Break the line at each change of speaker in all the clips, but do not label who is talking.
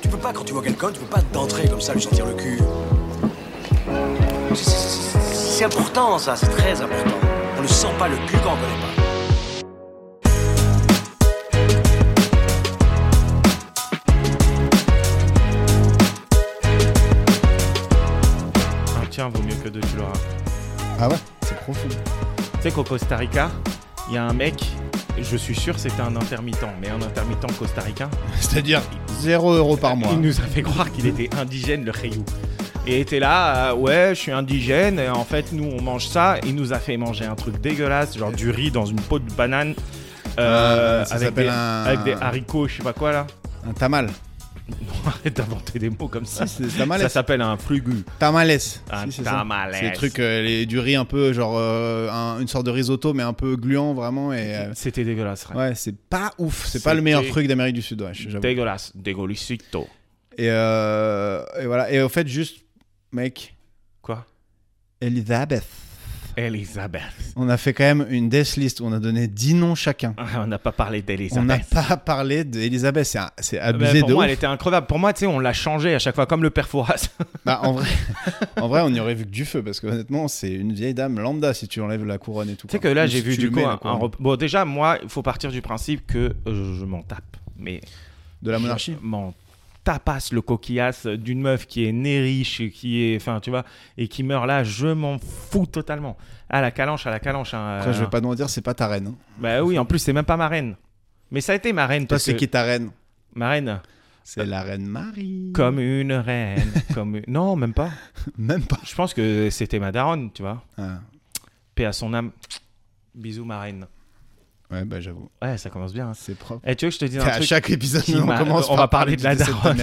Tu peux pas, quand tu vois quelqu'un, tu peux pas d'entrer comme ça, lui sentir le cul. C'est- c'est- C'est c'est important, ça, c'est très important. On ne sent pas le cul quand on connaît pas.
Un tien Ah, vaut mieux que deux, tu l'auras.
Ah ouais C'est profond.
Tu sais qu'au Costa Rica, il y a un mec, je suis sûr c'était un intermittent, mais un intermittent costaricain.
C'est-à-dire 0 euros par mois.
Il nous a fait croire qu'il était indigène, le Rayou. Et était là, euh, ouais, je suis indigène, et en fait, nous, on mange ça. Il nous a fait manger un truc dégueulasse, genre du riz dans une peau de banane. euh,
Ah, ça
avec,
s'appelle
des,
un-
avec des haricots, je sais pas quoi là.
Un tamal.
Arrête d'inventer des mots comme ça.
Si, c'est tamales.
Ça s'appelle un frugu.
Tamales.
Un
Si, Ah, c'est ça.
tamales.
C'est le truc, euh, les- du riz un peu, genre euh, un- une sorte de risotto, mais un peu gluant vraiment. Et, euh,
C'était dégueulasse. ouais.
ouais, c'est pas ouf. C'est pas le meilleur
C'était-
truc d'Amérique du Sud, ouais, j'avoue.
Dégueulasse. Dégolicito.
Et, euh, et voilà. Et au fait, juste, mec,
Quoi
Elizabeth.
Elisabeth.
On a fait quand même une death list où on a donné 10 noms chacun.
Ah, On n'a pas parlé
On n'a
d'Elisabeth.
pas parlé d'Elizabeth. C'est un- C'est
Ah, bah,
abusé
pour
de
moi,
ouf.
elle était increvable. Pour moi, tu sais, on l'a changé à chaque fois, comme le père Fouras.
Bah, en, vrai, en vrai, on y aurait vu que du feu parce que honnêtement, c'est une vieille dame lambda si tu enlèves la couronne et tout.
Tu sais que
quoi.
là,
Ou
j'ai
si
vu
tu
du
lui
coup
mets la
un, un
couronne.
rep- Bon, déjà, moi, il faut partir du principe que euh, je m'en tape. Mais
De la monarchie
je m'en tapasse le coquillasse d'une meuf qui est née riche, et qui est, enfin, tu vois, et qui meurt là, je m'en fous totalement. À la calanche, à la calanche. hein,
Après,
euh,
je vais pas te mentir, c'est pas ta reine. hein.
Bah oui, en plus, c'est même pas ma reine. Mais ça a été ma reine.
Toi,
parce
c'est
que-
qui ta reine
Ma reine.
C'est la reine Marie.
Comme une reine. comme une- Non, même pas.
Même pas.
Je pense que c'était ma daronne, tu vois.
Ah,
Paix à son âme. Bisous, ma reine.
ouais, bah j'avoue,
Ouais, ça commence bien. hein.
c'est propre.
Eh, tu veux que je te dise un
À
truc
chaque épisode,
qui
on
m'a-
commence
on
par
va parler de la
du décès ta
daronne.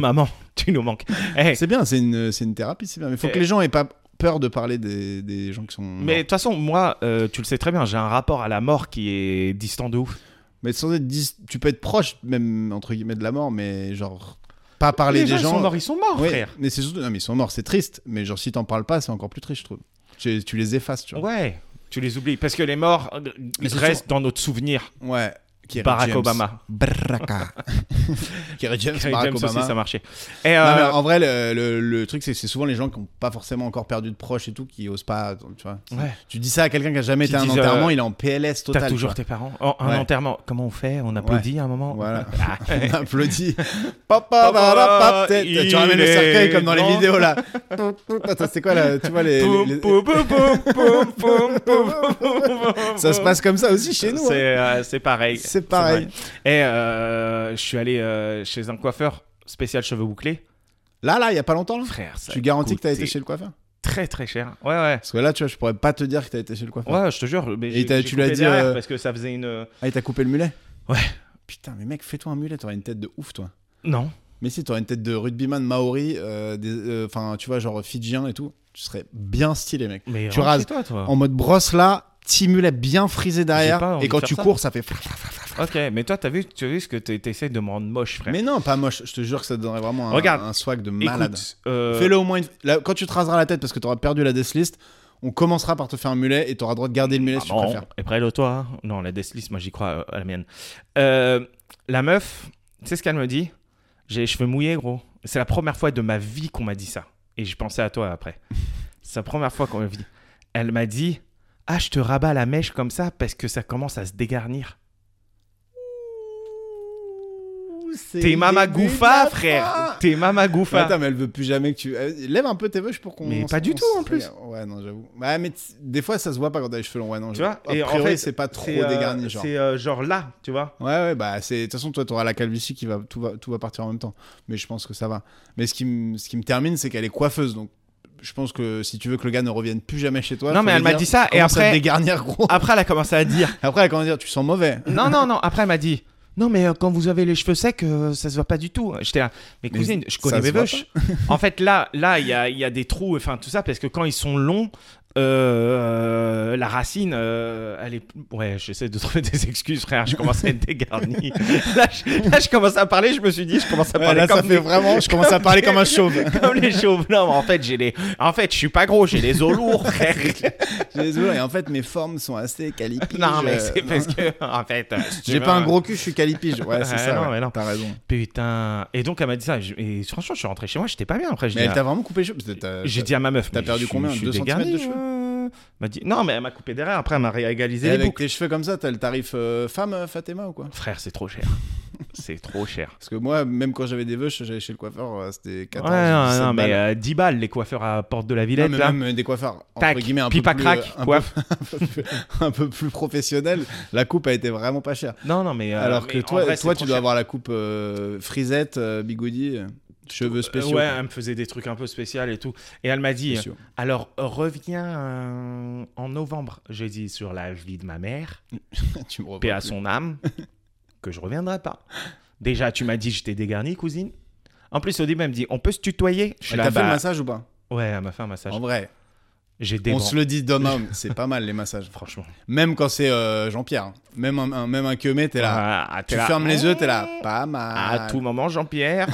Maman, tu nous manques. Eh,
C'est bien, c'est une, c'est une thérapie, c'est bien. Mais faut
Eh.
que les gens aient pas peur de parler des, des gens qui sont.
mais de
morts.
toute façon, moi, euh, tu le sais très bien, j'ai un rapport à la mort qui est distant de ouf.
mais sans être dis- tu peux être proche, même entre guillemets, de la mort, mais genre pas parler
Les
des
gens,
gens.
sont morts, ils sont morts,
Ouais,
frère.
Mais c'est surtout, non, mais ils sont morts, c'est triste. Mais genre si t'en parles pas, c'est encore plus triste, je trouve. Tu, tu les effaces, tu vois.
Ouais, tu les oublies. Parce que les morts euh,
Mais c'est
restent dans notre souvenir.
Ouais. Kerry
Barack
James.
Obama.
Baraka. Kerry James,
Kerry
Barack
James
Obama.
aussi, ça marchait. Et,
Non,
euh,
mais en vrai, le, le- le truc, c'est que c'est souvent les gens qui n'ont pas forcément encore perdu de proches et tout, qui osent pas. Tu vois.
Ouais.
Tu dis ça à quelqu'un qui a jamais
Qui
été à un
disent,
enterrement,
euh,
il est en PLS total.
T'as toujours
tu
tes parents. Oh, un
Ouais.
enterrement. Comment on fait On applaudit à un moment
Voilà.
Ah.
vois. On applaudit. Papa, papa, papa, t'es-
il
tu ramènes le
est
cercueil comme dans les
grand.
vidéos là. Attends, c'est quoi là Tu vois les.
Poum,
les-
poum, poum, poum, poum, poum, poum, poum,
Ça se
poum.
passe comme ça aussi chez nous. hein.
C'est euh, c'est pareil.
C'est pareil.
vrai. Et euh, je suis allé euh, chez un coiffeur spécial cheveux bouclés.
Là, là, il y a pas longtemps. Là.
Frère, ça
Tu
a
garantis que t'as été
coûté
chez le coiffeur
Très très cher. Ouais, ouais.
Parce que là, tu vois, je pourrais pas te dire que t'as été chez le coiffeur.
Ouais, je te jure. Mais
Et
j'ai-
t'as-
j'ai
tu l'as
coupé
dit,
derrière
euh,
Parce que ça faisait une.
Ah, il t'a coupé le mulet
Ouais.
Putain, mais mec, fais-toi un mulet, t'aurais une tête de ouf, toi.
Non.
Mais si, t'aurais une tête de rugbyman maori, euh, des- euh, enfin, tu vois, genre fidjien et tout. Tu serais bien stylé, mec.
Mais
Tu rases.
toi, toi.
En mode brosse là, petit mulet bien frisé derrière.
Ah. pas envie
et quand
de faire
tu
ça.
cours, ça fait.
Ok, mais toi, t'as vu, tu as vu ce que t'es- t'essayes de me rendre moche, frère.
Mais non, pas moche. Je te jure que ça te donnerait vraiment un,
Regarde.
un swag de malade.
Écoute, euh,
Fais-le au moins. une- là, quand tu te raseras la tête parce que t'auras perdu la death list, on commencera par te faire un mulet et t'auras le droit de garder le mulet
Ah
si tu
bon,
préfères.
Et près de toi. hein. Non, la desliste, moi j'y crois euh, à la mienne. Euh, la meuf, tu sais ce qu'elle me dit J'ai les cheveux mouillés, gros. C'est la première fois de ma vie qu'on m'a dit ça. Et je pensais à toi après. C'est la première fois qu'on me dit. Elle m'a dit Ah, je te rabats la mèche comme ça parce que ça commence à se dégarnir. T'es Mama Goufa, frère T'es Mama
Mais
Goufa
Attends, mais elle veut plus jamais que tu. euh, Lève un peu tes veuches pour qu'on.
Mais
on
pas
s-
du
on
tout,
s-
en plus.
regarde. Ouais, non, j'avoue. Ouais, mais t- des fois, ça se voit pas quand t'as les cheveux longs. Ouais, non,
Tu
j'avoue.
vois Et
A
en
priori,
fait,
c'est pas trop
C'est euh,
dégarni, genre. Ouais,
c'est, euh, genre là, tu vois
ouais, bah, c'est. De toute façon, toi, t'auras la calvitie qui va. Tout, va. tout va partir en même temps. Mais je pense que ça va. Mais ce qui me ce qui me termine, c'est qu'elle est coiffeuse. Donc, je pense que si tu veux que le gars ne revienne plus jamais chez toi.
Non, mais elle m'a dit ça, et après- Ah.
dégarnir, gros.
Après, elle a commencé à dire
Après, elle comment dire Tu sens mauvais.
Non, non, non. Après, elle m'a dit. Non, mais euh, quand vous avez les cheveux secs, euh, ça se voit pas du tout. J'étais là. Mais
Mais
cousine, je
ça
connais
se
mes
voit
veuches. en fait, là, là, il y a, il y a des trous, enfin tout ça, parce que quand ils sont longs, Euh, la racine, euh, elle est. Ouais, j'essaie de trouver des excuses, frère. Je commence à être dégarni. là, je, là, je commence à parler. Je me suis dit, je commence à
Ouais,
parler
là,
comme
ça fait vraiment. Je commence à parler comme un chauve.
comme les chauves. Non, mais en fait, j'ai les. En fait, je suis pas gros, j'ai les os lourds, frère.
Désolé, et en fait, mes formes sont assez calipiges.
non, mais
euh,
c'est
non.
parce que, en fait. euh, si tu
J'ai
veux,
pas un
euh,
gros cul, je suis calipige. Ouais, c'est
Ouais,
ça.
non,
ouais.
mais non.
T'as raison.
Putain. Et donc, elle m'a dit ça. et je- Et franchement, je suis rentré chez moi, j'étais pas bien après. je
Mais
dis,
elle t'a vraiment coupé les cheveux parce que t'as-
euh, J'ai
t'as-
dit à ma meuf.
t'as
mais
perdu
je suis-
combien
je suis
2 centimètres
dégarni,
de cheveux
euh. Elle m'a dit non, mais elle m'a coupé derrière. Après, elle m'a
Et
réégalisé les
avec
boucles.
tes cheveux comme ça, t'as le tarif euh, femme euh, Fatima ou quoi
Frère, c'est trop cher. c'est trop cher.
Parce que moi, même quand j'avais des vœux, j'allais chez le coiffeur, euh, c'était 14
ouais, non,
17
non, mais
balles.
euh, 10 balles les coiffeurs à Porte de la
Non,
Villette
mais
là.
même euh, des coiffeurs entre
Tac,
guillemets un peu,
pipe à
plus, euh,
crack,
un, peu,
coiffe.
un peu plus- un peu plus professionnel, la coupe a été vraiment pas chère.
Non, non, mais. euh,
Alors que
mais
toi,
en vrai, c'est
toi tu
trop
dois
cher.
avoir la coupe euh, frisette, euh, bigoudi, euh, cheveux spéciaux.
Euh, ouais,
quoi.
elle me faisait des trucs un peu spéciaux et tout. Et elle m'a dit,
Spéciaux.
alors reviens euh, en novembre. J'ai dit sur la vie de ma mère,
tu me revois
paix à
plus.
son âme, que je reviendrai pas. Déjà, tu m'as dit j'étais dégarni, cousine. En plus, au début, elle me dit, on peut se tutoyer. Je suis
Elle
là,
t'a fait le
bah,
massage ou pas
Ouais, elle m'a fait un massage.
En vrai,
J'ai des
on
grands-
se le dit d'homme à homme, c'est pas mal les massages.
Franchement.
Même quand c'est euh, Jean-Pierre, hein. même un, un- même un queumé, t'es là.
Ah, t'es
Tu
là.
fermes les yeux, t'es là. Pas mal.
À tout moment, Jean-Pierre.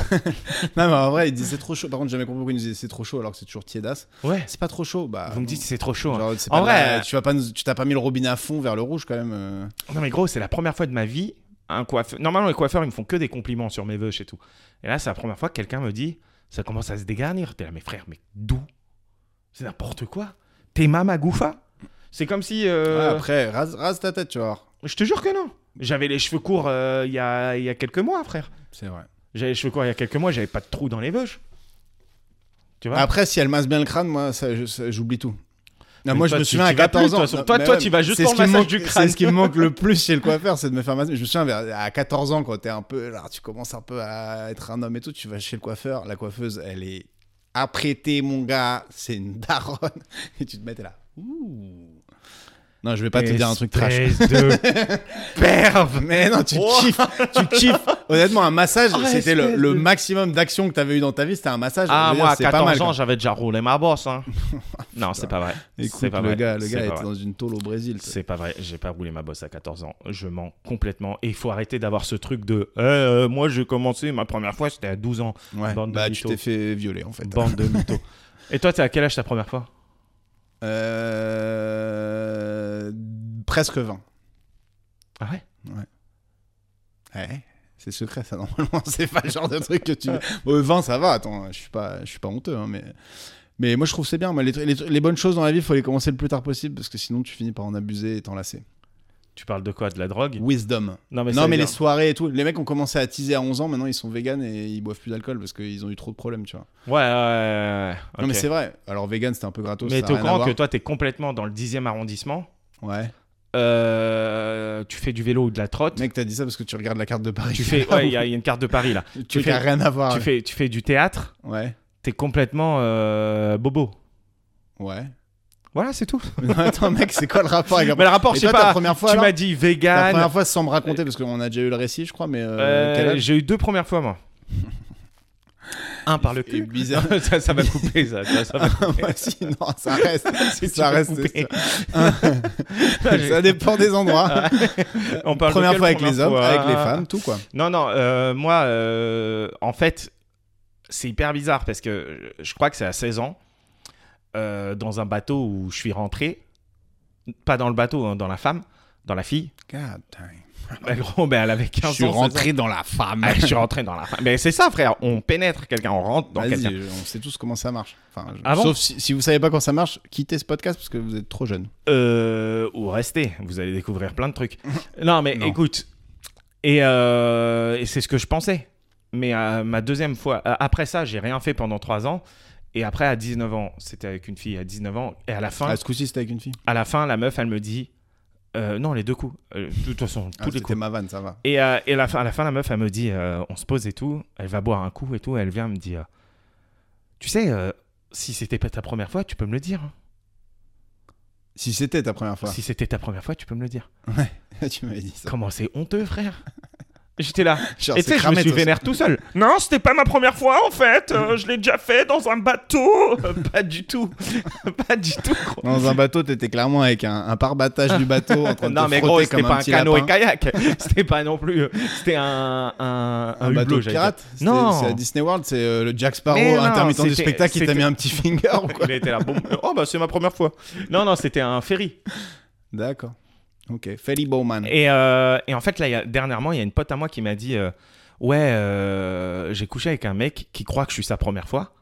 Non, mais en vrai, il dit c'est trop chaud. Par contre, j'ai jamais compris pourquoi il nous disait c'est trop chaud alors que c'est toujours tiédasse.
ouais.
C'est pas trop chaud. Bah,
Vous me dites c'est trop chaud. hein.
Genre, c'est
En
pas de la-
vrai,
tu vas pas, nous- tu t'as pas mis le robinet à fond vers le rouge quand même. euh.
Non mais gros, c'est la première fois de ma vie un coiffeur. Normalement les coiffeurs ils me font que des compliments sur mes vœux et tout. Et là c'est la première fois que quelqu'un me dit ça commence à se dégarnir. T'es là mes frères mais d'où C'est n'importe quoi. T'es ma magoufa C'est comme si euh,
Ouais, après, rase, rase ta tête, tu vois.
je te jure que non. J'avais les cheveux courts euh, il y, a, il y a quelques mois frère.
C'est vrai.
J'avais les cheveux courts il y a quelques mois, j'avais pas de trou dans les vœux. Tu vois
Après, si elle masse bien le crâne, moi, ça, je- ça, j'oublie tout. Non,
Mais
moi, je
toi,
me
tu-
souviens
tu
à
vas plus, de
14
toute
ans.
façon.
non,
Toi-
mais
toi,
ouais,
tu vas juste
c'est
pour
ce
le
qui me
massage
manque-
du crâne.
C'est ce qui me manque le plus chez le coiffeur, c'est de me faire masser. Je me souviens, vers- à 14 ans, quand t'es un peu. Alors, tu commences un peu à être un homme et tout, tu vas chez le coiffeur. La coiffeuse, elle est apprêtée, mon gars. C'est une daronne. Et tu te mets, t'es là. Ouh. Non, je vais pas te dire un truc trash.
Espèce de perve.
Mais non, tu
Oh.
kiffes, tu kiffes. Honnêtement, un massage,
Oh,
c'était le,
espèce
le
de-
maximum d'action que t'avais eu dans ta vie, c'était un massage. Je
Ah
veux
moi
dire,
à
c'est pas mal,
14
quoi.
ans, j'avais déjà roulé ma bosse hein. non, c'est pas vrai.
Écoute,
c'est pas
le
vrai.
gars, le
C'est
gars
pas
était
vrai.
dans une tôle au Brésil. toi.
C'est pas vrai, j'ai pas roulé ma bosse à 14 ans. Je mens complètement. Et il faut arrêter d'avoir ce truc de Eh, euh, moi j'ai commencé ma première fois, c'était à 12 ans.
Ouais.
Bande de
bah, tu
mythos.
t'es fait violer en fait.
Bande de mythos. Et toi, t'es à quel âge ta première fois
Euh, Presque 20.
Ah ouais
Ouais. C'est secret, ça, normalement. C'est pas le genre de truc que tu. Bon, 20, ça va, attends, je suis pas, je suis pas honteux, hein, mais. Mais moi, je trouve que c'est bien. Moi, les, tru- les tru- les bonnes choses dans la vie, faut les commencer le plus tard possible parce que sinon, tu finis par en abuser et t'en lasser.
Tu parles de quoi De la drogue
Wisdom.
Non, mais, ça
non,
veut
mais
dire-
les soirées et tout. Les mecs ont commencé à teaser à 11 ans, maintenant ils sont véganes et ils boivent plus d'alcool parce qu'ils ont eu trop de problèmes, tu vois.
Ouais, ouais, ouais, ouais, ouais.
Non, mais
Ok.
c'est vrai. Alors, vegan, c'était un peu gratos.
Mais
ça a
t'es au
rien à
courant
voir.
que toi, t'es complètement dans le 10e arrondissement.
Ouais.
Euh, tu fais du vélo ou de la trotte.
Mec, t'as dit ça parce que tu regardes la carte de Paris.
Tu fais. Ouais, il y, a il y a une carte de Paris là.
tu,
tu fais-
fais rien à voir.
Tu, fais, tu fais du théâtre.
Ouais.
T'es complètement euh, bobo.
Ouais.
Voilà, c'est tout.
Mais non, attends, mec, c'est quoi le rapport avec la
Mais le rapport, je
Et
sais
toi, ta
pas.
première fois,
tu
alors
m'as dit
Ta
vegan.
première fois sans me raconter parce qu'on a déjà eu le récit, je crois, mais. euh,
Euh,
quel âge
J'ai eu deux premières fois, moi. Un par le
Et
cul.
bizarre.
ça, ça va couper, ça. ça, ça va couper.
Ouais, si, non, ça reste.
Si tu
ça
veux
reste.
couper.
ça dépend des endroits.
On parle de
première
quelle
fois avec
première
les hommes,
fois
avec les femmes, tout quoi.
Non, non, euh, moi, euh, en fait, c'est hyper bizarre parce que je crois que c'est à 16 ans, euh, dans un bateau où je suis rentré, pas dans le bateau, hein, dans la femme, dans la fille.
God damn.
Bah, gros, ben, elle avait 15 ans.
Ah Je suis
16 ans.
rentré dans la femme.
Ah, je suis rentré dans la femme. Mais c'est ça, frère, on pénètre quelqu'un, on rentre dans
Vas-y,
quelqu'un.
euh, on sait tous comment ça marche. Enfin, je-
Ah bon
Sauf si, si vous savez pas comment ça marche, quittez ce podcast parce que vous êtes trop jeune.
Euh, ou restez, vous allez découvrir plein de trucs. non, mais
Non.
écoute, et, euh, et c'est ce que je pensais. Mais euh, ma deuxième fois, euh, après ça, j'ai rien fait pendant trois ans. Et après, à 19 ans, c'était avec une fille à 19 ans. Et à la fin,
Ah, ce coup-ci, c'était avec une fille.
à la fin, la meuf, elle me dit, euh, non, les deux coups. Euh, de toute façon,
Ah,
tous les
c'était
coups.
ma vanne, ça va.
Et, euh, et à, la fin, à la fin, la meuf, elle me dit, euh, on se pose et tout. Elle va boire un coup et tout. Elle vient me dire, tu sais, euh, si c'était pas ta première fois, tu peux me le dire. hein.
Si c'était ta première fois,
Si c'était ta première fois, tu peux me le dire.
tu m'avais dit ça.
Comment c'est honteux, frère J'étais là.
Genre,
et
c'est
tu sais, je me
cramé,
suis
toi, ça.
vénère tout seul. Non, c'était pas ma première fois en fait. Euh, je l'ai déjà fait dans un bateau. Euh, pas du tout. pas du tout, gros.
Dans un bateau, t'étais clairement avec un, un parbattage du bateau en train de
Non,
te
mais gros,
frotter
c'était
comme
pas un,
petit
canot et
lapin.
kayak. C'était pas non plus. euh, C'était un. Un,
un bateau
hublot,
de
Ah j'allais
pirate
dire.
C'était-
Non.
C'est à Disney World, c'est euh, le Jack Sparrow,
Mais non,
intermittent du
c'était-
spectacle, qui t'a
c'était-
mis un petit finger ou quoi
Il était là. Bon, oh, bah, c'est ma première fois. Non, non, c'était un ferry.
D'accord. Ok, Feli Bowman.
Et, euh, et en fait, là, il y a- dernièrement, il y a une pote à moi qui m'a dit euh, Ouais, euh, j'ai couché avec un mec qui croit que je suis sa première fois,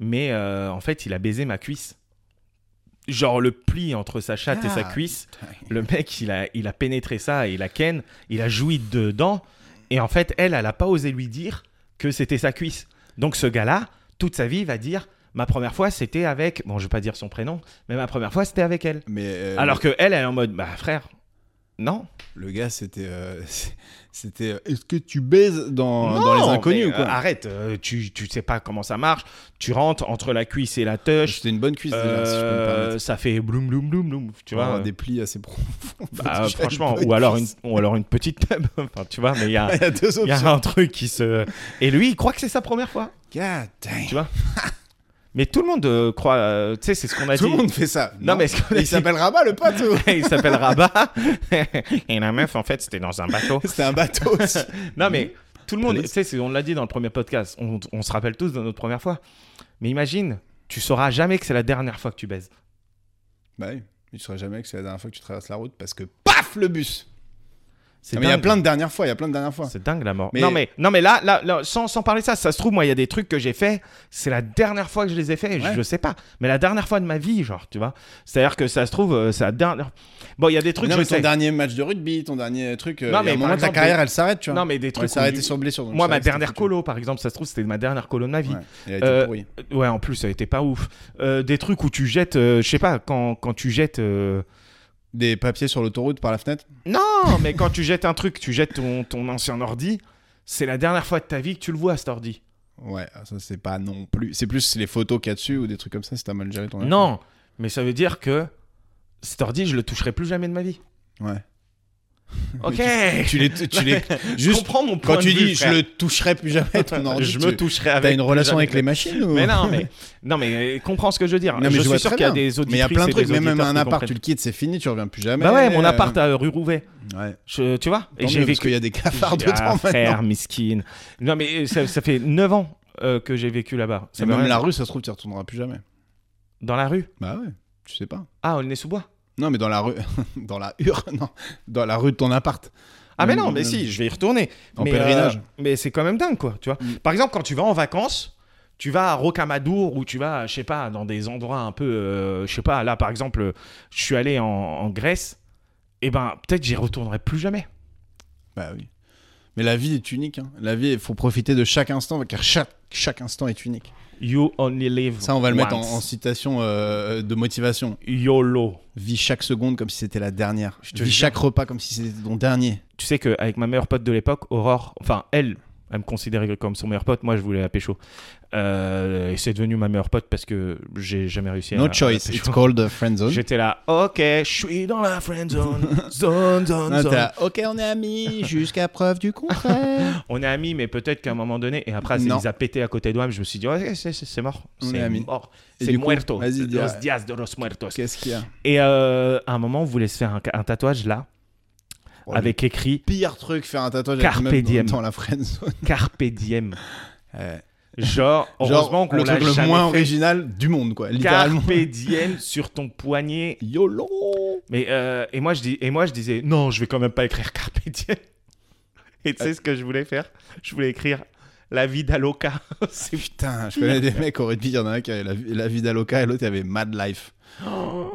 mais euh, en fait, il a baisé ma cuisse. Genre le pli entre sa chatte et sa
Ah,
cuisse. Le mec, il a, il a pénétré ça et il a ken, il a joui dedans. Et en fait, elle, elle a pas osé lui dire que c'était sa cuisse. Donc ce gars-là, toute sa vie, il va dire Ma première fois, c'était avec. Bon, je vais pas dire son prénom, mais ma première fois, c'était avec elle.
Mais euh,
Alors que elle, elle est en mode Bah frère, non.
le gars, c'était. euh, c'était. euh, Est-ce que tu baises dans, dans les
Non,
inconnus
mais,
ou quoi
euh, Arrête, euh, tu, tu sais pas comment ça marche. Tu rentres entre la cuisse et la touche.
C'était une bonne cuisse déjà, si je peux me permettre.
ça fait bloum bloum bloum bloum, euh, tu
Pour avoir
vois.
des plis assez profonds.
Bah,
Déjà,
franchement,
une bonne
ou alors une,
cuisse.
ou alors une petite teub. enfin, tu vois, mais il y a,
Il y a deux
il y a
options.
un truc qui se. Et lui, il croit que c'est sa première fois.
God damn.
Tu vois Mais tout le monde euh, croit. euh, tu sais, c'est ce qu'on a
Tout
dit.
le monde fait ça.
Non, mais ce qu'on a
il
dit-
s'appelle Rabat le pote ou-
il s'appelle Rabat. et la meuf, en fait, c'était dans un bateau.
C'était un bateau aussi.
Non,
Mhm.
mais tout le monde,
Please.
tu sais, c'est- on l'a dit dans le premier podcast, on, on se rappelle tous de notre première fois. Mais imagine, tu sauras jamais que c'est la dernière fois que tu baises.
bah oui, tu saurais jamais que c'est la dernière fois que tu traverses la route parce que paf le bus.
C'est
Non, Ah, mais il y a
dingue.
plein de dernières fois, il y a plein de dernières fois.
C'est dingue la mort.
Mais-
Non, mais, non, mais là, là, là, sans, sans parler de ça, ça se trouve, moi, il y a des trucs que j'ai fait, c'est la dernière fois que je les ai fait,
Ouais.
je, je sais pas. Mais la dernière fois de ma vie, genre, tu vois. C'est-à-dire que ça se trouve, euh, c'est la dernière. Bon, il y a des trucs
non,
que
mais
je
ton
sais.
dernier match de rugby, ton dernier truc. euh,
Non,
il y
mais
a
par
un moment, ta
exemple,
carrière,
des-
elle s'arrête, tu vois.
Non, mais des
Ouais,
trucs.
elle s'est
où-
arrêtée sur blessure. donc
Moi,
ça
ma
reste, c'était
dernière
foutu.
colo, par exemple, ça se trouve, c'était ma dernière colo de ma vie.
Ouais, elle a été
Euh,
pourrie.
Ouais, en plus, ça a été pas ouf. Euh, des trucs où tu jettes, euh, je sais pas, quand, quand tu jettes. euh,
Des papiers sur l'autoroute par la fenêtre.
Non, mais quand tu jettes un truc, tu jettes ton, ton ancien ordi, c'est la dernière fois de ta vie que tu le vois, cet ordi.
Ouais, ah, ça c'est pas non plus. C'est plus les photos qu'il y a dessus ou des trucs comme ça si t'as mal géré ton. affaire.
Non, mais ça veut dire que cet ordi, je le toucherai plus jamais de ma vie.
Ouais.
Ok.
Tu les, tu les.
Je
Juste
comprends mon point
quand tu
de vue,
dis, je
frère.
le toucherai plus jamais ton ordi.
je
tu-
me toucherai avec.
T'as une relation
jamais.
avec les machines ou
Mais non, mais non, mais euh, comprends ce que je veux dire.
Non, mais
je,
je vois
suis sûr
très
qu'il y a
bien.
des auditrices
Mais il y a plein de
et
trucs,
des
mais même
auditeurs
un
qui
appart, tu
comprennent.
le quittes, c'est fini, tu reviens plus jamais.
Bah ouais, mon
euh,
appart à rue Rouvet.
Ouais.
Je- tu vois
Et
Et j'ai
parce
vécu
qu'il y a des cafards dedans
Ah,
maintenant.
frère, miskin. Non, mais euh, ça, ça fait 9 ans euh, que j'ai vécu là-bas. Ça
Et
veut
même
rien
la
dire.
rue, ça se trouve, tu y retourneras plus jamais.
Dans la rue
Bah ouais, tu sais pas.
Ah, Aulnay-sous-Bois
Non, mais dans la rue, dans la hure, non, dans la rue de ton appart.
Ah, mais
Même-
non, mais
même
si, je vais y retourner.
En
mais,
pèlerinage. Mm.
euh, mais c'est quand même dingue, quoi. Tu vois Par exemple, quand tu vas en vacances, tu vas à Rocamadour ou tu vas, je sais pas, dans des endroits un peu. euh, je sais pas, là, par exemple, euh, je suis allé en, en Grèce. Et ben, peut-être j'y retournerai plus jamais.
Bah oui. Mais la vie est unique. hein. La vie, il faut profiter de chaque instant, car chaque, chaque instant est unique.
You only live.
Ça, on va le mettre en, en
once.
citation euh, de motivation.
YOLO.
Vis chaque seconde comme si c'était la dernière.
te
Vis
jure.
chaque repas comme si c'était ton dernier.
Tu sais qu'avec ma meilleure pote de l'époque, Aurore, enfin, elle, elle me considérait comme son meilleur pote. Moi, je voulais la pécho. Euh, et c'est devenu ma meilleure pote parce que j'ai jamais réussi à.
No
à
choice,
la
it's
pécho.
called a friend zone.
J'étais là, ok, je suis dans la friend zone, zone, zone,
Ah, t'es
zone.
là, ok, on est amis jusqu'à preuve du contraire.
On est amis, mais peut-être qu'à un moment donné, et après, c'est
Non.
ils a pété à côté de moi, je me suis dit, ouais, c'est- c'est c'est mort,
On est
c'est
amis.
mort,
Et
c'est
du coup,
muerto,
vas-y, dis-
los días de los muertos.
Qu'est-ce qu'il y a
Et euh, à un moment, on voulait se faire un, un tatouage là,
Oh, le
avec écrit
pire truc, faire un tatouage
Carpe
avec une meuf dans-
diem.
dans la friend zone.
Carpe Diem.
Euh,
Genre, heureusement
Genre,
qu'on
le
l'a
truc le
jamais
moins
fait.
original du monde, quoi. Littéralement.
Carpe Diem sur ton poignet.
YOLO
Mais, euh, et, moi, je dis, et moi, je disais, non, je vais quand même pas écrire Carpe Diem. Et tu sais ce que je voulais faire Je voulais écrire La vie d'Aloca. C'est
Putain, je connais des mecs au rugby, il y en a un qui avait la, vie- la vie d'Aloca et l'autre il avait Mad Life.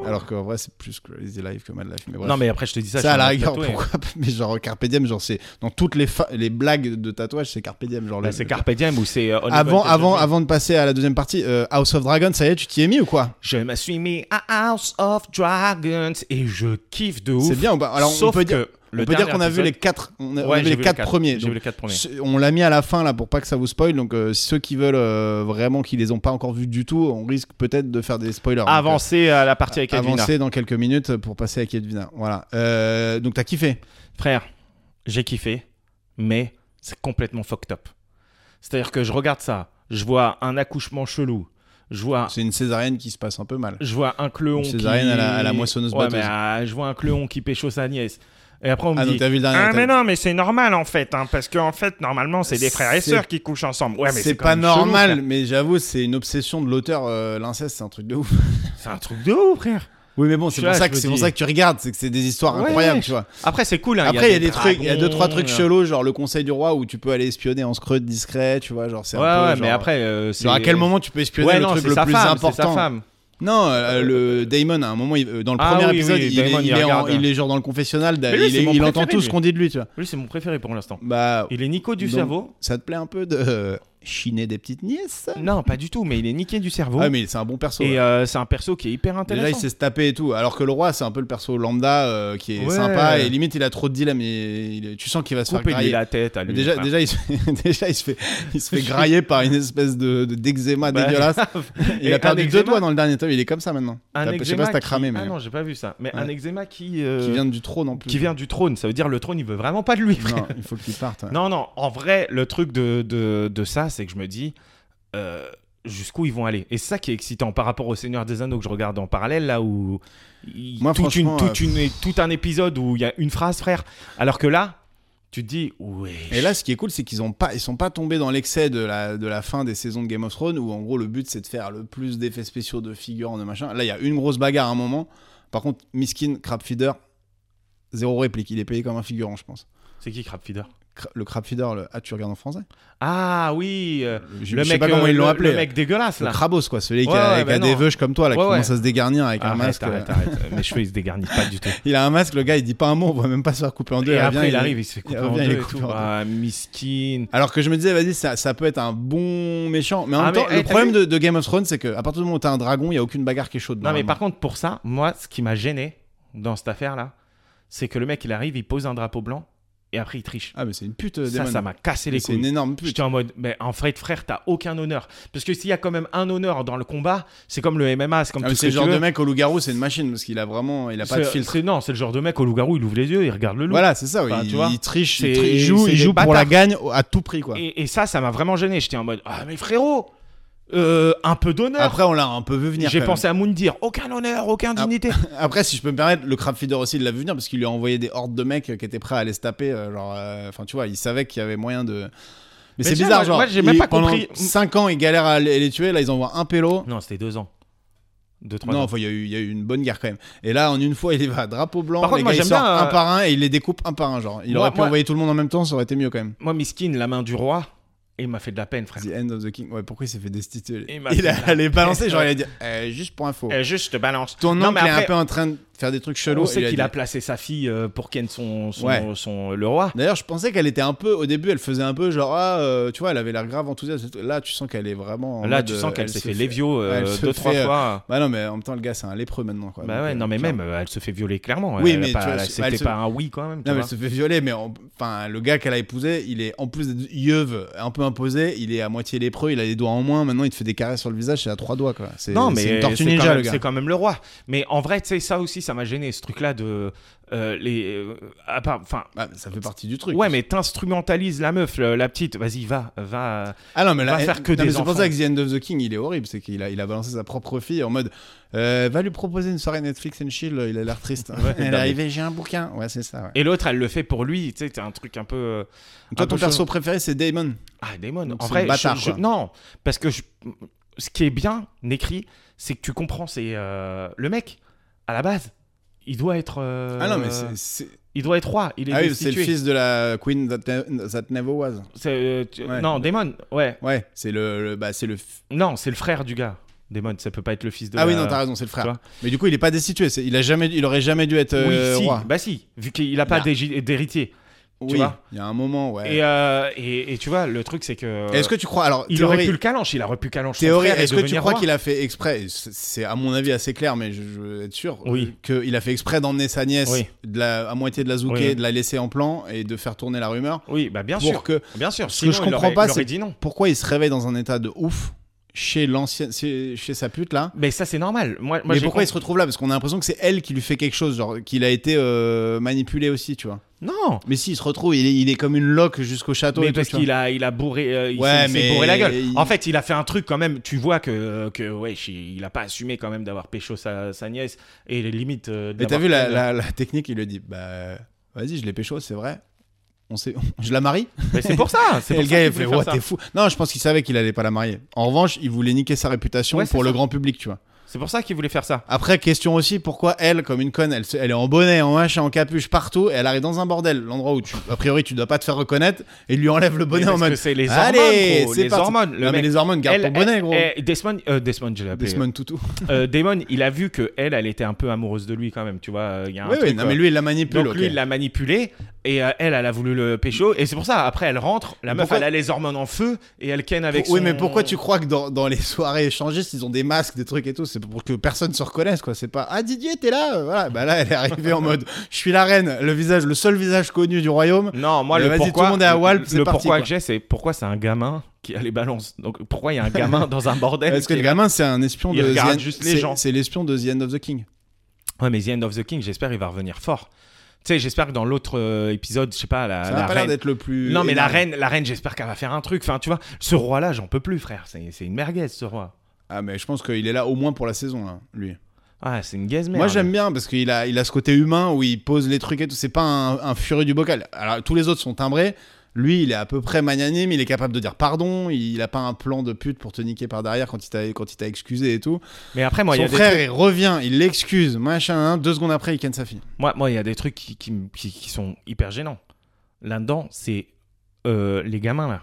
Alors qu'en vrai, c'est plus Crazy Life que Mad Life. Oh. Mais bref.
Non, mais après, je te dis ça.
ça,
je suis
à la
un hein.
rigueur,
tatoué.
pourquoi pas Mais genre, Carpe Diem, genre, c'est dans toutes les, fa- les blagues de tatouage, Bah, c'est Carpe Diem. Genre,
Là,
le-
Bah, c'est Carpe Diem ou c'est. euh, Only
Avant,
Wanted
avant,
Judgment.
avant de passer à la deuxième partie, euh, House of Dragon, ça y est, tu t'y es mis ou quoi
Je me suis mis à House of Dragons et je kiffe de ouf.
C'est bien ou pas Alors, on
Sauf
peut dire,
que
on
le
peut dire
dernier
qu'on a vu
épisode-
les quatre, on a- on a
Ouais,
vu
j'ai
les
vu
quatre premiers.
J'ai
donc
vu les quatre premiers.
Ce- On l'a mis à la fin là pour pas que ça vous spoil. Donc euh, ceux qui veulent euh, vraiment qui les ont pas encore vus du tout, on risque peut-être de faire des spoilers. Donc,
Avancer à la
euh,
partie avec Edwina.
avancer dans quelques minutes pour passer à Edwina. Voilà. Euh, donc t'as kiffé.
Frère, j'ai kiffé, mais c'est complètement fucked up. C'est-à-dire que je regarde ça, je vois un accouchement chelou, je vois,
C'est une césarienne qui se passe un peu mal.
je vois un cleuon
Une
qui...
césarienne à la- à la moissonneuse
Ouais, mais,
batteuse.
ah, je vois un cleuon qui pécho sa nièce. Et après, on me
Ah non,
dit...
t'as vu le dernier
Ah
t'as-
mais non, mais c'est normal en fait, hein, parce qu'en fait, normalement, c'est des frères et
C'est-
sœurs qui couchent ensemble. Ouais, mais
c'est
quand
pas
même chelou,
normal,
frère.
mais j'avoue, c'est une obsession de l'auteur. euh, L'inceste, c'est un truc de ouf.
C'est un truc de ouf, frère.
Oui, mais bon,
Tu
c'est pour,
vois,
ça
je
que
me
c'est pour
dis-
ça que tu regardes, c'est que c'est des histoires
Ouais,
incroyables,
je-
tu vois.
Après, c'est cool. hein,
Après, il y a des trucs, il y a deux,
dragons,
trois trucs
euh,
chelous, genre le conseil du roi où tu peux aller espionner en scrut discret, tu vois, genre c'est
Ouais,
un peu.
ouais,
genre-
mais après, euh, c'est.
Genre à quel moment tu peux espionner
ouais,
le
non,
truc
c'est
le
sa
plus
femme,
important
C'est sa femme.
Non, euh, le Damon, à un moment, il- euh, dans le
Ah
premier
oui,
épisode,
oui,
il, est-
Damon,
il
il
est en-
regarde.
il est genre dans le confessionnal,
Mais lui,
il,
c'est
est-
mon
il
préféré,
entend tout ce
lui.
qu'on dit de lui, tu vois.
Lui, c'est mon préféré pour l'instant.
Bah,
Il est nico du
Donc-
cerveau.
ça te plaît un peu de euh, chiner des petites nièces
Non, pas du tout, mais il est niqué du cerveau.
Ah, mais c'est un bon perso. ouais.
Oh. Et euh, c'est un perso qui est hyper
Déjà, il
intéressant.
sait se taper et tout. Alors que le roi, c'est un peu le perso lambda euh, qui est
Ouais.
sympa et limite, il a trop de dilemmes. et il est- tu sens qu'il va se faire
Coupez-lui
grailler.
la tête Ah, à lui.
Mais déjà,
frère.
déjà, il se fait, déjà, il se fait, il se fait grailler par une espèce de de- d'eczéma
Bah,
dégueulasse. Il
Et
a
un
perdu deux
eczéma-
doigts dans le dernier tome. Il est comme ça maintenant.
Un
T'as- Je sais pas
eczéma
si t'as
qui-
cramé, mais
Ah non, j'ai pas vu ça. Mais
Ouais.
un eczéma qui. euh,
qui vient du trône en plus.
Qui vient du trône, ça veut dire le trône il veut vraiment pas de lui. frère.
Non, il faut qu'il parte. ouais.
Non, non, en vrai, le truc de, de, de ça, c'est que je me dis euh, jusqu'où ils vont aller. Et c'est ça qui est excitant par rapport au Seigneur des Anneaux que je regarde en parallèle, là où. il-
Moi,
toute une,
franchement, euh,
toute une, tout un épisode où il y a une phrase, frère. Alors que là, tu te dis, ouais.
Et là, ce qui est cool, c'est qu'ils ont pas, ils sont pas tombés dans l'excès de la, de la fin des saisons de Game of Thrones où en gros le but c'est de faire le plus d'effets spéciaux de figurants de machin. Là, il y a une grosse bagarre à un moment. Par contre, Miskin, Crabfeeder, zéro réplique. Il est payé comme un figurant, je pense.
C'est qui Crabfeeder
Cra- Le Crabfeeder, le... ah tu regardes en français
Ah oui euh,
Je,
Le
je
mec,
sais pas comment
euh,
ils l'ont
le-
appelé.
Le mec dégueulasse,
Le
là.
Krabos, quoi, celui qui
Ouais,
a,
ouais,
qui a
bah
des
non.
veuches comme toi, là, qui
Ouais,
commence
ouais.
à se dégarnir avec un
Arrête,
masque.
arrête, arrête. Mes cheveux, ils se dégarnissent pas du tout.
Il a un masque, le gars, il dit pas un mot, on voit même pas se faire couper en deux.
et
revient,
après, il
est-
arrive, il se fait couper en
revient, il est
deux et
coupé
tout.
en deux.
Ah, miskin.
Alors que je me disais, vas-y, ça, ça peut être un bon méchant. Mais en
Ah,
même temps,
mais,
le
eh, t'as
problème
vu
de, de Game of Thrones, c'est que à partir du moment où t'as un dragon, il y a aucune bagarre qui est chaude.
Non, mais
normalement.
par contre, pour ça, moi, ce qui m'a gêné dans cette affaire-là, c'est que le mec, il arrive, il pose un drapeau blanc et après, il triche.
Ah, mais c'est une pute,
ça,
Daemon.
ça m'a cassé les
C'est une
couilles.
énorme pute. Ah,
J'étais en mode, mais en fait, frère, t'as aucun honneur. Parce que s'il y a quand même un honneur dans le combat, c'est comme le MMA, c'est comme
Ah, mais
tout ce
c'est
que
le
tu
genre
veux.
de mec au loup-garou, c'est une machine, parce qu'il a vraiment. Il a pas de
C'est-
filtre.
c'est- Non, c'est le genre de mec au loup-garou, il ouvre les yeux, il regarde le loup.
Voilà, c'est ça, oui.
Enfin, tu
il,
vois,
il triche, il,
c'est-
tri- il joue,
c'est
il
des
joue pour la
bâtards.
gagne au- à tout prix, quoi.
Et, et ça, ça m'a vraiment gêné. J'étais en mode, ah, mais frérot, euh, un peu d'honneur.
Après, on l'a un peu vu venir.
J'ai
quand même. Ah.
pensé à Moundir, aucun honneur, aucun dignité.
Après, si je peux me permettre, le Crab Feeder aussi, il l'a vu venir parce qu'il lui a envoyé des hordes de mecs euh, qui étaient prêts à aller se taper. euh, Genre, euh, enfin, tu vois, il savait qu'il y avait moyen de. Mais,
Mais
c'est
tiens,
bizarre,
moi-
genre.
moi, j'ai même
il-
pas
pendant
compris.
5 ans, il galère à les les tuer. Là, ils envoient un pélo.
Non, c'était deux ans. Deux, trois
Non,
ans.
enfin, il y, a eu- il y a eu une bonne guerre quand même. Et là, en une fois, il y va drapeau blanc.
Par contre,
les
moi,
gars, il
j'aime
sort
bien,
un
euh,
par un et il les découpe un par un. Genre, il
Moi-
aurait pu
moi-
envoyer tout le monde en même temps, ça aurait été mieux quand même.
Moi, Miskin, la main du roi, il m'a fait de la peine, frère.
The End of the King. Ouais, pourquoi il s'est fait destituer
Il m'a
Il
fait de la
allait balancer,
peine.
genre, il allait dire euh, juste pour info.
Euh, juste balance.
Ton
non, mais
oncle est un
après,
peu en train de faire des trucs chelous.
on
il
sait
a
qu'il
dit-
a placé sa fille euh, pour ken son, son,
Ouais.
son- le roi.
D'ailleurs, je pensais qu'elle était un peu. Au début, elle faisait un peu genre. Ah, euh, tu vois, elle avait l'air grave enthousiaste. et tout. Là, tu sens qu'elle est vraiment. en
Là,
mode,
tu
euh,
sens qu'elle
elle
s'est
se
fait lévio euh,
Ouais, elle se
deux,
fait,
trois
euh,
fois.
Bah non, mais en même temps, le gars, c'est un lépreux maintenant. Quoi.
Bah
Donc,
ouais,
euh,
non, mais
clair.
même, euh, elle se fait violer clairement.
Oui,
elle a
mais
pas-
tu vois,
elle a-
elle
c'était
se-
pas un oui quand même. tu
Non,
vois.
mais elle se fait violer, mais en- enfin, le gars qu'elle a épousé, il est en plus d'être yeuve, un peu imposé, il est à moitié lépreux, il a les doigts en moins, maintenant il te fait des carrés sur le visage, il a trois doigts quoi. C'est
Non,
c'est
mais
une tortue
c'est quand
ninja
même-
le gars.
C'est quand même le roi. Mais en vrai, tu sais, ça aussi, ça m'a gêné, ce truc-là de. euh, les, euh, à part- enfin.
Bah, ça fait partie du truc.
Ouais, mais t'instrumentalises la meuf, le- la petite. Vas-y, va, va.
Ah non, mais là,
va faire que
non, mais
des
c'est pour
enfants.
ça que The End of the King, il est horrible, c'est qu'il a, il a balancé sa propre fille en mode euh, va lui proposer une soirée Netflix and chill, euh, il a l'air triste.
Ouais,
Elle est
non,
arrivée, j'ai un bouquin. Ouais, c'est ça. ouais.
Et l'autre, elle le fait pour lui. Tu sais, t'as un truc un peu. euh,
Toi,
un
ton
peu
perso préféré, c'est Damon.
Ah, Damon.
Donc,
en
c'est
vrai,
le bâtard,
je- je-
quoi.
non, parce que je- ce qui est bien écrit, c'est que tu comprends, c'est euh, le mec à la base, il doit être. euh,
Ah non, mais c'est- c'est.
il doit être roi. Il est
Ah oui, c'est
destitué.
le fils de la Queen that, ne- that Never Was.
C'est, euh, tu-
Ouais.
Non, Damon. Ouais.
Ouais, c'est le. le- bah, c'est le. f-
Non, c'est le frère du gars. Damon, ça peut pas être le fils de.
Ah oui,
la-
non, t'as raison, c'est le
tu
frère.
vois.
Mais du coup, il est pas destitué. c'est- Il, a jamais, il aurait jamais dû être euh,
oui, si.
roi.
Bah si, vu qu'il a pas
Bah.
d'égi- d'héritier.
oui,
vois.
il y a un moment, ouais.
Et, euh, et, et tu vois, le truc c'est que.
Est-ce que tu crois. Alors,
il
théorie,
aurait pu le calanche, il aurait pu calanche. son
théorie
frère et
est-ce que tu
devenir
crois
roi.
qu'il a fait exprès C'est c'est à mon avis assez clair, mais je, je veux être sûr. euh,
Oui.
Qu'il a fait exprès d'emmener sa nièce
Oui.
de la, à moitié de la zouker,
Oui.
de la laisser en plan et de faire tourner la rumeur.
Oui, bah bien
pour
sûr.
que.
Bien sûr.
Ce que je
sinon, il
comprends
aurait-
pas,
il aurait
c'est-
dit non.
Pourquoi il se réveille dans un état de ouf chez l'ancienne. Chez, chez sa pute là
Mais ça, c'est normal. Moi, moi,
mais
j'ai
pourquoi il
compris-
se retrouve là Parce qu'on a l'impression que c'est elle qui lui fait quelque chose, genre qu'il a été euh, manipulé aussi, tu vois.
Non
Mais si, il se retrouve, il est, il est comme une loque jusqu'au château. et
mais
tout,
parce
tu vois.
qu'il a, il a bourré, euh, il
Ouais,
s'est- il s'est
mais
bourré la gueule.
il-
En fait, il a fait un truc quand même. Tu vois que, que ouais, il a pas assumé quand même d'avoir pécho sa, sa nièce et les limites. euh, de
Mais t'as
l'avoir
vu la,
fait, euh,
la- la technique, il le dit. Bah, vas-y, je l'ai pécho, c'est vrai. On sait, je la marie.
Mais c'est pour ça. C'est
Et
pour
le
ça
gars,
qu'il
il
voulait
fait,
faire
ouais,
ça.
t'es fou. Non, je pense qu'il savait qu'il allait pas la marier. En revanche, il voulait niquer sa réputation
Ouais, c'est
pour le
ça.
grand public, tu vois.
C'est pour ça qu'il voulait faire ça.
Après, question aussi, pourquoi elle, comme une conne, elle, se- elle est en bonnet, en machin, en capuche, partout, et elle arrive dans un bordel, l'endroit où tu, a priori, tu dois pas te faire reconnaître, et il lui enlève le bonnet
Mais
en
parce
mode.
que c'est les hormones,
Allez,
gros,
c'est
les
parti.
hormones. Le
non, mais
mec-
les hormones, garde
Elle-
ton bonnet, gros.
elle- elle- Desmond, euh, Desmond, je l'ai appelé.
Desmond Tutu.
Euh, Damon, il a vu que elle, elle était un peu amoureuse de lui quand même. Tu vois, euh, il y a un
Oui,
truc,
oui, non,
euh,
mais lui, il la manipule.
Donc lui,
ok.
il l'a manipulé et euh, elle, elle a voulu le pécho. Et c'est pour ça, après, elle rentre, la meuf,
Pourquoi-
elle a les hormones en feu et elle ken avec
oui,
son-
mais pourquoi tu crois que dans, dans les soirées échangistes, ils ont des masques, des trucs et tout C'est pour que personne se reconnaisse, quoi. C'est pas Ah, Didier, t'es là Euh, Voilà, bah là, elle est arrivée en mode Je suis la reine, le visage, le seul visage connu du royaume.
Non, moi,
Mais
le
vas-y,
pourquoi...
tout le monde est à Walp, c'est
le
parti,
pourquoi
quoi.
que j'ai, c'est pourquoi c'est un gamin qui a les balances. Donc pourquoi il y a un gamin dans un bordel
Parce que
qui-
le gamin, c'est un espion
Il
de.
regarde
The-
juste les
c'est-
gens.
C'est l'espion de The End of the King.
Ouais, mais The End of the King, j'espère il va revenir fort. Tu sais, j'espère que dans l'autre euh, épisode, je sais pas, la,
Ça
la
n'a pas l'air
reine...
d'être le plus.
Non, mais la
énorme.
reine, la reine j'espère qu'elle va faire un truc. Enfin, tu vois, ce roi-là, j'en peux plus, frère. C'est c'est une merguez, ce roi.
Ah, mais je pense qu'il est là au moins pour la saison, là, lui.
Ah, c'est une gaze merde.
Moi, j'aime bien parce qu'il a, il a ce côté humain où il pose les trucs et tout. C'est pas un, un furieux du bocal. Alors, tous les autres sont timbrés. Lui, il est à peu près magnanime, il est capable de dire pardon, il a pas un plan de pute pour te niquer par derrière quand il t'a, quand il t'a excusé et tout.
Mais après, moi, il y a
Son
des
frère,
trucs-
il revient, il l'excuse, machin, hein. deux secondes après, il ken sa fille.
Moi, moi, il y a des trucs qui, qui, me- qui- qui sont hyper gênants. Là-dedans, c'est euh, les gamins, là.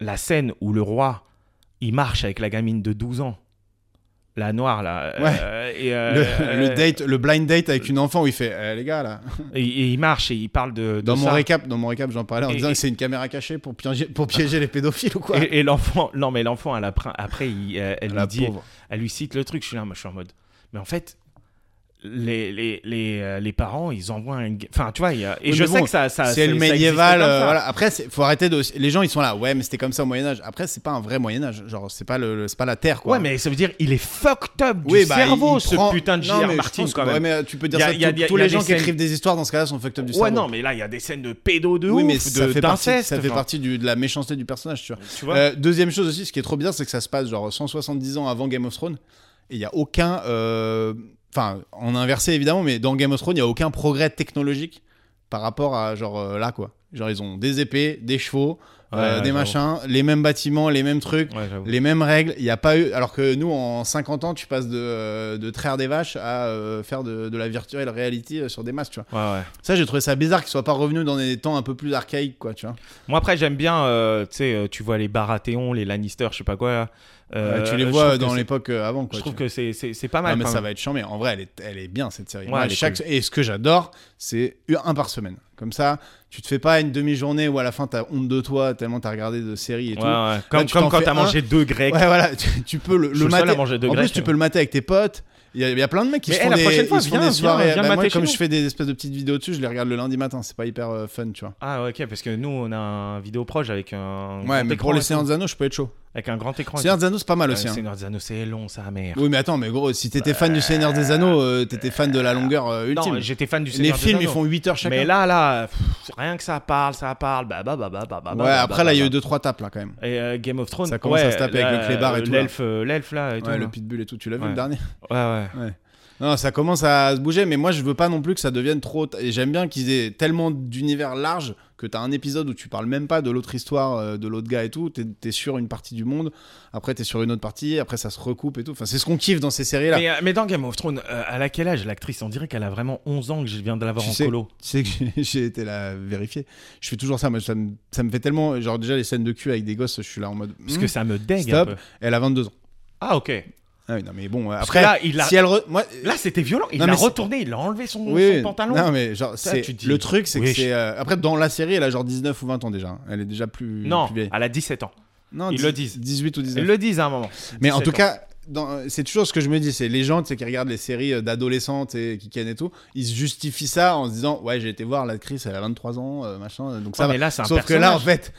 La scène où le roi, il marche avec la gamine de 12 ans. La noire, là. euh, et, euh,
le, le
euh,
date, le blind date avec une enfant où il fait, Eh, les gars, là.
Et, et il marche et il parle de, de
Dans mon
ça.
récap, dans mon récap, j'en parlais en
Et-
disant
et-
que c'est une caméra cachée pour piéger, pour piéger les pédophiles ou quoi.
Et, et l'enfant, non mais l'enfant, elle apprend- après, il, euh, elle,
La
lui dit,
pauvre.
elle lui cite le truc. Je suis là, moi, je suis en mode. Mais en fait, les, les, les, euh, les parents, ils envoient un. g- Enfin, tu vois, il y a- et
Oui,
je
mais
sais
bon,
que ça. ça
c'est
Ah, ça
le
existait
médiéval.
comme ça.
euh, voilà. Après, c'est- faut arrêter de. Les gens, ils sont là. Ouais, mais c'était comme ça au Moyen Âge. Après, c'est pas un vrai Moyen Âge. Genre, c'est pas le, le- c'est pas la Terre. Quoi.
Ouais, mais ça veut dire il est fucked up du
Oui, bah, il-
cerveau,
il
ce
prend-
putain de
Non, mais
J.R.
je
Martin,
pense que-
quand même.
Ouais, mais tu peux dire
Y a-
ça.
y a-
tous-
y a-
tous
y a
les
des
gens qui
scènes-
écrivent des histoires dans ce cas-là sont fucked up du
ouais,
cerveau.
non, mais là, il y a des scènes de pédo de
oui,
ouf,
mais ça
de-
fait partie,
d'inceste.
ça fait
enfin,
partie du- de la méchanceté du personnage, tu vois.
Tu vois
Euh, deuxième chose aussi, ce qui est trop bien, c'est que ça se passe genre 170 ans avant Game of Thrones. Et il n'y a aucun. euh, Enfin, en inversé évidemment, mais dans Game of Thrones, il n'y a aucun progrès technologique par rapport à genre euh, là quoi. Genre, ils ont des épées, des chevaux,
Ouais,
euh,
ouais,
des
j'avoue.
machins, les mêmes bâtiments, les mêmes trucs.
Ouais, j'avoue.
Les mêmes règles, il n'y a pas eu. Alors que nous, en 50 ans, tu passes de, euh, de traire des vaches à euh, faire de, de la virtuelle reality euh, sur des masques, tu vois.
Ouais, ouais.
Ça, j'ai trouvé ça bizarre qu'ils soient pas revenus dans des temps un peu plus archaïques, quoi, tu vois.
Moi, après, j'aime bien, euh, tu sais, euh, tu vois les Baratheon, les Lannister, je sais pas quoi. là. Euh,
Euh, tu les
je
vois
trouve que
dans
c'est-
l'époque euh, avant, quoi.
Je
tu
trouve
vois.
que c'est- c'est c'est pas
Non,
mal.
mais
quand
ça
même.
va être charmé. En vrai, elle est, elle est bien cette série.
Ouais,
Moi,
elle est
chaque... Et ce que j'adore, c'est un par semaine. Comme ça, tu te fais pas une demi-journée où à la fin t'as honte de toi tellement t'as regardé de séries et tout.
Ouais, ouais. Comme,
tu
comme
t'en
quand
fais
t'as
un.
mangé deux grecs.
Ouais, voilà, tu, tu peux le,
Je suis le seul
mater.
à manger de
en plus,
grec,
tu
ouais.
peux le mater avec tes potes. Il y, a- il y a plein de mecs qui
Mais,
se
eh,
font
la
des,
prochaine fois,
ils se font
viens,
des
viens,
soirées.
viens
Bah,
le
moi,
mater
comme
chez
je
nous.
fais des espèces de petites vidéos dessus, je les regarde le lundi matin. C'est pas hyper euh, fun, tu vois.
Ah, ok, parce que nous, on a un vidéo proche avec un.
Ouais,
grand
mais
écran
pour
et
les
tout.
séances d'anneaux, je peux être chaud.
Avec un grand écran. et
Séances d'anneaux, c'est pas mal
tout.
aussi.
Ouais,
hein.
Seigneur des Anneaux, c'est long, ça, mère.
Oui, mais attends, mais gros, si t'étais fan du Seigneur des Anneaux, euh, t'étais fan de la longueur euh, ultime.
Non, j'étais fan du
les
Seigneur des
films, ils
Anneaux.
font 8 heures chacun.
Mais là, là, pff, rien que ça parle, ça parle. Bah, bah, bah, bah, bah, bah,
ouais,
bah, bah,
après, là, il y a
bah,
eu 2-3 tapes, là, quand même.
Et euh, Game of Thrones,
Ça commence à
ouais,
se taper avec le clébard et tout, là.
L'elfe, euh, l'elfe là et tout.
Ouais,
là.
le pitbull et tout, tu l'as vu
Ouais.
le dernier
Ouais, ouais.
Non, ça commence à se bouger, mais moi je veux pas non plus que ça devienne trop. Et j'aime bien qu'ils aient tellement d'univers large que t'as un épisode où tu parles même pas de l'autre histoire, euh, de l'autre gars et tout. T'es es sur une partie du monde, après t'es sur une autre partie, après ça se recoupe et tout. Enfin, c'est ce qu'on kiffe dans ces séries là.
Mais, euh, mais dans Game of Thrones, euh, elle a quel âge l'actrice On dirait qu'elle a vraiment 11 ans que je viens de la voir
Tu
en
sais-
colo.
Tu sais que j'ai- j'ai été là vérifier. Je fais toujours ça, moi ça me, ça me fait tellement. Genre déjà les scènes de cul avec des gosses, je suis là en mode.
Parce
hmm,
que ça me dégue
stop.
un peu.
Elle a 22 ans.
Ah, ok.
Ah oui, non mais bon, euh,
Parce
après.
que là, il a-
Si elle re- moi,
Là, c'était violent. Il
Non,
l'a
mais c'est-
retourné, il a enlevé son,
Oui,
son pantalon.
Non, mais genre,
Ça,
c'est-
tu te dis,
le truc, c'est
oui,
que c'est. euh, Après, dans la série, elle a genre 19 ou 20 ans déjà. Elle est déjà plus,
Non,
plus vieille.
elle a 17 ans.
Non,
ils
dix-
le disent.
18 ou 19.
Ils le disent à un moment.
Mais en
17
tout
ans.
cas, dans- c'est toujours ce que je me dis. C'est les gens tu sais, qui regardent les séries euh, d'adolescentes et qui kennent et tout. Ils se justifient ça en se disant Ouais, j'ai été voir la Chris, elle a 23 ans, euh, machin, donc ça
Ouais,
va.
mais là, c'est un
Sauf que là, en
personnage.
fait.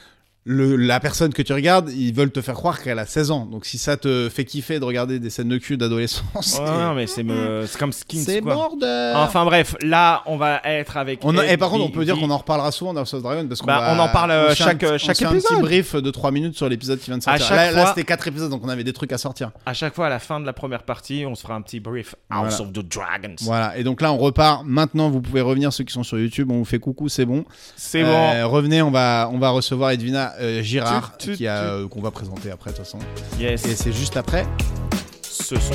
le, la personne que tu regardes, ils veulent te faire croire qu'elle a 16 ans. Donc si ça te fait kiffer de regarder des scènes de cul d'adolescence,
Ouais, non, mais c'est me- c'est comme Skins.
c'est
quoi.
mordeur.
Enfin bref, là, on va être avec.
On a- et
Ed
par contre, on
Bi-
peut dire
Bi-
qu'on en reparlera souvent dans House of Dragon parce qu'on
Bah,
va-
on en parle, euh,
on fait un
chaque-
petit- on
chaque
fait Un
épisode.
petit brief de 3 minutes sur l'épisode qui vient de sortir.
chaque
là, là,
fois-
c'était 4 épisodes, donc on avait des trucs à sortir.
À chaque fois, à la fin de la première partie, on se fera un petit brief. House of the Dragons.
Voilà. Et donc là, on repart. Maintenant, vous pouvez revenir ceux qui sont sur YouTube. On vous fait coucou, c'est bon.
C'est
Euh, revenez, on va on va recevoir Edwina euh, Girard
Tu- tu-
qui a
tu-
euh, qu'on va présenter après de toute façon.
bon. Yes.
Et c'est juste après.
Ce son.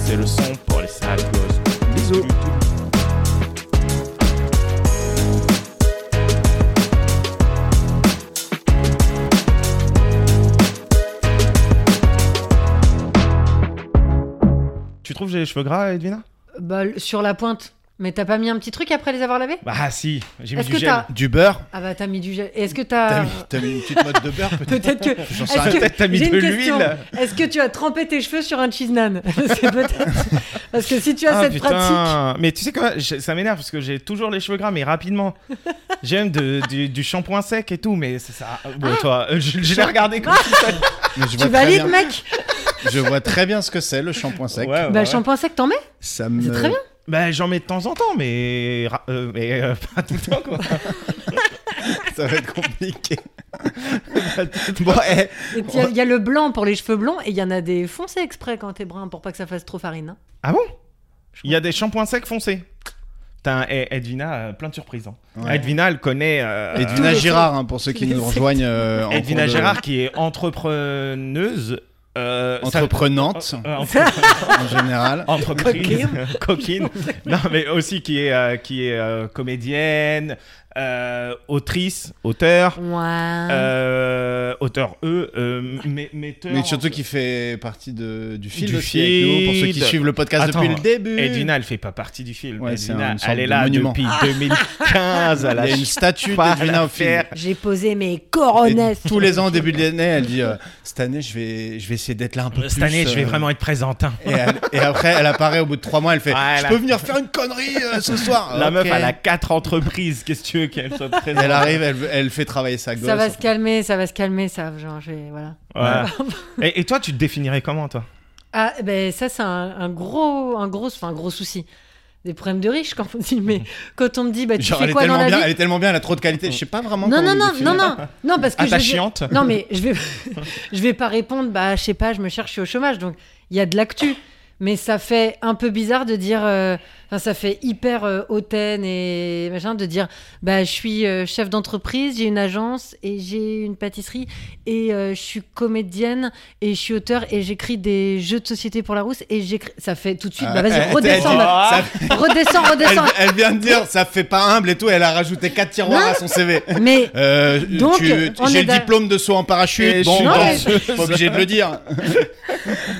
C'est le son pour les sales gosses.
Bisous.
Tu trouves que j'ai les cheveux gras, Edwina
Bah, le- sur la pointe. Mais t'as pas mis un petit truc après les avoir lavés
Bah si, j'ai mis
Est-ce
du
que
gel.
t'as.
Du beurre.
Ah bah t'as mis du gel. Et Est-ce que
T'as
t'as.
mis, t'as mis une petite mode de beurre peut-être.
Peut-être que.
J'en sais
Est-ce
rien.
que-
Peut-être t'as mis
j'ai une
de
question.
l'huile.
Est-ce que tu as trempé tes cheveux sur un cheese nan C'est peut-être- Parce que si tu as
Ah,
cette
putain.
pratique.
Mais tu sais quoi, je- ça m'énerve parce que j'ai toujours les cheveux gras, mais rapidement. J'aime de- du, du shampoing sec et tout, mais c'est ça. Bon,
Ah
toi, euh, je, je l'ai regardé comme tout seul.
Mais je
Tu
vois très
valides,
bien-
mec
Je vois très bien ce que c'est le shampoing sec.
Ouais, ouais,
Bah,
ouais.
shampoing sec, t'en mets
Ça me.
C'est très bien.
Bah, j'en mets de temps en temps, mais, ra- euh, mais euh, pas tout le temps, quoi.
Ça va être compliqué. bon, eh,
Et puis, Il y a- il y, a le blanc pour les cheveux blonds et il y en a des foncés exprès quand t'es brun pour pas que ça fasse trop farine. hein.
Ah bon Il y a des shampoings secs foncés. Putain, eh, Edwina, euh, plein de surprises. hein.
Ouais.
Edwina, elle connaît. euh,
Edwina
Tous les
Girard, hein, pour ceux qui
tous les
nous rejoignent. euh, en
Edwina
cours de-
Gérard, qui est entrepreneuse. euh, ça-
entreprenante
euh, entreprenante.
en général.
entreprise, coquine, non mais aussi qui est euh, qui est euh, comédienne, euh, autrice, auteur,
Ouais.
euh, auteur E, euh, mais metteur.
Mais surtout qui fait partie de, du film
Du
aussi avec nous, pour ceux qui
feed.
suivent le podcast
Attends,
depuis le début.
Edwina, elle fait pas partie du film.
Mm. Ouais, c'est
Edwina,
une sorte
elle est
de
là
monument.
depuis 2015 à
Il
la
y a une statue
pas
d'Edwina au film.
l'affaire.
J'ai posé mes
Et
coronets.
tous les ans, au début de l'année, elle dit euh, Cette année, je vais, je vais essayer d'être là un peu
Cette
plus,
année, je vais
euh,
vraiment être présente. hein.
Et, elle- et après, elle apparaît au bout de trois mois, elle fait
Ouais,
Je
là.
peux venir faire une connerie euh, ce soir
La
Ok.
meuf, elle a quatre entreprises. Qu'est-ce que tu veux qu'elle soit présente
Elle arrive, elle, elle fait travailler sa gosse.
Ça va se calmer, ça va se calmer, ça. Genre, je vais- voilà.
Ouais. et, et toi, tu te définirais comment, toi
Ah, ben ça, c'est un, un gros, un gros, enfin, un gros souci. Des problèmes de riches, quand on dit, mais quand on me dit, bah, tu
Genre, elle
fais
est,
quoi dans
tellement
la
bien,
vie
elle est tellement bien, elle a trop de qualité. Je sais pas vraiment.
Non,
comment
non,
vous
non, non,
définir.
non, non, parce
Ah,
que je vais dire-
Attachante
Non, mais je vais, je vais pas répondre, bah, je sais pas, je me cherche, je suis au chômage, donc il y a de l'actu. Mais ça fait un peu bizarre de dire, euh, enfin, ça fait hyper euh, hautaine et machin, de dire, bah, je suis euh, chef d'entreprise, j'ai une agence et j'ai une pâtisserie et euh, je suis comédienne et je suis auteur et j'écris des jeux de société pour la rousse et j'écris. Ça fait tout de suite,
Euh,
bah,
elle- elle
vas-y,
dit-
redescends,
là.
ça-
redescends,
elle,
redescends.
elle vient de dire ça fait pas humble et tout. Elle a rajouté quatre tiroirs
Non.
à son CV.
Mais
Euh,
Donc,
tu-
on
j'ai
est
le
d'a-
diplôme de saut en
Et
parachute. Bon,
je suis
bon,
danseuse.
pas obligé de le dire.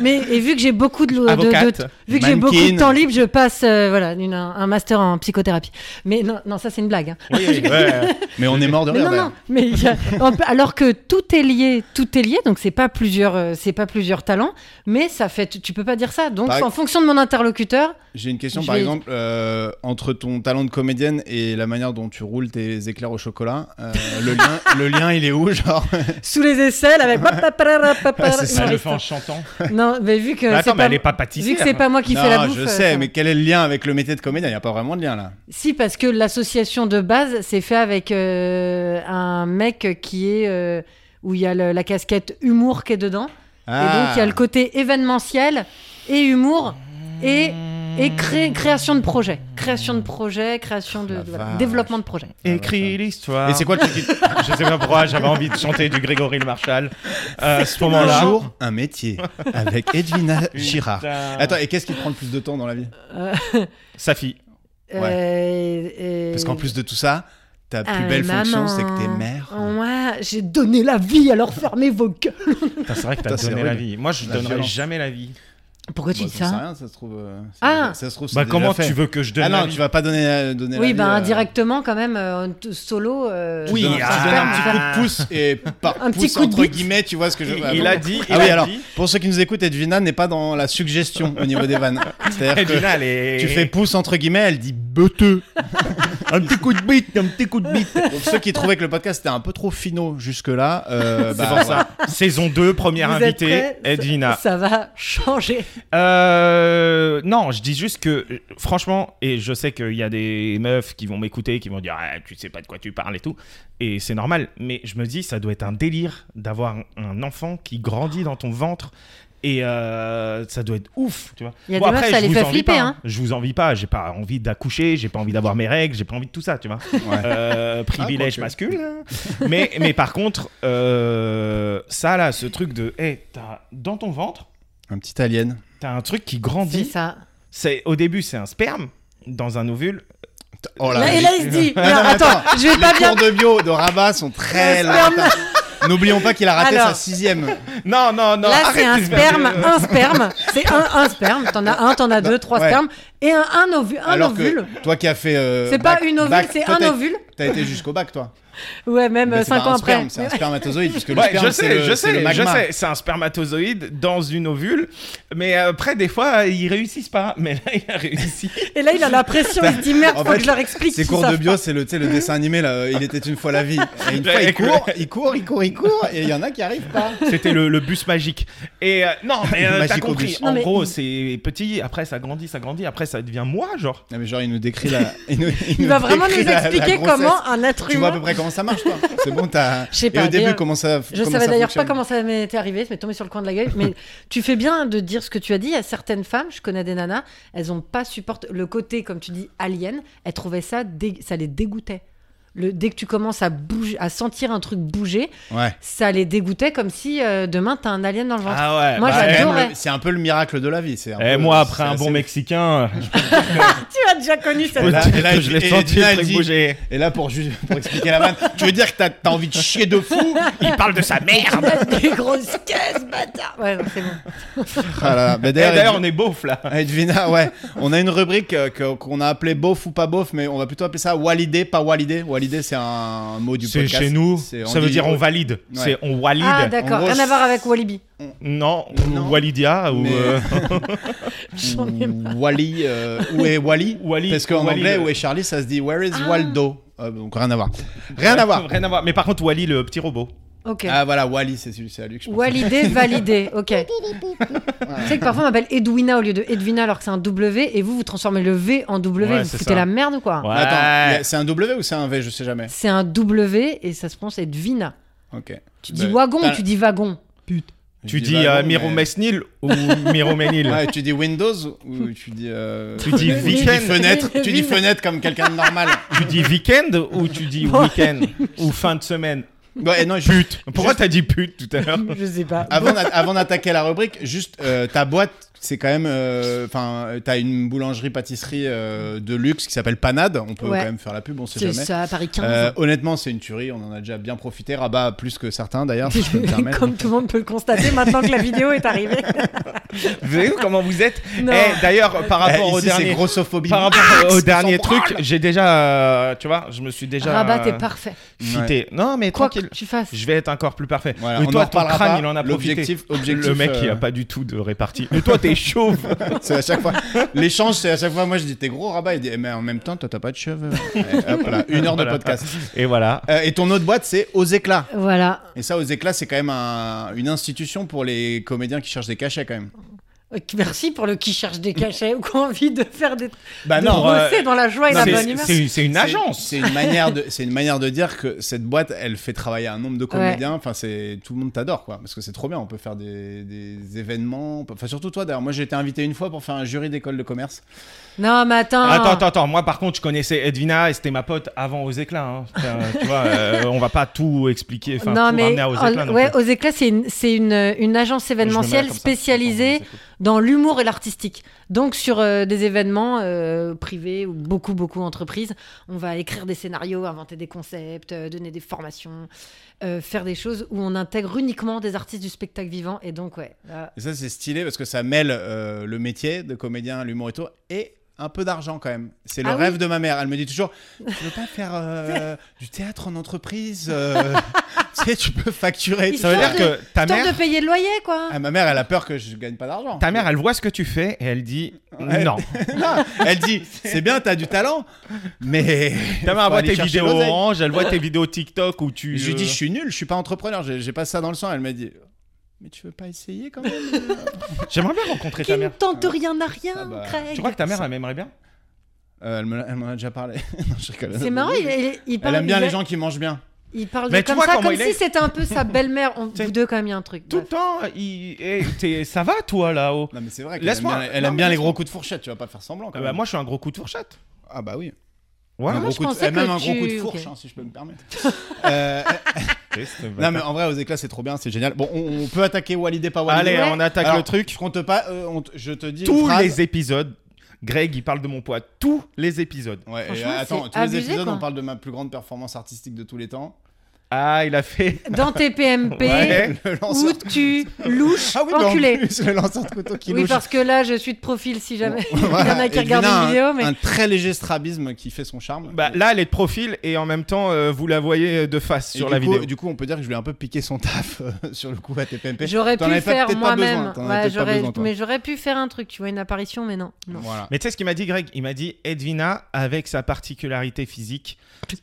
Mais et vu que j'ai beaucoup de, de- de-
Avocate,
vu que j'ai beaucoup
mannequin.
de temps libre, je passe euh, voilà une- un, un master en psychothérapie. Mais non, non ça c'est une blague. hein.
ouais.
Mais on est mort de
Mais
rire.
non,
d'ailleurs.
non, mais il y a- on peut- alors que tout est lié, tout est lié, donc c'est pas plusieurs, euh, c'est pas plusieurs talents, mais ça fait, tu, tu peux pas dire ça. Donc
Pareil.
en fonction de mon interlocuteur,
J'ai une question
Je
par
vais-
exemple euh, entre ton talent de comédienne et la manière dont tu roules tes éclairs au chocolat. euh, le lien, le lien, il est où, genre
sous les aisselles avec.
c'est ça,
Elle le
humoriste.
fait en chantant.
Non, mais vu
Mais
que Euh, c'est
attends, mais
pas,
elle est hein. pas
vu
pâtissière.
que c'est pas moi qui
Non,
fais la bouffe.
je
euh,
sais,
ça
mais
va.
quel est le lien avec le métier de comédien Il n'y a pas vraiment de lien là.
Si, parce que l'association de base, c'est fait avec euh, un mec qui est. euh, où il y a le- la casquette humour qui est dedans.
Ah.
Et donc, il y a le côté événementiel et humour et, et cré- création de projet. Création de projet, création de.
La
voilà,
vache.
développement de projet.
Écris l'histoire.
Ah. Et c'est quoi le truc qui-
Je sais pas pourquoi, j'avais envie de chanter du Grégory le Marshall euh, à ce
Un
moment-là.
jour, un métier avec Edwina
Putain.
Girard. Attends, et qu'est-ce qui te prend le plus de temps dans la vie
Sa fille.
Ouais.
Euh, et-
Parce qu'en plus de tout ça, ta
Ah,
plus belle
maman.
fonction, c'est que t'es mère.
Ouais, j'ai donné la vie, alors fermez vos gueules.
Putain, C'est vrai que t'as
Putain, c'est
donné
rude.
la vie. Moi, je
La
donnerais
violence.
jamais la vie.
Pourquoi tu
Bah,
dis
j'en sais
ça
rien, ça se trouve. euh, c'est
Ah.
déjà- ça se trouve, c'est
Bah,
déjà
comment
fait.
tu veux que je donne
Ah
la
non,
vie
tu vas pas donner, euh, donner la
Oui,
vie.
ben
euh,
indirectement, quand même, euh, en t- solo. euh,
tu
Oui,
donnes un
ah.
petit peu, un petit coup de pouce et par
Un
pouce
petit coup de
entre
bite.
guillemets, tu vois ce que je
Il,
Ah,
il
bon.
a dit. Il
Ah oui,
a
alors
dit-
pour ceux qui nous écoutent, Edwina n'est pas dans la suggestion au niveau des vannes. C'est-à-dire que
Edwina, elle est.
tu fais pouce entre guillemets, elle dit beuteux. un petit coup de bite, un petit coup de bite. Pour ceux qui trouvaient que le podcast était un peu trop finot jusque-là, euh,
C'est
bah,
pour ça. Saison 2, première
Vous êtes
invitée,
prêts
Edwina.
Ça va changer.
Euh, non, je dis juste que, euh, franchement, et je sais qu'il y a des meufs qui vont m'écouter, qui vont dire Ah, Tu sais pas de quoi tu parles et tout. Et c'est normal, mais je me dis, ça doit être un délire d'avoir un- un enfant qui grandit dans ton ventre. Et euh, ça doit être ouf, tu vois.
Il y a des meufs, ça
je
les
vous
fait
envie
flipper,
pas,
hein.
Je vous envie pas, j'ai pas envie d'accoucher, j'ai pas envie d'avoir mes règles, j'ai pas envie de tout ça, tu vois. Euh, privilège
Ah, quoique.
masculin. mais, mais par contre, euh, ça là, ce truc de, hey, t'as dans ton ventre,
Un petit alien.
t'as un truc qui
C'est
grandit.
ça.
C'est au début c'est un sperme dans un ovule.
Oh
Là,
là,
et là, il se dit
Non,
merde,
mais
attends, je vais
les
pas bien.
cours de bio de Rabat sont très
Le
lents.
sperme.
N'oublions pas qu'il a raté
Alors.
sa sixième.
Non non non.
Là,
arrête
c'est un
de-
sperme, un sperme. C'est un, un sperme. T'en as un, t'en as deux, trois
Ouais.
spermes. Et un, un, ovu- un
Alors
ovule.
que toi qui as fait. euh,
C'est pas
bac-
une ovule,
bac,
c'est
toi,
un
t'as-
ovule.
T'as été jusqu'au bac, toi.
Ouais, même
Mais
euh,
c'est pas
cinq ans
un
après.
sperme, C'est un spermatozoïde, puisque le
Ouais,
sperme,
je
c'est
sais,
le-
je
c'est le
sais, je
magma.
sais, c'est un spermatozoïde dans une ovule, mais euh, après des fois ils réussissent pas, mais là il a réussi.
Et là, il a la pression. Il se dit merde,
En
faut
fait,
que je leur explique.
Ces
qu'ils
cours de
savent
bio, c'est le, tu sais, le dessin animé, là, euh, il était une fois la vie. Et une fois, il
Avec le-
court, il court, il court, il court, et il y en a qui arrivent pas.
C'était le, le bus magique. Et euh, non, mais euh, t'as
Magique au
compris.
bus.
En
Non, mais-
gros, c'est petit, après ça grandit, ça grandit, après ça devient moi, genre.
Non, mais genre, il nous décrit la. Il, nous- il
Il
nous
va vraiment nous
décrit la- la
expliquer
grossesse.
comment un être
Tu vois à peu
humain.
près comment ça marche, toi. C'est bon, t'as.
Je sais
Et
pas,
au début,
d'ailleurs,
comment ça.
Je savais d'ailleurs pas comment ça m'était arrivé, ça m'est tombé sur le coin de la gueule. Mais tu fais bien de dire ce que tu as dit. Il y a certaines femmes, je connais des nanas, elles ont pas supporté le côté, comme tu dis, alien. Elles trouvaient ça, dé- ça les dégoûtait. Le, dès que tu commences à bouger, à sentir un truc bouger,
Ouais.
ça les dégoûtait comme si euh, demain t'as un alien dans le ventre.
Ah ouais.
Moi,
bah,
j'adore.
eh,
j'adorais.
C'est un peu le miracle de la vie. c'est un
eh,
peu-
moi, après
c'est
un
assez
bon
ouf.
Mexicain, euh, je
Ah. Tu as déjà connu ça.
peux
là-
dire
et là,
que je l'ai
et
senti
Dina,
le
elle
truc
dit-
bouger.
Et là, pour, ju- pour expliquer la vanne, tu veux dire que t'as t'as envie de chier de fou
Il parle de sa merde.
Des grosses caisses, bâtard. Ouais, non, c'est bon.
Ah là là. Bah,
Eh, D'ailleurs,
Edwina-
on est beauf là.
Edwina, ouais, on a une rubrique euh, que- qu'on a appelée beauf ou pas beauf, mais on va plutôt appeler ça walidé, pas walidé. Walidé, c'est un mot du
C'est
podcast.
chez nous.
C'est
Ça veut dire on
Andy-
valide. C'est on valide.
Ah d'accord,
gros,
rien à voir avec Walibi.
non,
Non.
ou Walidia ou
Mais-
euh,
J'en ai marre.
Wally, euh, où est Wally
Wally,
Parce qu'en
Wally, euh.
anglais,
le-
où est Charlie, ça se dit Where
Ah.
is Waldo Euh, Donc rien à voir. Rien à voir.
rien à voir. Mais par contre, Wally, le petit robot.
Ok.
Ah voilà, Wally, c'est celui c'est à lui que je pensais.
Walidé, validé, ok. tu sais que parfois on m'appelle Edwina au lieu de Edwina alors que c'est un W et vous vous transformez le V en W,
Ouais,
vous
c'est
foutez
ça.
la merde ou quoi
Ouais.
Mais attends, y a- c'est un W ou c'est un V Je sais jamais.
C'est un W et ça se prononce Edwina.
Ok.
Tu dis
Bah,
wagon
t'as-
ou tu dis wagon
Tu
je
dis
wagon,
euh,
mais-
Miro Mesnil ou Miro Menil
Ouais, tu dis Windows ou tu dis. euh,
Tu dis
ou tu dis
weekend.
fenêtre. Tu dis
Vin-
fenêtre comme quelqu'un de normal.
Tu dis week-end ou tu dis
Bon.
week-end ou fin de semaine
Ouais, non, juste.
Pourquoi t'as dit pute tout à l'heure
Je sais pas.
Ah,
Avant, d'a- avant d'attaquer la rubrique, juste euh, ta boîte, c'est quand même, euh, enfin, euh, t'as une boulangerie-pâtisserie euh, de luxe qui s'appelle Panade. On peut
Ouais.
quand même faire la pub, on sait
C'est
jamais.
ça, Paris 15.
Euh, honnêtement, c'est une tuerie. On en a déjà bien profité. Rabat plus que certains d'ailleurs, si je peux me permettre.
Comme tout le monde peut le constater maintenant que la vidéo est arrivée.
Vous savez comment vous êtes
Non.
Eh, D'ailleurs, par
Eh,
rapport au
ici, c'est
dernier,
grossophobie.
par rapport au
c'est
dernier
sans branle.
truc, j'ai déjà, euh, tu vois, je me suis déjà
Rabat,
euh,
t'es parfait.
fité. Non, mais
Quoi que
tranquille.
tu fasses.
Je vais être encore plus parfait.
Voilà,
mais
on
toi,
en
ton
reparlera
crâne,
pas.
il en a profité.
L'objectif- objectif,
le mec, il a
euh,
pas du tout de répartie. Mais toi, t'es chauve.
C'est à chaque fois. L'échange, c'est à chaque fois. Moi, je dis t'es gros Rabat. Il dit eh, mais en même temps, toi, t'as pas de cheveux. Et hop là, une heure
Voilà.
de podcast.
Et voilà.
Euh, et ton autre boîte, c'est Aux éclats.
Voilà.
Et ça, Aux éclats, c'est quand même un- une institution pour les comédiens qui cherchent des cachets quand même.
Euh, Merci pour le qui cherche des cachets ou qui a envie de faire des.
Bah
de
non,
bosser
euh,
dans la joie et
Non,
la
mais
bonne
c'est-
humeur.
c'est c'est une
C'est-
agence.
C'est une manière de, c'est une manière de dire que cette boîte, elle fait travailler un nombre de comédiens. Enfin, c'est tout le monde t'adore, quoi, parce que c'est trop bien. On peut faire des, des événements. on peut- Enfin, surtout toi, d'ailleurs. Moi, j'ai été invité une fois pour faire un jury d'école de commerce.
Non, mais attends.
Attends, attends, attends. Moi, par contre, je connaissais Edwina et c'était ma pote avant aux éclats. hein. Enfin, tu vois, euh, on va pas tout expliquer, enfin,
non,
tout
mais
ramener à aux
en-
éclats. non
ouais,
plus.
Aux Éclats, c'est une, c'est une, une agence
Je me mets là
événementielle
comme ça.
spécialisée dans l'humour et l'artistique. Donc, sur euh, des événements euh, privés ou beaucoup, beaucoup entreprises, on va écrire des scénarios, inventer des concepts, euh, donner des formations, euh, faire des choses où on intègre uniquement des artistes du spectacle vivant. Et donc, ouais. là-
Et ça, c'est stylé parce que ça mêle euh, le métier de comédien, l'humour et tout, et un peu d'argent quand même. C'est le
Ah oui
rêve de ma mère. Elle me dit toujours, tu veux pas faire euh, du théâtre en entreprise euh, Tu sais, tu peux facturer.
Ça veut
Histoire
dire que ta
Histoire
mère,
de payer le loyer, quoi.
Ah, ma mère, elle a peur que je gagne pas d'argent.
ta mère, elle voit ce que tu fais et elle dit
Ouais.
non.
Non, elle dit, c'est bien, t'as du talent, mais.
Ta mère elle
Faut
voit
aller
tes
chercher
vidéos
l'oseille.
Orange, elle voit tes vidéos TikTok où tu.
Je lui dis,
euh,
je suis nul, je suis pas entrepreneur, j'ai j'ai pas ça dans le sang. Elle m'a dit, mais tu veux pas essayer quand même euh
J'aimerais bien rencontrer
Qui
ta
ne
mère.
tente rien à rien,
Ah bah,
Craig.
Tu crois que ta mère, elle m'aimerait bien
Euh, Elle me l'a- elle m'en a déjà parlé. non, je rigole.
C'est marrant, il, il- il parle.
Elle aime bien
il-
les gens qui mangent bien.
Il parle de
Mais tu
comme
vois
ça,
comment
comme
il
si
est
c'était un peu sa belle-mère. On-
C'est-
Vous deux, quand même, il y a un truc.
Tout le
Bref.
temps, il... eh, t'es- ça va toi là-haut
Non, mais c'est vrai qu'elle aime
Laisse-moi-
bien, elle
non,
aime bien
mais
les gros coups de fourchette, tu vas pas faire semblant
Ah
quand même.
bah, Moi, je suis un gros coup de fourchette.
Ah bah oui.
Ouais.
un
moi,
gros
je
coup de-
pensais
et même
que
un gros coup de
tu-
fourche,
ok.
hein, si je peux me permettre. Euh, non, mais en vrai, aux éclats, c'est trop bien, c'est génial. Bon, on, on peut attaquer Walid et pas Walid.
Allez,
Ouais.
on attaque
Alors,
le truc.
Je compte pas, euh, on te- je te dis. une
Tous
phrase.
les épisodes, Greg, il parle de mon poids. Tous les épisodes.
Ouais, et,
Franchement,
euh, attends,
c'est
tous
abusé,
les épisodes,
quoi.
on parle de ma plus grande performance artistique de tous les temps.
Ah, il a fait.
Dans tes PMP,
Ouais.
Le lanceur.
où tu louches,
Ah oui, mais en
enculé.
plus, le lanceur de couteau qui
oui,
louche.
parce que là, je suis de profil si jamais il y en
Voilà,
a qui
et
regardent
Lina a
une vidéo.
un-
Mais...
Un très léger strabisme qui fait son charme.
Bah, là, elle est de profil et en même temps, euh, vous la voyez de face
Et
sur
du
la
coup-
vidéo.
Du coup, on peut dire que je lui ai un peu piqué son taf euh, sur le coup à TPMP.
J'aurais
T'en
pu le
avais pas-
faire
peut-être pas besoin,
moi-même.
t'en
Ouais,
avais peut-être pas
j'aurais-
besoin, toi.
mais j'aurais pu faire un truc, tu vois, une apparition, mais non. non.
Voilà.
Mais tu sais ce qu'il m'a dit, Greg Il m'a dit Edwina, avec sa particularité physique,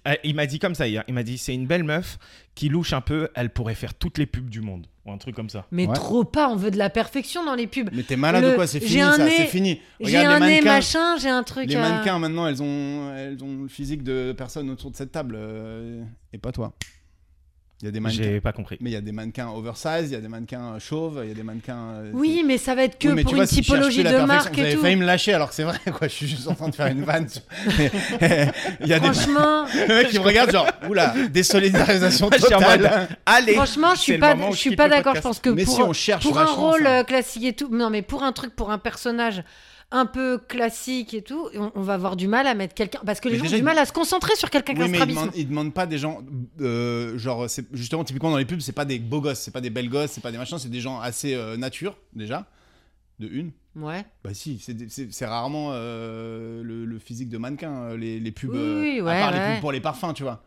euh, il m'a dit comme ça hier. Il m'a dit c'est une belle meuf qui louche un peu, elle pourrait faire toutes les pubs du monde. Ou un truc comme ça.
Mais
Ouais.
trop pas, on veut de la perfection dans les pubs.
Mais t'es malade
Le-
ou quoi C'est fini
j'ai un
ça,
nez-
c'est fini.
J'ai
Regarde les
un nez
mannequins.
machin, j'ai un truc.
les
à-
mannequins maintenant, elles ont, elles ont le physique de personnes autour de cette table euh, et pas toi. Il y a des mannequins.
J'ai pas compris.
Mais il y a des mannequins oversize, il y a des mannequins euh, chauves, il y a des mannequins. euh,
Oui, mais ça va être que
Oui, mais
pour
tu vois,
une
si je cherche
typologie
plus la
de
perfection,
marque
vous
et
avez
tout.
failli me lâcher alors que c'est vrai, quoi. Je suis juste en train de faire une vanne. sur- il y a des
Franchement,
le mec qui me regarde genre, oula, désolidarisation
Je suis en
totale.
Allez
franchement, je
C'est
suis
le
pas,
moment où
je
je
suis
quitte
pas
le
d'accord. Je
podcast.
pense que
Mais
pour,
si on cherche hein.
pour un
vachement
rôle
ça.
euh, classique et tout, non mais pour un truc, pour un personnage un peu classique et tout, on, on va avoir du mal à mettre quelqu'un parce que les
Mais
gens
déjà,
ont du
il-
mal à se concentrer sur quelqu'un qui a
Oui,
un
mais ils
strabisme.
demandent, ils demandent pas des gens, euh, genre, c'est- justement, typiquement dans les pubs, c'est pas des beaux gosses, c'est pas des belles gosses, c'est pas des machins, c'est des gens assez euh, nature, déjà, de une.
Ouais.
Bah si, c'est- c'est c'est rarement euh, le, le physique de mannequin, euh, les, les pubs,
Oui,
euh,
oui,
à
ouais,
part les
ouais.
pubs pour les parfums, tu vois.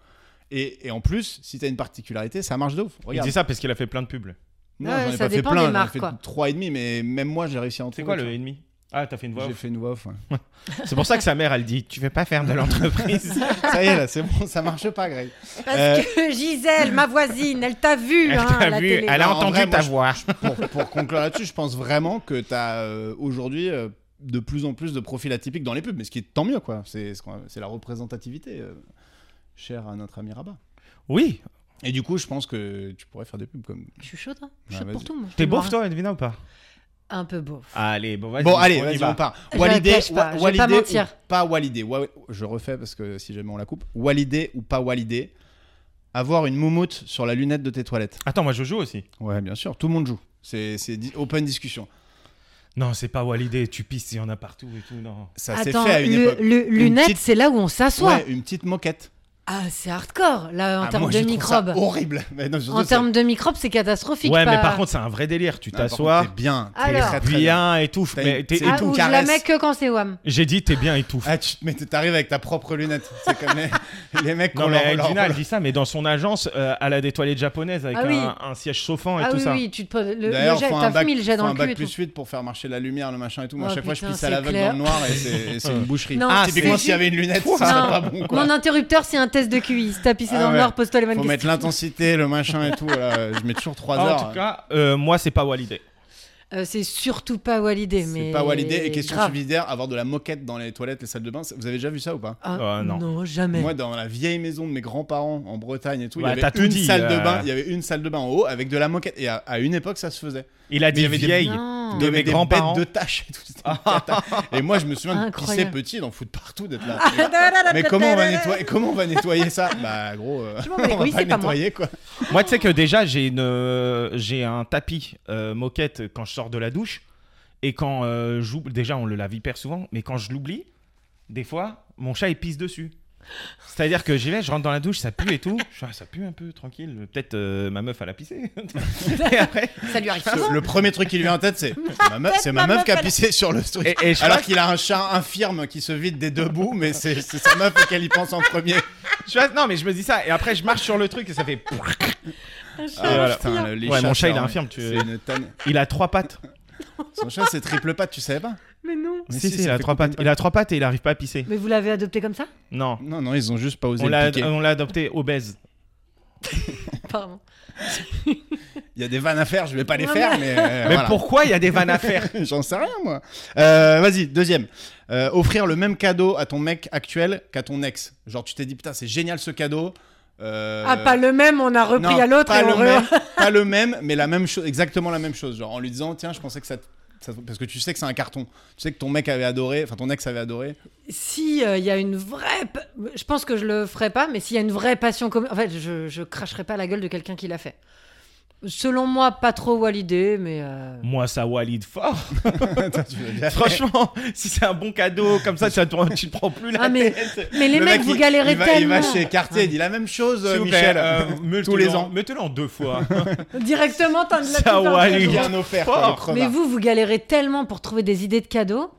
Et, et en plus, si t'as une particularité, ça marche de ouf.
Il
Regarde.
dit ça parce qu'il a fait plein de pubs.
Non,
Ouais,
j'en ai
ça
pas fait
dépend
plein,
des
j'en ai
marques,
fait
quoi.
trois et demi, mais même moi, j'ai réussi à en
C'est
trouver.
quoi
tu
le ennemi Ah, t'as fait une
vois.
voix.
J'ai fait une voix off. ouais.
C'est pour ça que sa mère, elle dit Tu veux pas faire de l'entreprise
ça y est, là, c'est bon, ça marche pas, Greg.
Parce
Euh,
que Gisèle, ma voisine, elle t'a vu,
Elle
hein, à
t'a
la
vu,
télé.
elle a
Non, en
entendu
vrai, moi,
ta
je-
voix.
pour, pour conclure là-dessus, je pense vraiment que tu as aujourd'hui euh, de plus en plus de profils atypiques dans les pubs, mais ce qui est tant mieux, quoi. C'est ce qu'on- c'est la représentativité euh, chère à notre ami Rabat.
Oui.
Et du coup, je pense que tu pourrais faire des pubs comme.
Je suis chaude, hein. Je suis
Ouais,
chaude pour
Bah, vas-y.
tout. moi.
T'es
Je te
beauf,
vois,
toi, Edwina, ou pas
hein. Un peu beauf.
Ah,
Allez, bon, vas-y.
Bon, allez,
on y
vas-y,
va.
on part.
Je
Walidé,
cache pas,
wa-
je vais pas
Walidé
mentir.
ou pas Walidé. Wa- Je refais parce que si jamais on la coupe. Walidé ou pas Walidé. Avoir une moumoute sur la lunette de tes toilettes.
Attends, moi, je joue aussi.
Ouais, bien sûr, tout le monde joue. C'est c'est di- open discussion.
Non, c'est pas Walidé, tu pisses, il y en a partout et tout. Non.
Ça s'est
Attends,
fait à une
le,
époque.
le- lunette,
petite-
c'est là où on s'assoit.
Ouais, une petite moquette.
Ah, c'est hardcore, là, en
Ah,
termes
moi,
de
je trouve ça
microbes.
Horrible. Mais non, surtout,
En
c'est-
termes de microbes, c'est catastrophique.
Ouais, mais
pas-
par contre, c'est un vrai délire. Tu
Ah, par
t'assois,
contre, T'es bien. T'es
Alors.
très, très bien.
bien et tout.
T'as
mais
une-
t'es-
c'est-
et
Ah,
tout.
ou je la
caresse.
mets que quand c'est WAM.
J'ai dit, t'es bien et tout.
Ah, tu, mais t'arrives avec ta propre lunette. C'est comme les, les mecs qu'on
Non, mais
leur, leur-
Edwina, elle
leur-
dit ça, mais dans son agence, euh, elle a des toilettes japonaises avec
Ah oui.
un, un siège chauffant et
Ah
tout
oui,
ça.
oui, tu te poses- le, le
D'ailleurs,
jet,
faut
t'as
un bac,
fumé le jet
faut
dans
un
le
bac
cul et
plus
tout.
8 pour faire marcher la lumière, le machin et tout. Moi, à
Oh,
chaque fois, je
putain,
pisse à
c'est
l'aveugle
clair.
dans le noir et c'est c'est une boucherie.
Non,
Ah,
Typiquement,
c'est-
s'il y avait une lunette, ça serait pas bon. quoi.
Mon interrupteur, c'est un test de QI. Si t'as pissé
Ah
dans le
ouais.
nord, pose-toi les mêmes
Faut mettre
questions.
l'intensité, le machin et tout. voilà. Je mets toujours 3
Ah,
heures.
en tout cas, euh, moi, c'est pas validé.
Euh, c'est surtout pas validé, mais.
C'est pas validé. Et question
grave.
subsidiaire, avoir de la moquette dans les toilettes, les salles de bain, ça- vous avez déjà vu ça ou pas
Ah,
Euh, non.
non. jamais.
Oh, Moi, dans la vieille maison de mes grands-parents en Bretagne et tout,
Bah,
il y
t'as
avait
tout
une
dit,
salle
euh.
de bain. Il y avait une salle de bain en haut avec de la moquette. Et à, à une époque, ça se faisait.
Il a
Mais il y
dit
avait des-
vieille.
Non.
De
Il y avait
mes
des
grands-parents.
bêtes de tâches et tout. C'était une cata. et moi, je me souviens de pisser
Incroyable.
petit, d'en foutre partout, d'être là. Mais comment on va nettoyer Comment on va nettoyer ça Bah, gros, euh,
Je m'en
on
bats les
va
couilles,
pas
c'est
le
pas moi.
nettoyer quoi.
Moi, tu sais que déjà, j'ai une, euh, j'ai un tapis euh, moquette quand je sors de la douche. Et quand euh, j'oublie, déjà, on le lave hyper souvent, mais quand je l'oublie, des fois, mon chat, il pisse dessus. C'est-à-dire que j'y vais, je rentre dans la douche, ça pue et tout. Je suis, ah, ça pue un peu, tranquille. Peut-être euh, ma meuf, elle a pissé. et après,
Ça lui arrive
Ah
Parce que
souvent.
Le premier truc qui lui vient en tête, c'est c'est ma, meuf-
tête,
c'est ma
ma
meuf
meuf,
qui a
elle-
pissé sur le truc.
et, et je,
Alors
reste-
qu'il a un chat infirme qui se vide des deux bouts, mais c'est c'est sa meuf auquel il pense en premier.
je reste- non, mais je me dis ça. Et après, je marche sur le truc et ça fait.
Ah,
voilà.
putain, le- les
Ouais,
chats,
mon chat, il est
c'est-
infirme, tu-
c'est une tonne.
Il a trois pattes.
Son chat, c'est triple patte, tu savais pas
Mais non.
Mais
si,
si,
si, il
ça
a
fait
trois
couper une
pattes. Il a trois pattes et il arrive pas à pisser.
Mais vous l'avez adopté comme ça
Non.
Non, non, ils ont juste pas osé
On
le
l'a
piquer.
on l'a adopté obèse.
Pardon.
Il y a des vannes à faire, je vais pas les
Non,
faire,
mais-
mais. euh,
Mais
voilà.
pourquoi il y a des vannes à faire
J'en sais rien, moi. Euh, Vas-y, deuxième. Euh, offrir le même cadeau à ton mec actuel qu'à ton ex. Genre, tu t'es dit, putain, c'est génial ce cadeau. Euh,
Ah, pas le même, on a repris
non,
à l'autre
pas
et on
le
re-
même, pas le même, mais la même chose, exactement la même chose. Genre en lui disant, tiens, je pensais que ça, te- ça te- parce que tu sais que c'est un carton. Tu sais que ton mec avait adoré, enfin ton ex avait adoré.
Si il y a une vraie, pa- je pense que je le ferai pas, mais s'il y a une vraie passion commune, en fait, je, je cracherai pas la gueule de quelqu'un qui l'a fait. Selon moi, pas trop Walidé, mais euh,
Moi, ça valide fort.
Toi, tu l'as déjà fait.
Franchement, si c'est un bon cadeau comme ça, tu ne tu te prends plus la
Ah, mais-
tête.
mais les
Le
mecs,
mec,
vous
il-
galérez
il va,
tellement.
Il va chez Cartier, il dit la même chose,
S'il vous plaît,
Michel.
euh, mettez-le
les
en-
ans.
Mettez-le en deux fois.
Directement, t'as de la
Ça,
pub dans le
Walid.
cadeau.
Bien offert,
oh.
quoi, le crevard.
Mais vous, vous galérez tellement pour trouver des idées de cadeaux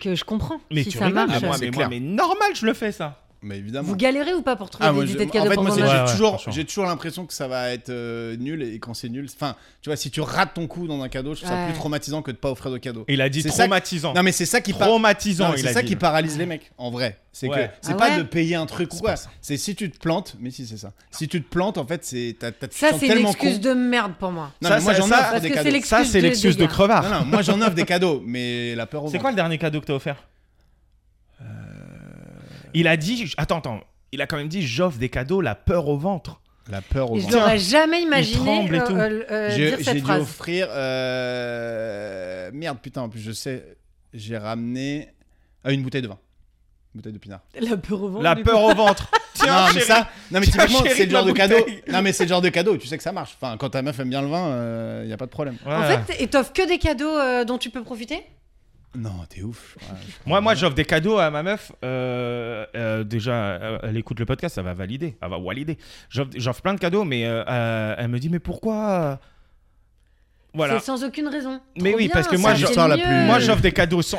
que je comprends
mais
si
tu
ça
rigoles,
marche.
mais moi,
c'est
mais, moi,
clair.
mais normal, je le fais ça.
Mais évidemment.
Vous galérez ou pas pour trouver
Ah,
des
moi, je-
idées de
en
cadeaux
fait,
pour
moi, c'est-
vos
Ouais,
j'ai
ouais,
toujours,
franchement.
j'ai toujours l'impression que ça va être euh, nul et quand c'est nul, enfin, tu vois, si tu rates ton coup dans un cadeau, je trouve ça
Ouais.
plus traumatisant que de pas offrir de cadeau.
Il a dit
C'est ça-
traumatisant.
Non, mais c'est ça qui par-
traumatisant,
Non,
il
c'est
a
ça
dit.
qui paralyse les mecs, en vrai. C'est
Ouais.
que c'est
Ah
pas
ouais
de payer un truc ou
C'est
quoi.
pas ça.
C'est si tu te plantes, mais si c'est ça. Si tu te plantes, en fait, c'est t'as- t'as- tu te
Ça,
sens
c'est une
tellement
excuse
con.
de merde pour moi.
Non,
Ça,
mais moi
ça-
j'en
ça-
offre
Parce
des
que
cadeaux.
c'est l'excuse
Ça, c'est
de-
l'excuse
des
de
gars.
crevard.
Non, non, moi j'en offre des cadeaux, mais la peur au
C'est
ventre.
quoi le dernier cadeau que t'as offert Euh, Il a dit. Attends, attends. Il a quand même dit j'offre des cadeaux, la peur au ventre.
La peur au
Et je
ventre.
l'aurais jamais imaginé
tremble et
euh,
tout.
euh, euh,
J'ai
dire
j'ai
cette
dû
phrase.
offrir. euh, Merde, putain, en plus je sais, j'ai ramené ah, une bouteille de vin. Une bouteille de pinard.
La peur au ventre.
La
Oh, du
peur au ventre. Tiens,
non, mais
chérie.
ça, non, mais
Tiens,
typiquement,
chérie,
c'est le
de la
genre de cadeau.
bouteille.
Non, mais c'est le genre de cadeau, tu sais que ça marche. Enfin, quand ta meuf aime bien le vin, euh, y a pas de problème.
coup. En
Ouais.
fait, et t'offres que des cadeaux euh, dont tu peux profiter
Non, t'es ouf. Ouais, je comprends.
Moi, moi, j'offre des cadeaux à ma meuf. euh, euh, déjà, euh, elle écoute le podcast, ça va valider, elle va valider. J'offre j'offre plein de cadeaux, mais euh, euh, elle me dit mais pourquoi Voilà.
C'est sans aucune raison.
Mais
Trop
oui,
bien,
parce que
ça,
moi,
c'est
je-
l'histoire la
mieux.
plus-
Moi, j'offre des cadeaux sans.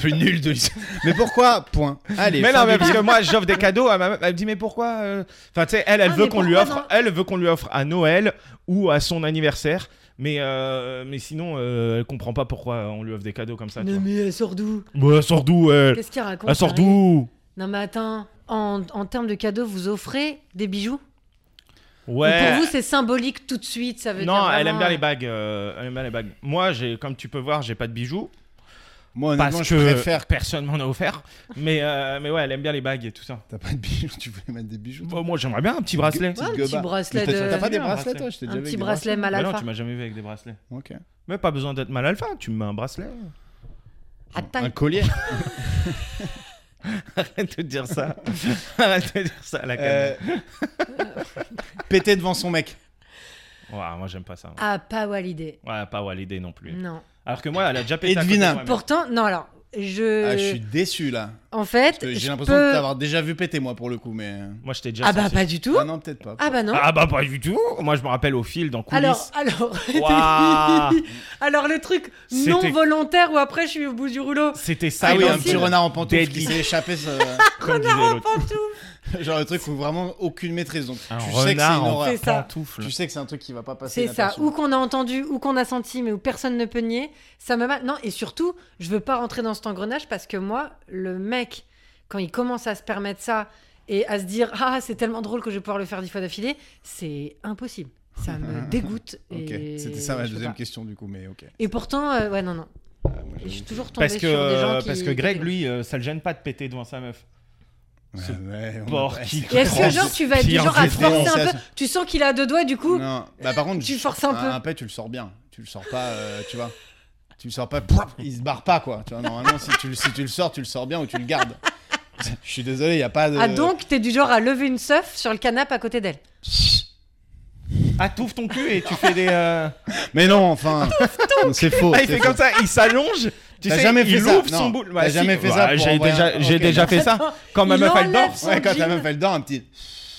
plus nul de l'histoire. Mais pourquoi Point. Allez.
mais
fin
non, mais
du-
parce que moi, j'offre des cadeaux à ma meuf. Elle me dit mais pourquoi euh Enfin, tu sais, elle, elle
Ah,
veut
mais
qu'on lui
pourquoi
offre.
non
Elle veut qu'on lui offre à Noël ou à son anniversaire. Mais euh, mais sinon, euh, elle comprend pas pourquoi on lui offre des cadeaux comme ça. tu
Non,
vois.
mais elle sort d'où
Bah, elle sort d'où elle
Qu'est-ce qu'il raconte
Elle sort
Marie
d'où
Non, mais attends, en, en termes de cadeaux, vous offrez des bijoux
Ouais.
Ou Pour vous, c'est symbolique tout de suite, ça veut dire.
Non, elle
vraiment-
aime bien les bagues. euh, elle aime bien les bagues. Moi, j'ai, comme tu peux voir, j'ai pas de bijoux
Moi,
parce
honnêtement, je
que
préfère.
personne m'en a offert. Mais, euh, mais ouais, elle aime bien les bagues et tout ça.
T'as pas de bijoux, tu voulais mettre des bijoux.
Bon, moi, j'aimerais bien un petit bracelet.
Ouais, un
gueule
petit
bas.
bracelet
Mais T'as
de-
t'as pas des
Un
bracelets,
bracelet.
toi Je t'ai déjà vu
Un
avec
petit
des
bracelet mal
Bah non,
alpha.
tu m'as jamais vu avec des bracelets.
bracelets. Ok.
Mais pas besoin d'être mal alpha. Tu me mets un bracelet.
Attends.
Un collier.
Arrête de dire ça. Arrête de dire ça à la
Euh,
caméra.
Péter devant son mec. Euh.
Ouah, moi, j'aime pas ça. moi.
Ah, Mm. pas validé.
Ouais, pas Walidé non plus.
Non.
Alors que moi, elle a déjà pété. à côté de
Edwina.
moi, Ah, mais-
Pourtant, non, alors, je.
Ah, je suis déçu là.
En
Parce
fait.
que
Euh, je
J'ai l'impression
peux-
de t'avoir déjà vu péter moi pour le coup, mais.
Moi, je t'ai déjà
Ah, bah,
sorti.
pas du tout.
Ah non, peut-être pas.
Ah, bah, non.
Ah bah pas du tout. Moi, je me rappelle au fil dans coulisses.
Alors, alors,
Ouah.
alors le truc
C'était-
non volontaire où après je suis au bout du rouleau.
C'était ça.
Ah oui,
Silent
un petit
Hill.
renard en pantoufle qui
Deadly.
s'est échappé. ce-
comme disait l'autre.
Pantoufle.
Genre le truc où vraiment aucune maîtrise. Donc
Un
tu sais que c'est
renard
une
en
horreur.
C'est ça.
pantoufle.
Tu sais que c'est un truc qui va pas passer.
C'est ça,
inaperçu.
ou qu'on a entendu, ou qu'on a senti, mais où personne ne peut nier. Ça me mal. Non, et surtout, je veux pas rentrer dans cet engrenage parce que moi, le mec, quand il commence à se permettre ça et à se dire ah c'est tellement drôle que je vais pouvoir le faire dix fois d'affilée, c'est impossible. Ça me dégoûte.
Ok,
et
c'était ça ma
je peux
deuxième
pas.
question du coup, mais ok.
Et pourtant, euh, ouais non non,
Ah, moi,
Et je suis
j'avoue.
toujours tombée
Parce que,
sur des gens
euh,
qui.
parce que Greg, lui, euh, ça le gêne pas de péter devant sa meuf. ce
Ouais, ouais, on a
porc
pas-
qui
Et est-ce que
Trans-
genre tu vas être du
pire
genre à
VD,
forcer
c'est
un
à
peu Tu sens qu'il a deux doigts et du coup.
Non, bah par contre,
Tu
je-
forces un peu.
Un pet, tu le sors bien. Tu le sors pas, euh, tu vois. Tu le sors pas, pouap, il se barre pas, quoi. Tu vois, normalement, si tu, le- si tu le sors, tu le sors bien ou tu le gardes. Je suis désolé, il y a pas de.
Ah donc t'es du genre à lever une seuf sur le canapé à côté d'elle.
Ah, t'ouvres ton cul et tu fais des. euh,
Mais non, enfin. c'est faux.
Ah, il
Oh, c'est
fait
faux.
comme ça, il s'allonge. Tu
T'as
sais,
jamais fait
il
ça,
ouvre son
non.
boule. Bah,
T'as jamais fait ça pour
J'ai
envoyer
déjà,
un-
j'ai
Ok,
déjà fait ça. Quand ma
Il
meuf elle
enlève
dort.
son
Ouais, quand la
jean.
meuf elle dort, un petit.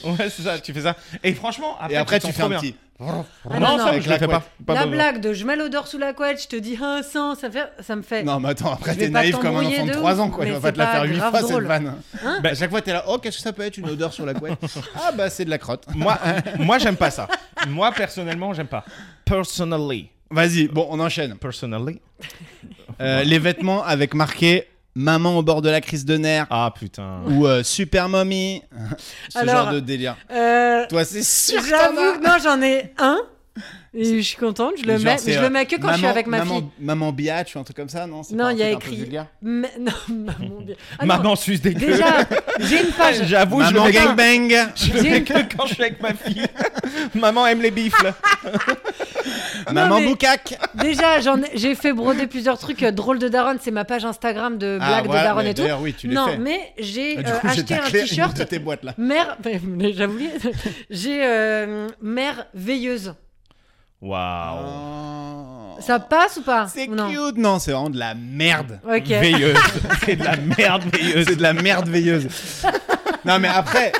Ouais, c'est ça, tu fais ça. Et franchement, après,
Et après,
t'en
tu fais
sens
un
bien.
petit.
Ah,
non,
non,
ça,
non.
je le fais pas. Pas
la
besoin.
blague de je mets l'odeur sous la couette, je te dis un sang, ça me fait. Ça me fait...
Non, mais attends, après,
Je vais
t'es
pas
naïf comme un
t'embrouiller
enfant de
de
3
ouf,
ans, quoi. Il
mais
va
c'est
pas te la
pas
faire 8
grave
fois cette
drôle.
vanne.
Bah,
Hein
à chaque fois, t'es là, oh, qu'est-ce que ça peut être une odeur sur la couette Ah, bah, c'est de la crotte.
Moi, moi j'aime pas ça. Moi, personnellement, j'aime pas. Personally.
Vas-y, bon, on enchaîne.
Personally.
Euh, les vêtements avec marqué Maman au bord de la crise de nerfs
Ah putain.
ou euh, Super Mommy. Ce
Alors-
genre de délire.
Euh,
Toi, c'est sûr que t'en
J'avoue
as.
que non, j'en ai un. Et je suis contente, je le
Genre,
mets.
c'est,
Mais je
euh,
le mets que quand je suis
maman-
avec ma
maman,
fille.
Maman biatch ou un truc comme ça, non c'est
Non,
pas un
il y a
truc un peu
écrit.
vulgaire
Mais- non, maman. bien- Ah non,
Maman suce des queues.
Déjà, j'ai une page.
J'avoue, je le
Maman
mets que-
gangbang
je le mets que quand je suis avec ma fille. Maman aime les bifles.
Ah.
Maman
mais-
boucac
Déjà, j'en ai- j'ai fait broder plusieurs trucs euh, drôles de Daronne. C'est ma page Instagram de
Ah,
blagues
voilà,
de Daronne
mais
et tout.
D'ailleurs, oui, tu l'as
non,
fait.
mais j'ai
Ah, du
euh,
coup, j'ai
acheté un
taclé une
t-shirt.
de tes boîtes là.
Mère, mais- mais j'avoue, j'ai euh, mère veilleuse.
Waouh.
Oh.
Ça passe ou pas
C'est
Ou non
cute, non, c'est vraiment de la merde.
Ok.
Veilleuse. C'est de la merde veilleuse.
C'est de la merde veilleuse. non, mais après,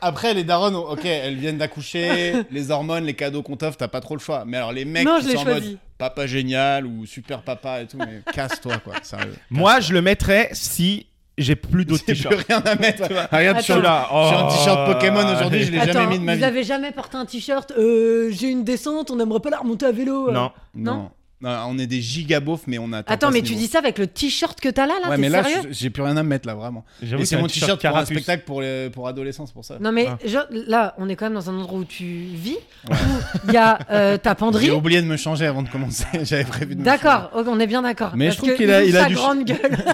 après les darons, ok, elles viennent d'accoucher, les hormones, les cadeaux qu'on t'offre, t'as pas trop le choix. Mais alors les mecs,
Non,
qui
je l'ai
sont en
choisi.
mode papa génial ou super papa et tout, mais casse-toi quoi, sérieux.
Moi, je le mettrais si j'ai plus d'autres
J'ai plus
t-shirts.
rien à mettre. Regarde, je suis en-
Attends.
Là,
je suis en
oh.
t-shirt Pokémon aujourd'hui, je l'ai
Attends,
jamais mis de ma
vous
vie.
avez jamais porté un t-shirt euh, J'ai une descente, on n'aimerait pas la remonter à vélo. euh.
Non.
Non. Non, on est des gigabaufs, mais on attend.
Attends,
pas
mais
ce
tu
niveau.
dis ça avec le t-shirt que t'as là, là
Ouais,
T'es
mais là,
sérieux
je- j'ai plus rien à mettre là, vraiment.
J'avoue,
Et c'est mon t-shirt pour un
carapuce.
spectacle pour, les, pour adolescents, c'est pour ça.
Non mais
Ah.
genre, là, on est quand même dans un endroit où tu vis, où il y a euh, ta
J'ai
penderie.
oublié de me changer avant de commencer. J'avais prévu de me
D'accord, ok, on est bien d'accord.
Mais je
Parce
trouve
que
qu'il a-
ouvre
il a
sa
du-
grande gueule.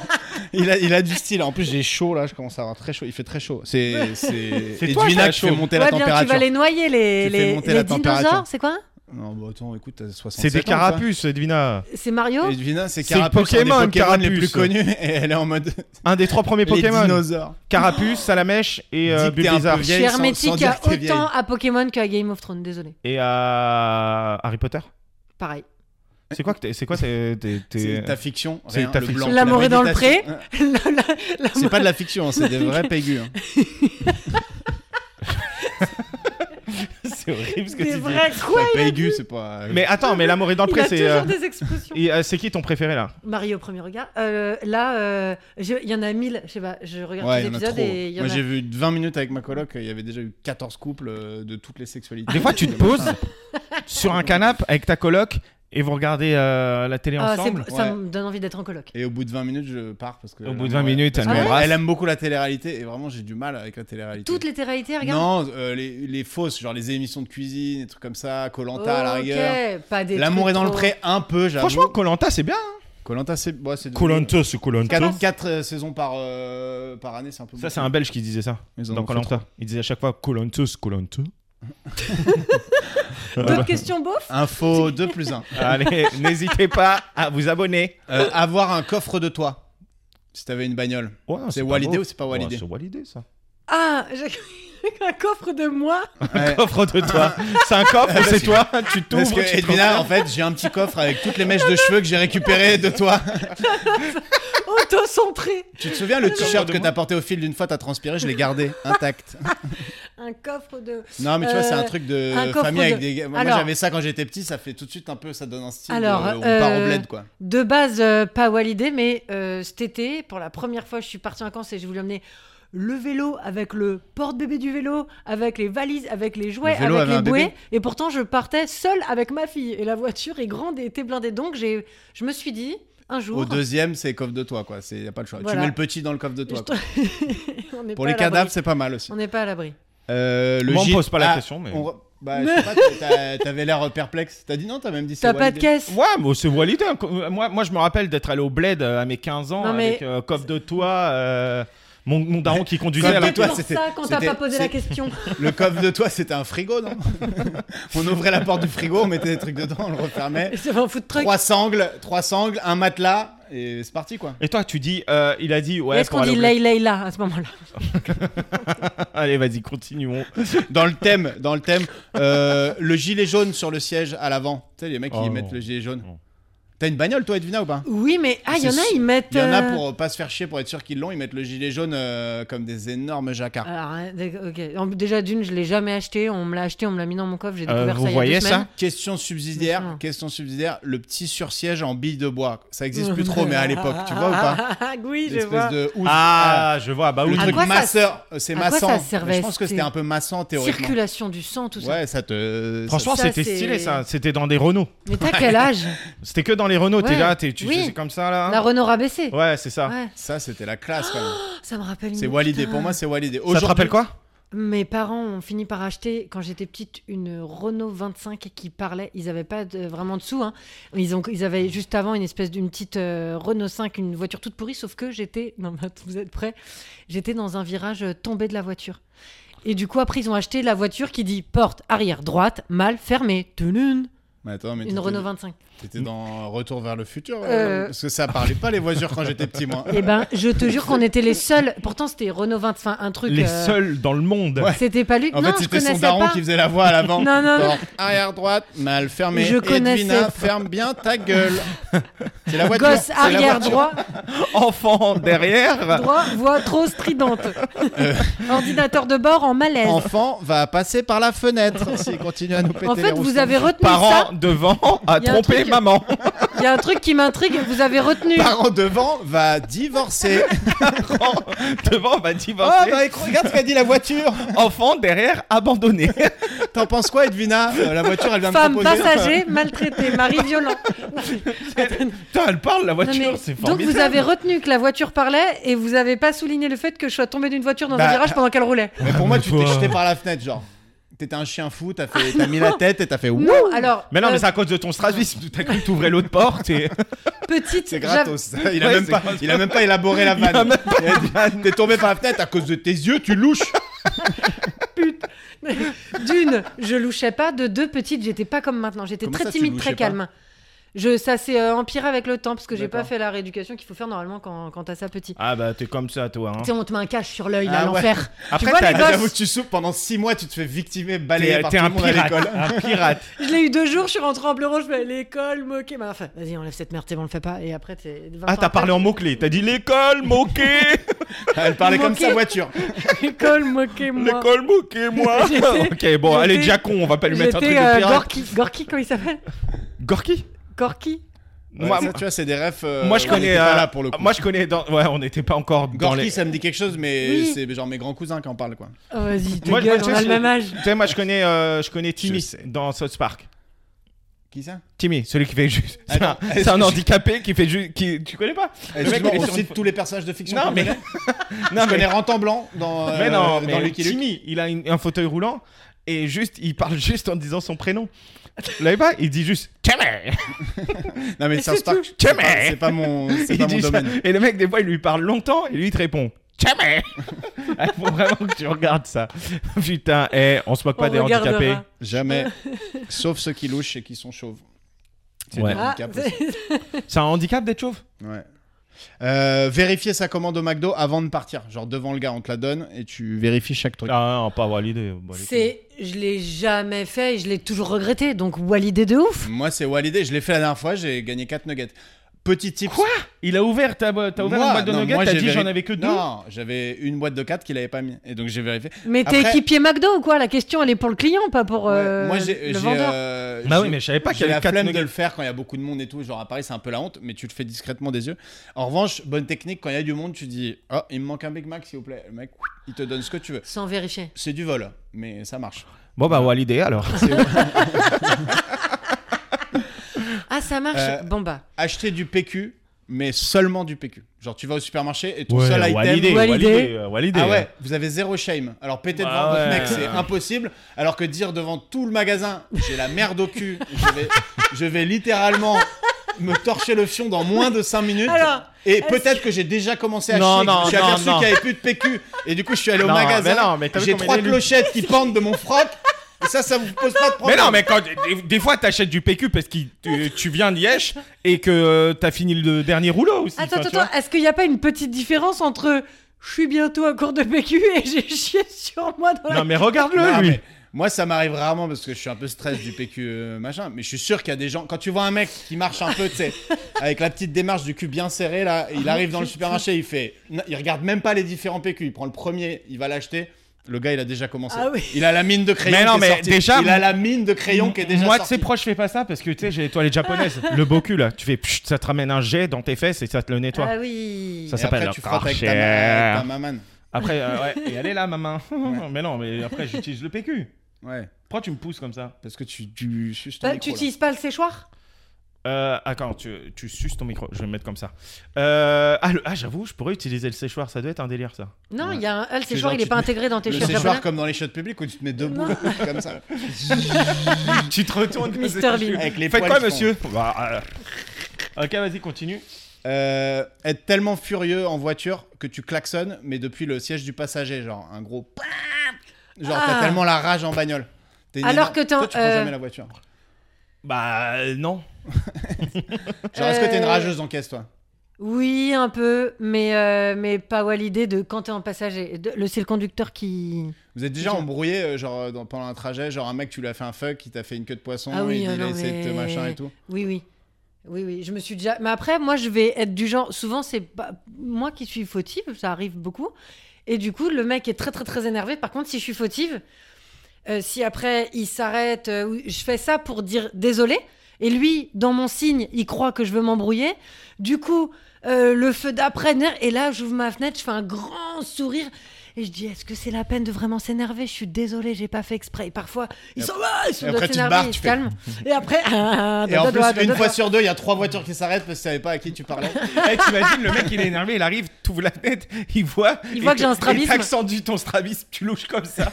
Il a, il a du style. En plus, j'ai chaud là. Je commence à avoir très chaud. Il fait très chaud. C'est c'est
C'est toi qui
Edwina
as
qui
chaud.
fait monter la
ouais, bien, tu
température.
vas les noyer les
Tu fais
les,
monter
les
la température.
dinosaures, c'est quoi
Non, bah attends, écoute, t'as 67
C'est des
ans, toi.
carapuces, Edwina.
C'est Mario
Edwina, c'est
C'est
Carapuce, c'est Pokémon,
Pokémon,
des Pokémon les plus
Carapuce.
connus. Et elle est en mode
Un des trois premiers
les
Pokémon.
dinosaures.
Carapuce, Salamèche et euh,
Dis que t'es un peu
Bulbizarre.
Je
vieille.
suis
sans- sans
hermétique
dire
à
que t'es vieille.
autant à Pokémon qu'à Game of Thrones, désolé.
Et à Harry Potter.
Pareil.
C'est quoi que t'es- c'est quoi tes- tes- tes-
C'est ta fiction.
C'est
rien,
ta
le
fiction.
blanc,
L'amour
la
est dans le
méditation.
pré.
Euh,
La- la- la-
C'est pas de la fiction, c'est des vrais pégus. hein.
C'est horrible ce que
Des
tu dis.
vrais quoi
Pas Pégus, c'est pas.
Mais attends, mais l'amour est dans le
Il
pré,
a
c'est.
toujours
euh,
des expressions.
et, euh, c'est qui ton préféré là
Mario au premier regard. Euh, là, euh, je- il y en a mille. Je sais pas, je regarde
Ouais,
tous
il y
les
en a
épisodes
trop.
et il y en
Moi,
a.
j'ai vu 20 minutes avec ma coloc, il y avait déjà eu 14 couples euh, de toutes les sexualités.
Des fois, tu te poses sur un canapé avec ta coloc et vous regardez euh, la télé
Ah, c'est-
ensemble.
Ça
ouais.
me donne envie d'être en coloc.
Et au bout de 20 minutes, je pars parce que.
Au bout de 20 minutes,
parce
elle
que
m'embrasse.
elle aime beaucoup la télé-réalité et vraiment, j'ai du mal avec la télé-réalité.
Toutes les réalités, regarde.
Non, euh, les, les fausses, genre les émissions de cuisine, des trucs comme ça, Colanta à la rigueur.
Ok, pas des.
L'amour
trucs
est dans le
trop-
pré, un peu, j'avoue.
Franchement, Colanta, c'est bien.
Colanta, c'est. Ouais, c'est devenu-
Colanta, c'est Colanta.
4, saisons par, euh, par année, c'est un peu.
Ça,
beaucoup.
c'est un Belge qui disait ça
Ils en
dans
ont fait
Colanta. Il disait à chaque fois Colanta, c'est Colanta.
D'autres questions beauf
Info 2 plus 1.
Allez, n'hésitez pas à vous abonner.
avoir un coffre de toi. Si t'avais une bagnole.
Ouais, non,
C'est
pas
validé
beau.
ou c'est pas validé
Ouais, C'est validé ça.
Ah, j'ai un coffre de moi.
Ouais.
Coffre de toi. C'est un coffre, c'est toi. Tu
Parce que
t'ouvres. tu te
Edwina, en fait, j'ai un petit coffre avec toutes les mèches de cheveux que j'ai récupérées de toi.
Auto-centré.
Tu te souviens le
Coffre
t-shirt
de
que
moi.
t'as porté au fil d'une fois, t'as transpiré, je l'ai gardé intact.
Un coffre de.
Non, mais tu vois, c'est un
Euh,
truc de
un coffre
famille avec
de-
des gars. Moi,
Alors-
j'avais ça quand j'étais petit, ça fait tout de suite un peu, ça donne un style.
Alors,
de- on
euh,
part au bled, quoi.
De base, euh, pas validé, mais euh, cet été, pour la première fois, je suis partie en vacances et je voulais amener le vélo avec le porte-bébé du vélo, avec les valises, avec les jouets,
Le vélo
avec
avait
les
un bébé
bouées. Et pourtant, je partais seule avec ma fille. Et la voiture est grande et était blindée. Donc, j'ai, je me suis dit, un jour.
Au deuxième, c'est coffre de toi, quoi. C'est y a pas le choix. Tu
Voilà.
mets le petit dans le coffre de toi.
je-
quoi.
On n'est
Pour
pas
les
à l'abri.
cadavres, c'est pas mal aussi.
On n'est pas à l'abri.
Euh, le
Moi, on me
gîte-
pose pas la
Ah,
question, mais-
on re- Bah, je sais pas, t'as- t'avais l'air perplexe. T'as dit non, t'as même dit c'est
T'as pas
validé.
de caisse
Ouais, mais c'est validé. hein. Euh, Moi, moi, je me rappelle d'être allé au bled euh, à mes 15 ans
Non, mais-
avec euh, coffre de toit, euh, mon, mon daron qui conduisait
Coffre
à
de
la...
C'est
toi,
pour
c'était-
ça quand t'as
c'était-
pas posé la
c'est-
question.
Le coffre de toi, c'était un frigo, non On ouvrait la porte du frigo, on mettait des trucs dedans, on le refermait.
C'est un foot truck.
Trois sangles, trois sangles, un matelas et c'est parti quoi.
Et toi, tu dis, euh, il a dit, ouais,
Est-ce
pour
qu'on
aller
dit
au-
Leila Leila à ce moment-là
Allez, vas-y, continuons.
Dans le thème, dans le thème, euh, le gilet jaune sur le siège à l'avant. Tu sais, les mecs qui
Oh.
mettent le gilet jaune.
Oh.
T'as une bagnole toi, Edwina ou pas
Oui, mais ah, il y en
C'est
a,
sûr.
ils mettent.
Il y en a
euh,
pour euh, pas se faire chier, pour être sûr qu'ils l'ont, ils mettent le gilet jaune euh, comme des énormes jacards.
Alors, hein, d'ac- ok. En- Déjà, d'une, je l'ai jamais acheté. On me l'a acheté, on me l'a mis dans mon coffre. J'ai
Euh,
découvert
vous
ça il y a
voyez
deux semaines.
ça
Question subsidiaire,
Méchant.
question subsidiaire, le petit sursiège en bille de bois. Ça existe plus trop, mais à l'époque, tu vois ou pas
Ah, Oui, je
L'espèce
vois.
de housse.
Ah, je vois, bah
Ah, le
oui.
À
truc
quoi ça-
masseur, euh, c'est
à quoi ça
massant. Mais
servait,
je pense que
c'était-
c'était un peu massant théoriquement.
Circulation du sang, tout ça.
Ouais, ça te.
Franchement,
Ça,
c'était
c'est-
stylé ça. C'était dans des Renault.
Mais t'as quel âge
C'était que dans les Renault. T'es
Ouais.
là, t'es, tu
Oui.
c'est comme ça
Hein
là. hein.
La Renault rabaissée.
Ouais, c'est ça.
Ouais.
ça, ça, c'était la classe quand même.
Ça me rappelle Ah, une
C'est validé.
putain.
Pour moi, c'est validé.
Ça te rappelle quoi
Mes parents ont fini par acheter, quand j'étais petite, une Renault 25 qui parlait. Ils n'avaient pas de- vraiment de sous. hein. Ils, ont, ils avaient juste avant une espèce d'une petite euh, Renault 5, une voiture toute pourrie, sauf que j'étais. Non, mais attends, vous êtes prêts J'étais dans un virage euh, tombé de la voiture. Et du coup, après, ils ont acheté la voiture qui dit porte arrière droite, mal fermée. Touloun.
Mais attends, mais
Une
t'étais-
Renault 25.
T'étais dans Retour vers le futur
Euh.
Parce que ça parlait pas les voitures quand j'étais petit, moi.
Eh ben, je te jure qu'on était les seuls. Pourtant, c'était Renault 25, un truc.
Les
euh,
seuls dans le monde.
Ouais.
C'était pas lui.
En
non,
fait,
je
c'était son
connaissais
daron
pas.
qui faisait la voix à l'avant.
Non, non, non.
Porte Arrière droite, mal fermée.
Je connaissais
Edwina,
pas.
ferme bien ta gueule. C'est la voiture.
Gosse
c'est la
arrière
voiture.
droit,
Enfant derrière.
droit, voix trop stridente.
Euh.
Ordinateur de bord en malaise.
Enfant va passer par la fenêtre s'il continue à nous péter
En
les
fait,
roustons.
vous avez retenu
Parent
ça.
devant a
Il y a un
trompé
truc-
maman.
Il y a un truc qui m'intrigue. Vous avez retenu.
Parent devant va divorcer.
Parent devant va
Oh,
divorcer.
bah, éc- regarde ce qu'a dit la voiture.
Oh,
Enfant derrière abandonné.
T'en penses quoi, Edwina Euh, La voiture, elle vient
Femme
me proposer.
passager, maltraitée, mari violent.
Putain, elle parle la
Non,
voiture,
mais-
c'est
donc
formidable.
vous avez retenu que la voiture parlait et vous avez pas souligné le fait que je sois tombée d'une voiture dans
Bah,
un virage pendant qu'elle roulait.
Mais pour moi, tu t'es
Quoi
jeté par la fenêtre, genre. T'étais un chien fou, t'as fait- t'as mis la tête et t'as fait. ouh.
Non, alors
Mais non,
euh,
mais c'est à cause de ton strasvisme. Tout à coup, t'ouvrais l'autre porte et.
petite,
C'est
j'avais-
gratos. Il a,
Ouais,
même
c'est
pas,
gratos.
il a même pas élaboré la
Il a
vanne.
même pas
Il a dit, T'es tombé par la fenêtre à cause de tes yeux, tu louches.
D'une, je louchais pas. De deux, petite, j'étais pas comme maintenant. J'étais
Comment
très
ça, tu
timide,
louchais
très
pas
calme. Je, ça s'est euh, empiré avec le temps parce que j'ai pas
D'accord.
fait la rééducation qu'il faut faire normalement quand, quand t'as ça petit.
Ah bah t'es comme ça toi. Hein.
Tu sais, on te met un cache sur l'œil, là,
Ah ouais.
l'enfer.
Après
vois,
t'as
les
t'as-
gosses-
J'avoue que tu souffres pendant 6 mois, tu te fais victimer, balayer
t'es
par
t'es
tout le
un
monde à
pirate,
l'école.
un pirate.
Je l'ai eu deux jours, je suis rentrée en pleurant, je fais l'école, moquée. Bah, enfin, vas-y, enlève cette merde, c'est bon, on le fait pas. Et après, t'es.
Ah
20 ans
t'as
après,
parlé en mots clés. T'as dit l'école moquée,
Elle parlait comme
Moqué.
sa voiture.
L'école, moquée, moi.
l'école moquée moi.
J'étais-
ok bon allez
j'étais-
déjà con, on va pas lui mettre un truc
J'étais
de
euh,
pirate.
Gorky. Gorky, comment il s'appelle
Gorky.
Gorky
Ouais,
moi,
ça, tu vois, c'est des refs. euh,
moi, je
on
connais.
était pas
euh,
là pour le coup.
Moi je connais. Dans... Ouais on n'était pas encore dans
Gorky,
les.
ça me dit quelque chose, mais
Oui.
c'est genre mes grands cousins qui en parlent quoi.
oh, Vas-y, ta
Moi, je-
gueule,
moi,
on
tu
a
sais,
le même âge.
Tu sais moi je connais euh, je connais Timmy
Je sais.
dans South Park.
Qui ça
Timmy, celui qui fait juste. C'est un,
Attends,
c'est
est-ce
un
que-
handicapé qui fait juste. Qui... Tu connais pas Le mec,
Excuse-moi,
il est
on
sur une-
cite tous les personnages de fiction.
Non,
qu'on
mais-
connaît.
Non,
Je
mais-
connais Rantan Blanc dans, euh,
mais non,
dans
mais
Lucky Luke.
Timmy, il a une- un fauteuil roulant et juste, il parle juste en disant son prénom. Vous l'avez pas Il dit juste Timmy
Non, mais
Et
South
c'est
Park,
tout.
c'est
Jamais.
pas- c'est pas mon, c'est
Il
pas mon
dit ça.
domaine.
Et le mec, des fois, il lui parle longtemps et lui, il te répond Timmy Ah, Il faut vraiment que tu regardes ça. Putain, eh, on se moque pas
On
des
regardera.
handicapés.
Jamais. Sauf ceux qui louchent et qui sont chauves. C'est
Ouais.
un
Ah,
handicap aussi.
c'est-
C'est un handicap d'être chauve
Ouais. Euh, vérifier sa commande au McDo avant de partir. Genre devant le gars, on te la donne et tu vérifies chaque truc.
Ah non, pas validé. Bon, les couilles.
C'est, je l'ai jamais fait et je l'ai toujours regretté, donc walidé de ouf.
Ah. Moi, c'est validé. Je l'ai fait la dernière fois, j'ai gagné 4 nuggets. Petit tip.
Quoi Il a ouvert ta bo- t'as ouvert
Moi,
une boîte de
non, moi,
nuggets, t'as
j'ai
dit j'en
véri-
avais que deux.
Non, j'avais une boîte de 4 qu'il avait pas mis. Et donc j'ai vérifié.
Mais t'es
Après-
équipier McDo ou quoi La question elle est pour le client, pas pour euh,
Ouais. Moi, j'ai.
le
j'ai,
vendeur.
euh,
Bah oui,
j'ai-
mais je savais pas qu'il
J'ai
y
la
avait 4
flemme de
nuggets.
le faire quand il y a beaucoup de monde et tout. Genre à Paris, c'est un peu la honte, mais tu le fais discrètement des yeux. En revanche, bonne technique, quand il y a du monde, tu dis Oh, il me manque un Big Mac, s'il vous plaît. Le mec, il te donne ce que tu veux.
Sans vérifier.
C'est du vol, mais ça marche.
Bon, bah, validé alors.
Ah, ça marche
Euh,
Bon bah.
Acheter du PQ, mais seulement du PQ. Genre tu vas au supermarché et ton seul item.
validé,
Walidé.
validé, validé.
Ah ouais, vous avez zéro shame. Alors péter devant
Bah
votre
ouais.
mec, c'est impossible. Alors que dire devant tout le magasin, j'ai la merde au cul, je vais, je vais littéralement me torcher le fion dans moins de 5 minutes.
Alors,
et
est-ce
peut-être que j'ai déjà commencé à
Non,
chier, que
non,
je me suis
non,
aperçu qu'il
non.
n'y avait plus de PQ. Et du coup, je suis allé au
Non,
magasin,
mais non, mais t'as vu
j'ai
combien
trois
il est, lui
clochettes qui pendent de mon froc. ça, ça vous pose pas de
Mais
problème.
non, mais quand des, des fois t'achètes du PQ parce que tu, tu viens de Liège et que euh, t'as fini le dernier rouleau aussi.
Attends,
enfin, tu
attends,
vois.
est-ce qu'il n'y a pas une petite différence entre je suis bientôt à court de PQ et j'ai chié sur moi dans la.
Non mais regarde-le
Non,
lui.
mais Moi, ça m'arrive rarement parce que je suis un peu stress du PQ euh, machin, mais je suis sûr qu'il y a des gens. Quand tu vois un mec qui marche un peu, tu sais, avec la petite démarche du cul bien serré là, il
Ah,
arrive dans le supermarché, il fait, il regarde même pas les différents PQ, il prend le premier, il va l'acheter. Le gars, il a déjà commencé.
Ah oui.
Il a la mine de crayon.
Mais non,
qui est
mais
sortie.
déjà,
il a la mine de crayon qui est déjà
Moi, tu
sortie.
sais, proche, je fais pas ça parce que tu sais, j'ai les toilettes japonaises. le boku là, tu fais, pfft, ça te ramène un jet dans tes fesses et ça te le nettoie.
Ah oui.
Ça
Et
s'appelle
après,
la
tu frottes avec ta,
torchère.
ma- avec ta maman.
Après, euh, ouais, et allez là, ma main. mais non, mais après, j'utilise le PQ.
Ouais,
Pourquoi tu me pousses comme ça
parce que tu, tu suces ton
Bah, tu
micro, là.
n'utilises pas le séchoir
euh, Attends, tu, tu suces ton micro. Je vais me mettre comme ça. Euh, ah, le- ah, j'avoue, je pourrais utiliser le séchoir. Ça doit être un délire, ça.
Non,
Ouais.
il y a un. ah, le
Tu genre,
séchoir, il n'est
tu
pas
te-
intégré dans tes
Le
chiottes
séchoir
japonais.
comme dans les shots publics où tu te mets debout
Non.
comme ça.
tu te retournes.
Mr. Ah, Bean.
Avec les
Faites
poils
quoi,
qui font-
monsieur Bah, euh, Ok, vas-y, continue.
Euh, être tellement furieux en voiture que tu klaxonnes, mais depuis le siège du passager, genre un gros. Genre,
Ah.
t'as tellement la rage en bagnole. T'es une
Alors
énorme-
que t'es en-
Toi, tu prends
euh,
jamais la voiture.
Bah, euh, non.
Genre, est-ce que t'es une
euh,
rageuse en caisse, toi
Oui, un peu, mais, euh, mais pas à l'idée de quand t'es en passager. De- le- C'est le conducteur qui.
Vous êtes déjà
je-
embrouillé, euh, genre, euh, dans- pendant un trajet, genre un mec, tu lui as fait un fuck, il t'a fait une queue de poisson,
Ah oui,
il,
euh,
il
non,
a essayé de te
mais-
machin et tout.
Oui, oui. Oui, oui, je me suis déjà. Mais après, moi, je vais être du genre. Souvent, c'est pas... moi qui suis fautive, ça arrive beaucoup. Et du coup, le mec est très, très, très énervé. Par contre, si je suis fautive, euh, si après il s'arrête, euh, ou- je fais ça pour dire désolé. Et lui, dans mon signe, il croit que je veux m'embrouiller. Du coup, euh, le feu d'après, nerf, et là, j'ouvre ma fenêtre, je fais un grand sourire. Et je dis, est-ce que c'est la peine de vraiment s'énerver Je suis désolée, j'ai pas fait exprès. Et parfois, ils
Et
sont. Ah, ils sont
et après,
doivent
tu te
s'énerver,
barres,
ils
tu
se
fais-
calment. Et après. ah,
Et en plus,
dadada,
une
dadada.
fois sur deux, il y a trois voitures qui s'arrêtent parce que tu savais pas à qui tu parlais.
Eh, T'imagines, le mec, il est énervé, il arrive, t'ouvres la tête, il voit.
Il voit
et
que j'ai un
t-
strabisme.
Et t'accentues ton strabisme, tu louches comme ça.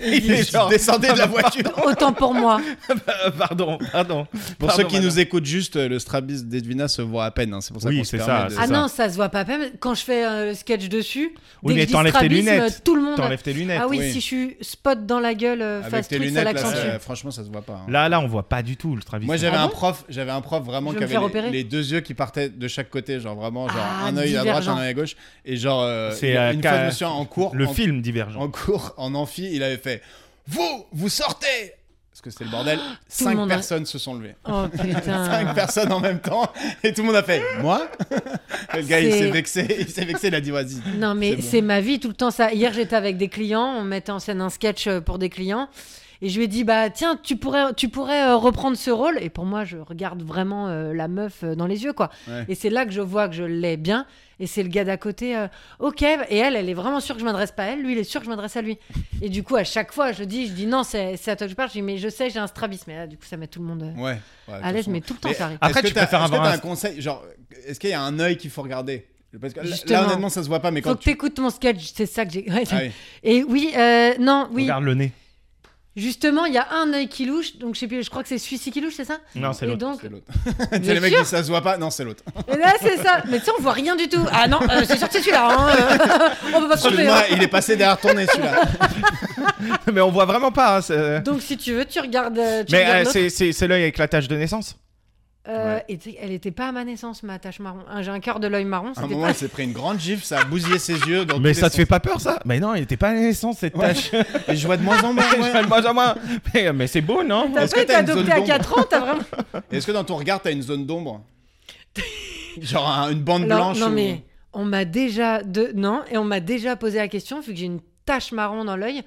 Et
Il est genre, descendez de la voiture.
Autant pour moi.
Euh, pardon, pardon.
Pour ceux qui
Ah,
nous écoutent juste, euh, le strabisme d'Edwina se voit à peine. hein, C'est pour ça
Oui,
qu'on se
c'est ça,
permet de-
c'est
Ah
ça.
non, ça se voit pas. Même quand je fais euh, le sketch dessus,
Oui, mais
dès que je dis
t'enlèves tes
strabisme,
lunettes.
tout le monde.
T'enlèves tes lunettes.
ah oui,
oui.
si je suis spot dans la gueule, euh,
Avec
fast
tes
truc, ça
lunettes, là,
l'accentue.
c'est- franchement, ça se voit pas. hein.
Là, là, on voit pas du tout le strabisme.
Moi j'avais
Ah
un
bon
prof, j'avais un prof vraiment
Je
qui
vais me
avait
faire
les-
opérer.
les, deux yeux qui partaient de chaque côté, genre vraiment genre
Ah,
un œil à droite,
divergent.
un œil à gauche et genre euh,
C'est,
il-
euh,
une fois
ca-
je me souviens, en cours
le
en,
film divergent.
en cours en amphi, il avait fait "Vous, vous sortez parce que c'était le bordel,
le
cinq
monde a-
personnes se sont levées.
Oh
Cinq
putain.
personnes en même temps et tout le monde a fait "Moi Le gars, il
C'est-
s'est vexé, il s'est vexé, il a dit "Vas-y."
Non mais
C'est bon.
c'est ma vie tout le temps ça. Hier j'étais avec des clients, on mettait en scène un sketch euh, pour des clients et je lui ai dit bah tiens tu pourrais tu pourrais euh, reprendre ce rôle et pour moi je regarde vraiment euh, la meuf euh, dans les yeux quoi.
Ouais.
Et c'est là que je vois que je l'ai bien et c'est le gars d'à côté euh, OK et elle elle est vraiment sûre que je m'adresse pas à elle, lui il est sûr que je m'adresse à lui. et du coup à chaque fois je dis je dis non c'est c'est à toi que je parle, je dis mais je sais j'ai un strabisme mais là du coup ça met tout le monde euh,
Ouais. ouais, Ah, de toute
à l'aise
façon.
mais tout le temps
Mais
ça arrive.
Après,
Est-ce que
tu
t'as-
préfères
est-ce que
avoir
t'as
un-
un conseil genre est-ce qu'il y a un œil qu'il faut regarder Parce que là-
Justement.
là honnêtement ça se voit pas mais
Faut
quand
que
tu
t'écoutes mon sketch, c'est ça que j'ai. Ouais,
Ah oui.
Et oui, euh, non, oui.
Regarde le nez.
Justement, il y a un œil qui louche, donc je sais plus, je crois que c'est celui-ci qui louche, c'est ça
Non, c'est
Et
l'autre.
donc,
C'est l'autre.
Bien
C'est les mecs
sûr.
qui ça se voit pas. Non, c'est l'autre.
et là c'est ça. Mais tu sais, on voit rien du tout. Ah non, euh, c'est sûr que c'est celui-là. hein, euh, on peut pas se tromper.
Excuse-moi, il est passé derrière ton nez celui-là.
Mais on voit vraiment pas. hein, c'est-
hein. Donc si tu veux, tu regardes. euh, Tu
mais euh,
regardes l'autre.
c'est- c'est c'est l'œil avec la tache de naissance.
Euh,
Ouais.
et tu sais, elle était pas à ma naissance, ma tache marron. Ah, J'ai un cœur de l'œil marron.
À un
C'était
moment,
pas.
il s'est pris une grande gifle, ça a bousillé ses yeux. Dans
Mais
tous
ça
les
te fait pas peur, ça Mais non, il était pas à la naissance, cette
Ouais.
tache.
sens. Et je vois de moins en moins. ouais.
Moi, moi. Mais, euh, mais c'est beau, non
T'as
Est-ce
pas
que
été
t'as une zone
adopté à
d'ombre
4 ans, t'as vraiment.
Est-ce que dans ton regard, t'as une zone d'ombre Genre un- une bande
Alors,
blanche
non
ou-
mais on m'a déjà de non et on m'a déjà posé la question vu que j'ai une tache marron dans l'œil.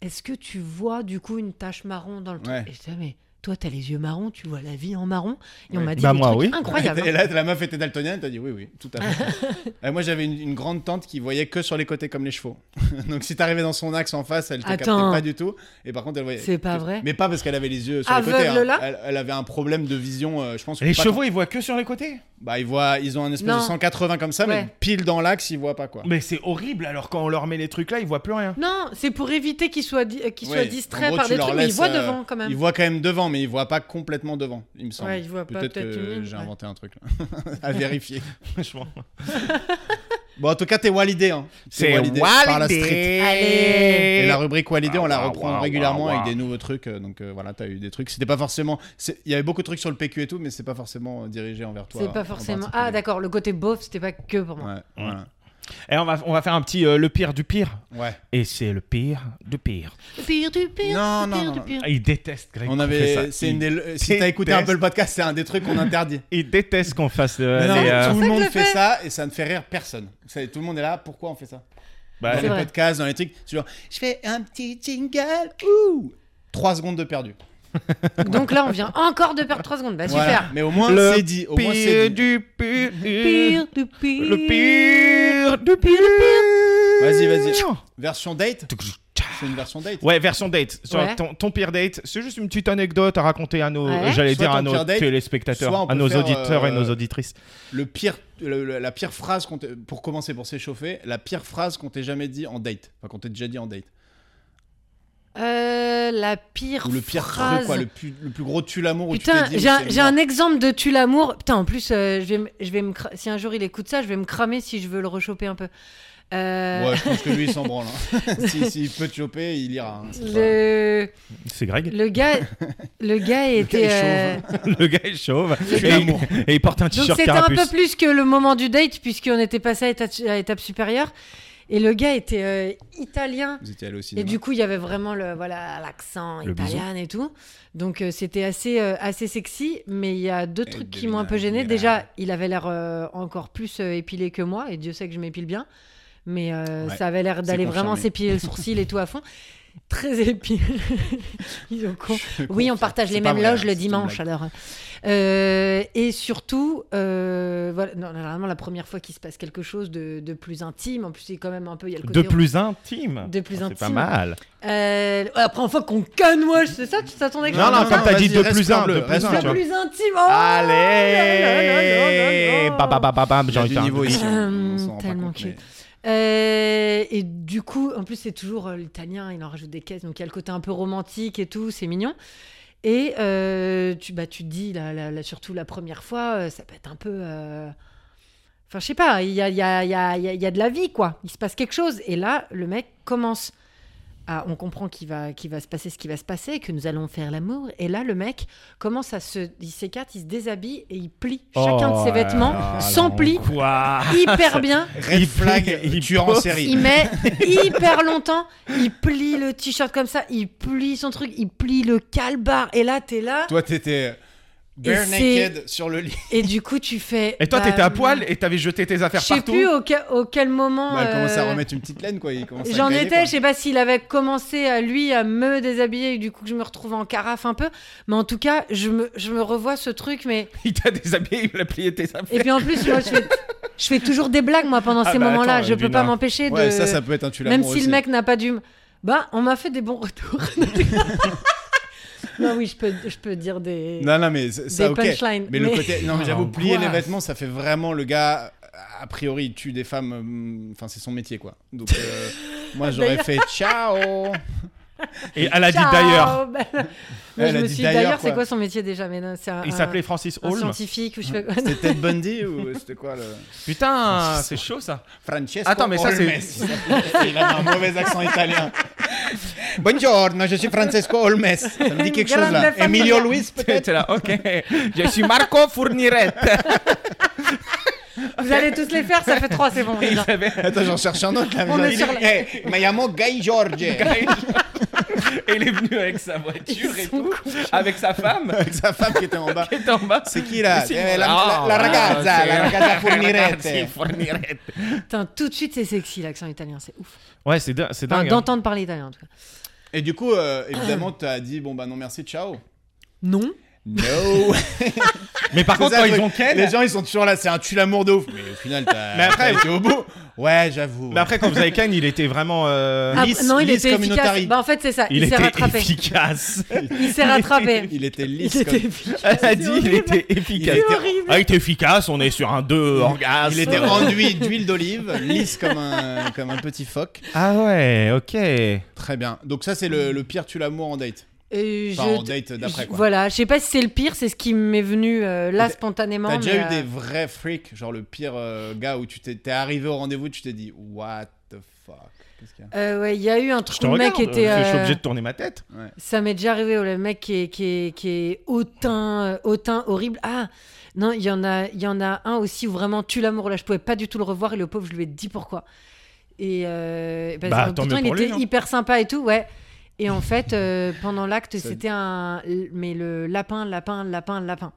Est-ce que tu vois du coup une tache marron dans le truc
Ouais.
Et je disais, mais toi t'as les yeux marrons, tu vois la vie en marron. Et on
Ouais.
m'a dit
Bah,
des
moi,
trucs
oui.
incroyables.
Et là, la meuf était daltonienne, t'as dit oui, oui, tout à fait. Et moi, j'avais une, une grande tante qui voyait que sur les côtés comme les chevaux. Donc, si t'arrivais dans son axe en face, elle te
Attends.
captait pas du tout. Et par contre, elle voyait.
C'est pas vrai.
Mais pas parce qu'elle avait les yeux sur
Aveugle,
les côtés. hein.
là
Elle, elle avait un problème de vision, euh, je pense.
Les
pas
chevaux, ils voient que sur les côtés.
Bah ils voient, ils ont un espèce
Non.
de 180 comme ça,
Ouais.
mais pile dans l'axe, ils voient pas quoi.
Mais c'est horrible, alors quand on leur met les trucs là, ils voient plus rien.
Non, c'est pour éviter qu'ils soient di- euh, qu'ils soient
Ouais, en
distraits
gros,
par
tu
des
leur
trucs, mais ils
laisses,
voient
euh,
devant quand même.
Ils voient quand même devant, mais ils voient pas complètement devant, il me semble.
Ouais, ils voient pas,
peut-être
peut-être une
que
ligne,
j'ai
ouais.
inventé un truc là. à vérifier.
Franchement.
Bon, en tout cas, t'es walidé. Hein. T'es
C'est Walidé.
walidé
Ah,
par la street.
Allez.
Et la rubrique Walidé, on la
Waouh,
reprend
waouh,
régulièrement
waouh,
avec
waouh.
des nouveaux trucs. euh, Donc euh, voilà, t'as eu des trucs. C'était pas forcément. c'est- Il y avait beaucoup de trucs sur le PQ et tout, mais c'est pas forcément euh, dirigé envers toi.
C'est pas
en
forcément.
particulier.
Ah, d'accord, le côté beauf, c'était pas que pour moi.
Ouais, voilà.
Et on va, on va faire un petit euh, le pire du pire.
ouais.
Et c'est le pire du pire.
Le pire du pire.
Non,
le
non,
pire
non,
du
non.
pire.
Ah, Il déteste Greg.
On
qu'on fait
avait.
ça.
C'est
il,
une des le- Si t'as écouté un peu le podcast, c'est un des trucs qu'on interdit.
il déteste qu'on fasse euh,
Mais non,
les, euh,
tout
c'est
le
pour
monde
ça
fait,
que je le fais.
ça et ça ne fait rire personne. Ça, tout le monde est là, pourquoi on fait ça
bah,
Dans les
C'est vrai.
podcasts, dans les trucs, c'est genre, je fais un petit jingle, ouh 3 secondes de perdu.
Donc là, on vient encore de perdre 3 secondes. Bah,
Voilà.
super.
Mais au moins,
le
c'est dit. Au
pire
moins, c'est dit.
du pire.
Pire du pire.
Le pire du pire.
Vas-y, vas-y. Version date C'est une version date
Ouais, Ah version date. Sur
Ouais.
Ton, ton pire date, c'est juste une petite anecdote à raconter à nos,
Ouais.
j'allais
Soit
dire à
ton
nos
pire date, soit on
téléspectateurs,
peut
à nos
faire,
auditeurs et
euh,
nos auditrices.
Le pire, le- le- La pire phrase, qu'on t'ait- pour commencer, pour s'échauffer, la pire phrase qu'on t'ait jamais dit en date. Enfin, qu'on t'ait déjà dit en date.
Euh, la pire.
Ou le pire
phrase.
truc, quoi. Le plus, le plus gros tue l'amour où Oh, tu
Putain,
t'es dit,
j'ai un-
c'est
j'ai un
mort.
exemple de tu l'amour. Putain, en plus, euh, je vais, me- je vais me cra- si un jour il écoute ça, je vais me cramer si je veux le rechoper un peu. Euh,
Ouais, je pense que lui, il s'en branle. hein. S'il s'il peut te choper, il ira. hein, c'est pas-
le,
C'est Greg.
le gars, le gars était.
est chauve.
euh,
Le gars est chauve.
Tue
Et il,
l'amour.
et il porte un
Donc
t-shirt
c'était un peu
carapuce.
plus que le moment du date puisqu'on était passé à étape, à étape supérieure et le gars était euh, italien
Vous étiez allé au
et
cinéma.
du coup il y avait vraiment le voilà l'accent
Le
italien et tout donc euh, c'était assez euh, assez sexy mais il y a deux
Eh,
trucs qui m'ont un peu
Davina,
gêné
Davina.
déjà il avait l'air euh, encore plus euh, épilé que moi et Dieu sait que je m'épile bien mais euh,
Ouais,
ça avait l'air d'aller vraiment
confirmé.
s'épiler le sourcil et tout à fond très épilé ils ont con oui, on partage les mêmes
hein,
loges le dimanche alors. Euh, et surtout, euh, voilà, non, normalement la première fois qu'il se passe quelque chose de, de plus intime, en plus c'est quand même un peu il y a le côté
De plus intime. Oh,
de plus
C'est pas
intime.
mal.
Euh, ouais, après une fois qu'on canouache, c'est ça, tu t'attendais que
Non,
je-
non,
Comme t'as
vas-y,
dit, de
reste
plus
plein
un,
bleu,
de plus
reste
un,
plein
tu
le
vois.
plus intime. oh
Allez
là là là là là là.
Bah, bah, bah, bah, bah,
Il y
j'ai
a
envie
du
de
niveau
faire-
ici. on- on s'en
Hum,
rend pas
tellement
compte, mais-
cute. Euh, et du coup, en plus, c'est toujours euh, l'italien, il en rajoute des caisses, donc il y a le côté un peu romantique et tout, c'est mignon. Et euh, tu, bah, tu te dis, là, là, là, surtout la première fois, euh, ça peut être un peu. euh, Enfin, je sais pas, il y a, il y, a, il y, a, il y a- il y a de la vie, quoi. Il se passe quelque chose. Et là, le mec commence. à- on comprend qu'il va, qu'il va se passer ce qui va se passer, que nous allons faire l'amour. Et là, le mec commence à se. Il s'écarte, il se déshabille et il plie chacun de ses
Oh
vêtements,
là là,
sans pli,
quoi.
hyper bien.
Red flag, euh,
il
tueur en
pose.
série.
Il met hyper longtemps, il plie le t-shirt comme ça, il plie son truc, il plie le calbar, et là, t'es là.
Toi, t'étais euh, bare
Et c'est-
naked sur le lit.
Et du coup, tu fais.
Et toi,
bah,
t'étais à poil et t'avais jeté tes
Je
affaires
sais
partout.
plus auquel, auquel moment.
Bah, elle commence à
euh,
remettre une petite laine, quoi. il commence à
J'en
grailler,
étais,
quoi.
je sais pas s'il avait commencé à lui à me déshabiller et du coup que je me retrouve en carafe un peu, mais en tout cas je me, je me revois ce truc mais
Il t'a déshabillé, il a plié tes affaires.
et puis en plus moi je fais, je fais toujours des blagues moi pendant
Ah,
ces
bah,
moments-là,
attends,
je peux pas
Elvina.
m'empêcher
euh, Ouais,
de
ça, ça peut être un tue
Même si le mec n'a pas dû. m- Bah, on m'a fait des bons retours. non, oui, je peux, je peux dire des.
Non, non, mais c'est- ça,
Des
ok.
punchlines,
Mais le
mais-
côté. Non, mais j'avoue,
Ah,
plier les
angoisse.
vêtements, ça fait vraiment le gars. euh, A priori, il tue des femmes. hum, Enfin, c'est son métier, quoi. Donc, euh, moi, j'aurais
D'ailleurs.
fait ciao.
Et elle a dit
Ciao,
d'ailleurs.
bah- Moi,
Elle
je
a
me
dit
suis dit
d'ailleurs,
d'ailleurs, c'est
quoi.
quoi son métier déjà Mais non, c'est un,
Il
un-
s'appelait Francis
un
Holm.
scientifique ou je sais pas quoi.
C'était Ted Bundy ou c'était quoi le.
Putain, c'est chaud ça.
Francesco
Attends, mais ça, c'est-
Holmes, il s'appelait. Il a un mauvais accent italien. Buongiorno, je suis Francesco Holmes. Ça me dit quelque chose là.
Grande famille.
Emilio Luis peut-être
T'es là, ok. Je suis Marco Fournirette.
Vous allez tous les faire, ça fait trois, c'est bon. on est bien.
Attends, j'en cherche un autre là.
On est
Il
sur
dit,
la-
Eh, me llamo Guy George.
Et il est venu avec sa voiture et tout, avec sa femme
Avec sa femme qui était en bas.
qui est en bas.
C'est qui là
C'est-
Eh, la,
Ah,
la- la ragazza,
c'est-
la ragazza
Ragazzi
Fournirette.
Fournirette.
Putain, tout de suite, c'est sexy l'accent italien, c'est ouf.
Ouais, c'est dingue. C'est
Enfin,
dingue hein.
D'entendre parler italien en tout cas.
Et du coup, euh, évidemment, t'as dit bon bah non merci, ciao.
Non.
No.
Mais par contre, quand ils ont Ken,
les gens ils sont toujours là, c'est un tue l'amour de ouf. Mais au final, t'as
Mais après-
t'as été au bout. Ouais, j'avoue.
Mais après, quand vous avez Ken, il était vraiment. euh,
Ah,
lisse-
non, il
lisse
était
comme une
efficace.
otarie.
Bah, en fait, c'est ça, il,
il
s'est
était
rattrapé.
efficace.
Il s'est rattrapé.
il était lisse.
Il
comme-
était efficace.
Elle a
c'est
dit, il
horrible.
était
Il
efficace.
était-
C'est horrible.
Ah, il était efficace, on est sur un 2
Ah,
orgasme.
Il était enduit d'huile d'olive, lisse comme un, comme un petit phoque.
Ah ouais, ok.
Très bien. Donc ça, c'est le, le pire tue l'amour en date.
Et
Enfin, en date d'après,
je-
quoi.
Voilà, je sais pas si c'est le pire, c'est ce qui m'est venu euh, là
T'as-
spontanément.
T'as
mais,
déjà eu
euh,
des vrais freaks, genre le pire euh, gars où tu t'es t'es arrivé au rendez-vous, tu t'es dit What the fuck Qu'est-ce qu'il y a
euh, ouais, il y a eu un
Je
truc
te
où le
regarde,
mec était.
euh, je suis
euh,
obligé de tourner ma tête.
Ça m'est déjà arrivé, oh, le mec qui est, qui est, qui est hautain, euh, hautain, horrible. Ah, non, il y, en a- il y en a un aussi où vraiment tue l'amour. Là, je pouvais pas du tout le revoir et le pauvre, je lui ai dit pourquoi. Et euh, parce
Bah,
que
tant
pourtant,
mieux
il
pour lui,
était
hein.
hyper sympa et tout, ouais. Et en fait, euh, pendant l'acte,
Ça-
c'était un. Mais le lapin, lapin, lapin, lapin.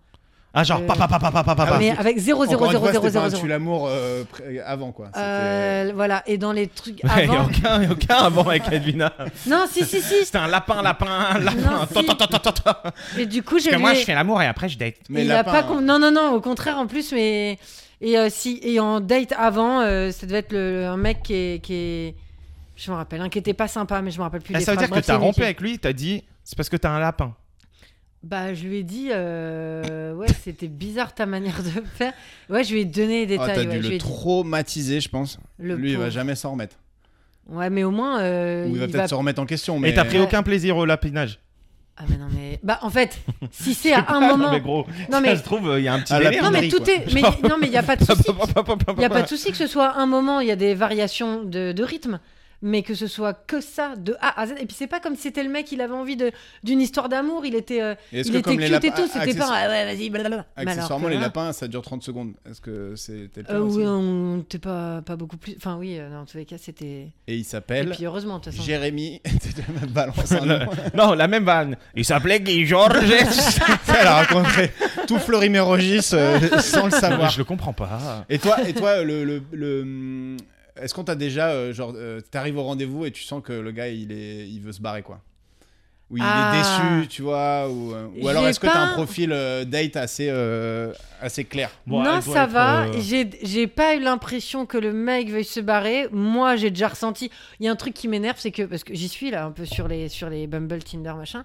Ah, genre,
Euh,
papa, papa, papa, papa.
Mais avec 0, 0,
Ah Encore une
0,
fois,
0,
c'était pas
0,
un tu l'amour euh, pré- avant quoi. C'était-
Euh, voilà, et dans les trucs
Il n'y a
avant.
aucun, y a aucun avant avec Edwina.
non, si, si, si.
C'était un lapin, lapin, lapin.
Non,
Attends,
si.
attends, attends, attends, attends. Parce
Et du coup, je
que
lui
moi,
ai-
je fais l'amour et après, je date.
Mais
il a
lapin,
pas
hein.
com- Non, non, non, au contraire, en plus, mais. Et, euh, si... et en date avant, euh, ça devait être le... un mec qui est. Qui est... Je me rappelle, hein, qui était pas sympa, mais je me rappelle plus.
Ah,
les
ça veut
phrases.
dire que
Bref,
t'as
c'est
rompu
niqué.
avec lui, t'as dit, c'est parce que t'as un lapin.
Bah, je lui ai dit, euh, ouais, c'était bizarre ta manière de faire. Ouais, je lui ai donné les
Oh,
Ah,
détails.
t'as dû
ouais, je lui
le
ai dit,
traumatiser, je pense.
le
Lui, il va
pauvre.
jamais s'en remettre.
Ouais, mais au moins. euh,
Ou il va peut-être se remettre en question. Mais
Et t'as pris
Ouais.
aucun plaisir au lapinage.
Ah, mais non, mais. Bah, en fait, si c'est à un
Ah,
moment.
Non, mais gros,
Non, mais-
ça se trouve, il y a un petit
Ah,
délire.
Non, mais
Connerie,
tout
quoi.
est. Mais... Non, mais il n'y a pas de souci. Il n'y a pas de souci que ce soit un moment, il y a des variations de, de rythme, mais que ce soit que ça de A à Z. Et puis c'est pas comme si c'était le mec, il avait envie de- d'une histoire d'amour, il était, euh,
Et est-ce
il
que
était
comme les
cute et
lapins-
tout, c'était pas ah ouais, vas-y, blablabla. Mais alors
Accessoirement,
que
les
là,
lapins, ça dure 30 secondes. Est-ce que c'était le cas
euh,
aussi
oui, on t'es pas, pas beaucoup plus. Enfin, oui, euh, dans tous les cas, c'était.
Et il
Et
s'appelle
puis heureusement, de toute façon.
Jérémy. Tu me balances un nom.
Non, la même vanne. Il s'appelait Guy Georges.
Elle a rencontré tout Fleury-Mérogis euh, sans le
Ah, moi,
savoir.
je le comprends pas.
Et toi, et toi le, le- le, hum, est-ce qu'on t'a déjà, euh, genre, euh, t'arrives au rendez-vous et tu sens que le gars, il, est, il veut se barrer, quoi Ou il
Ah.
est déçu, tu vois Ou, euh, ou alors,
J'ai
est-ce que t'as
pas-
un profil euh, date assez, euh, assez clair
Bon,
non,
elle doit
ça
être,
va.
euh,
J'ai j'ai pas eu l'impression que le mec veuille se barrer. Moi, j'ai déjà ressenti. Il y a un truc qui m'énerve, c'est que parce que j'y suis là un peu sur les sur les Bumble, Tinder, machin.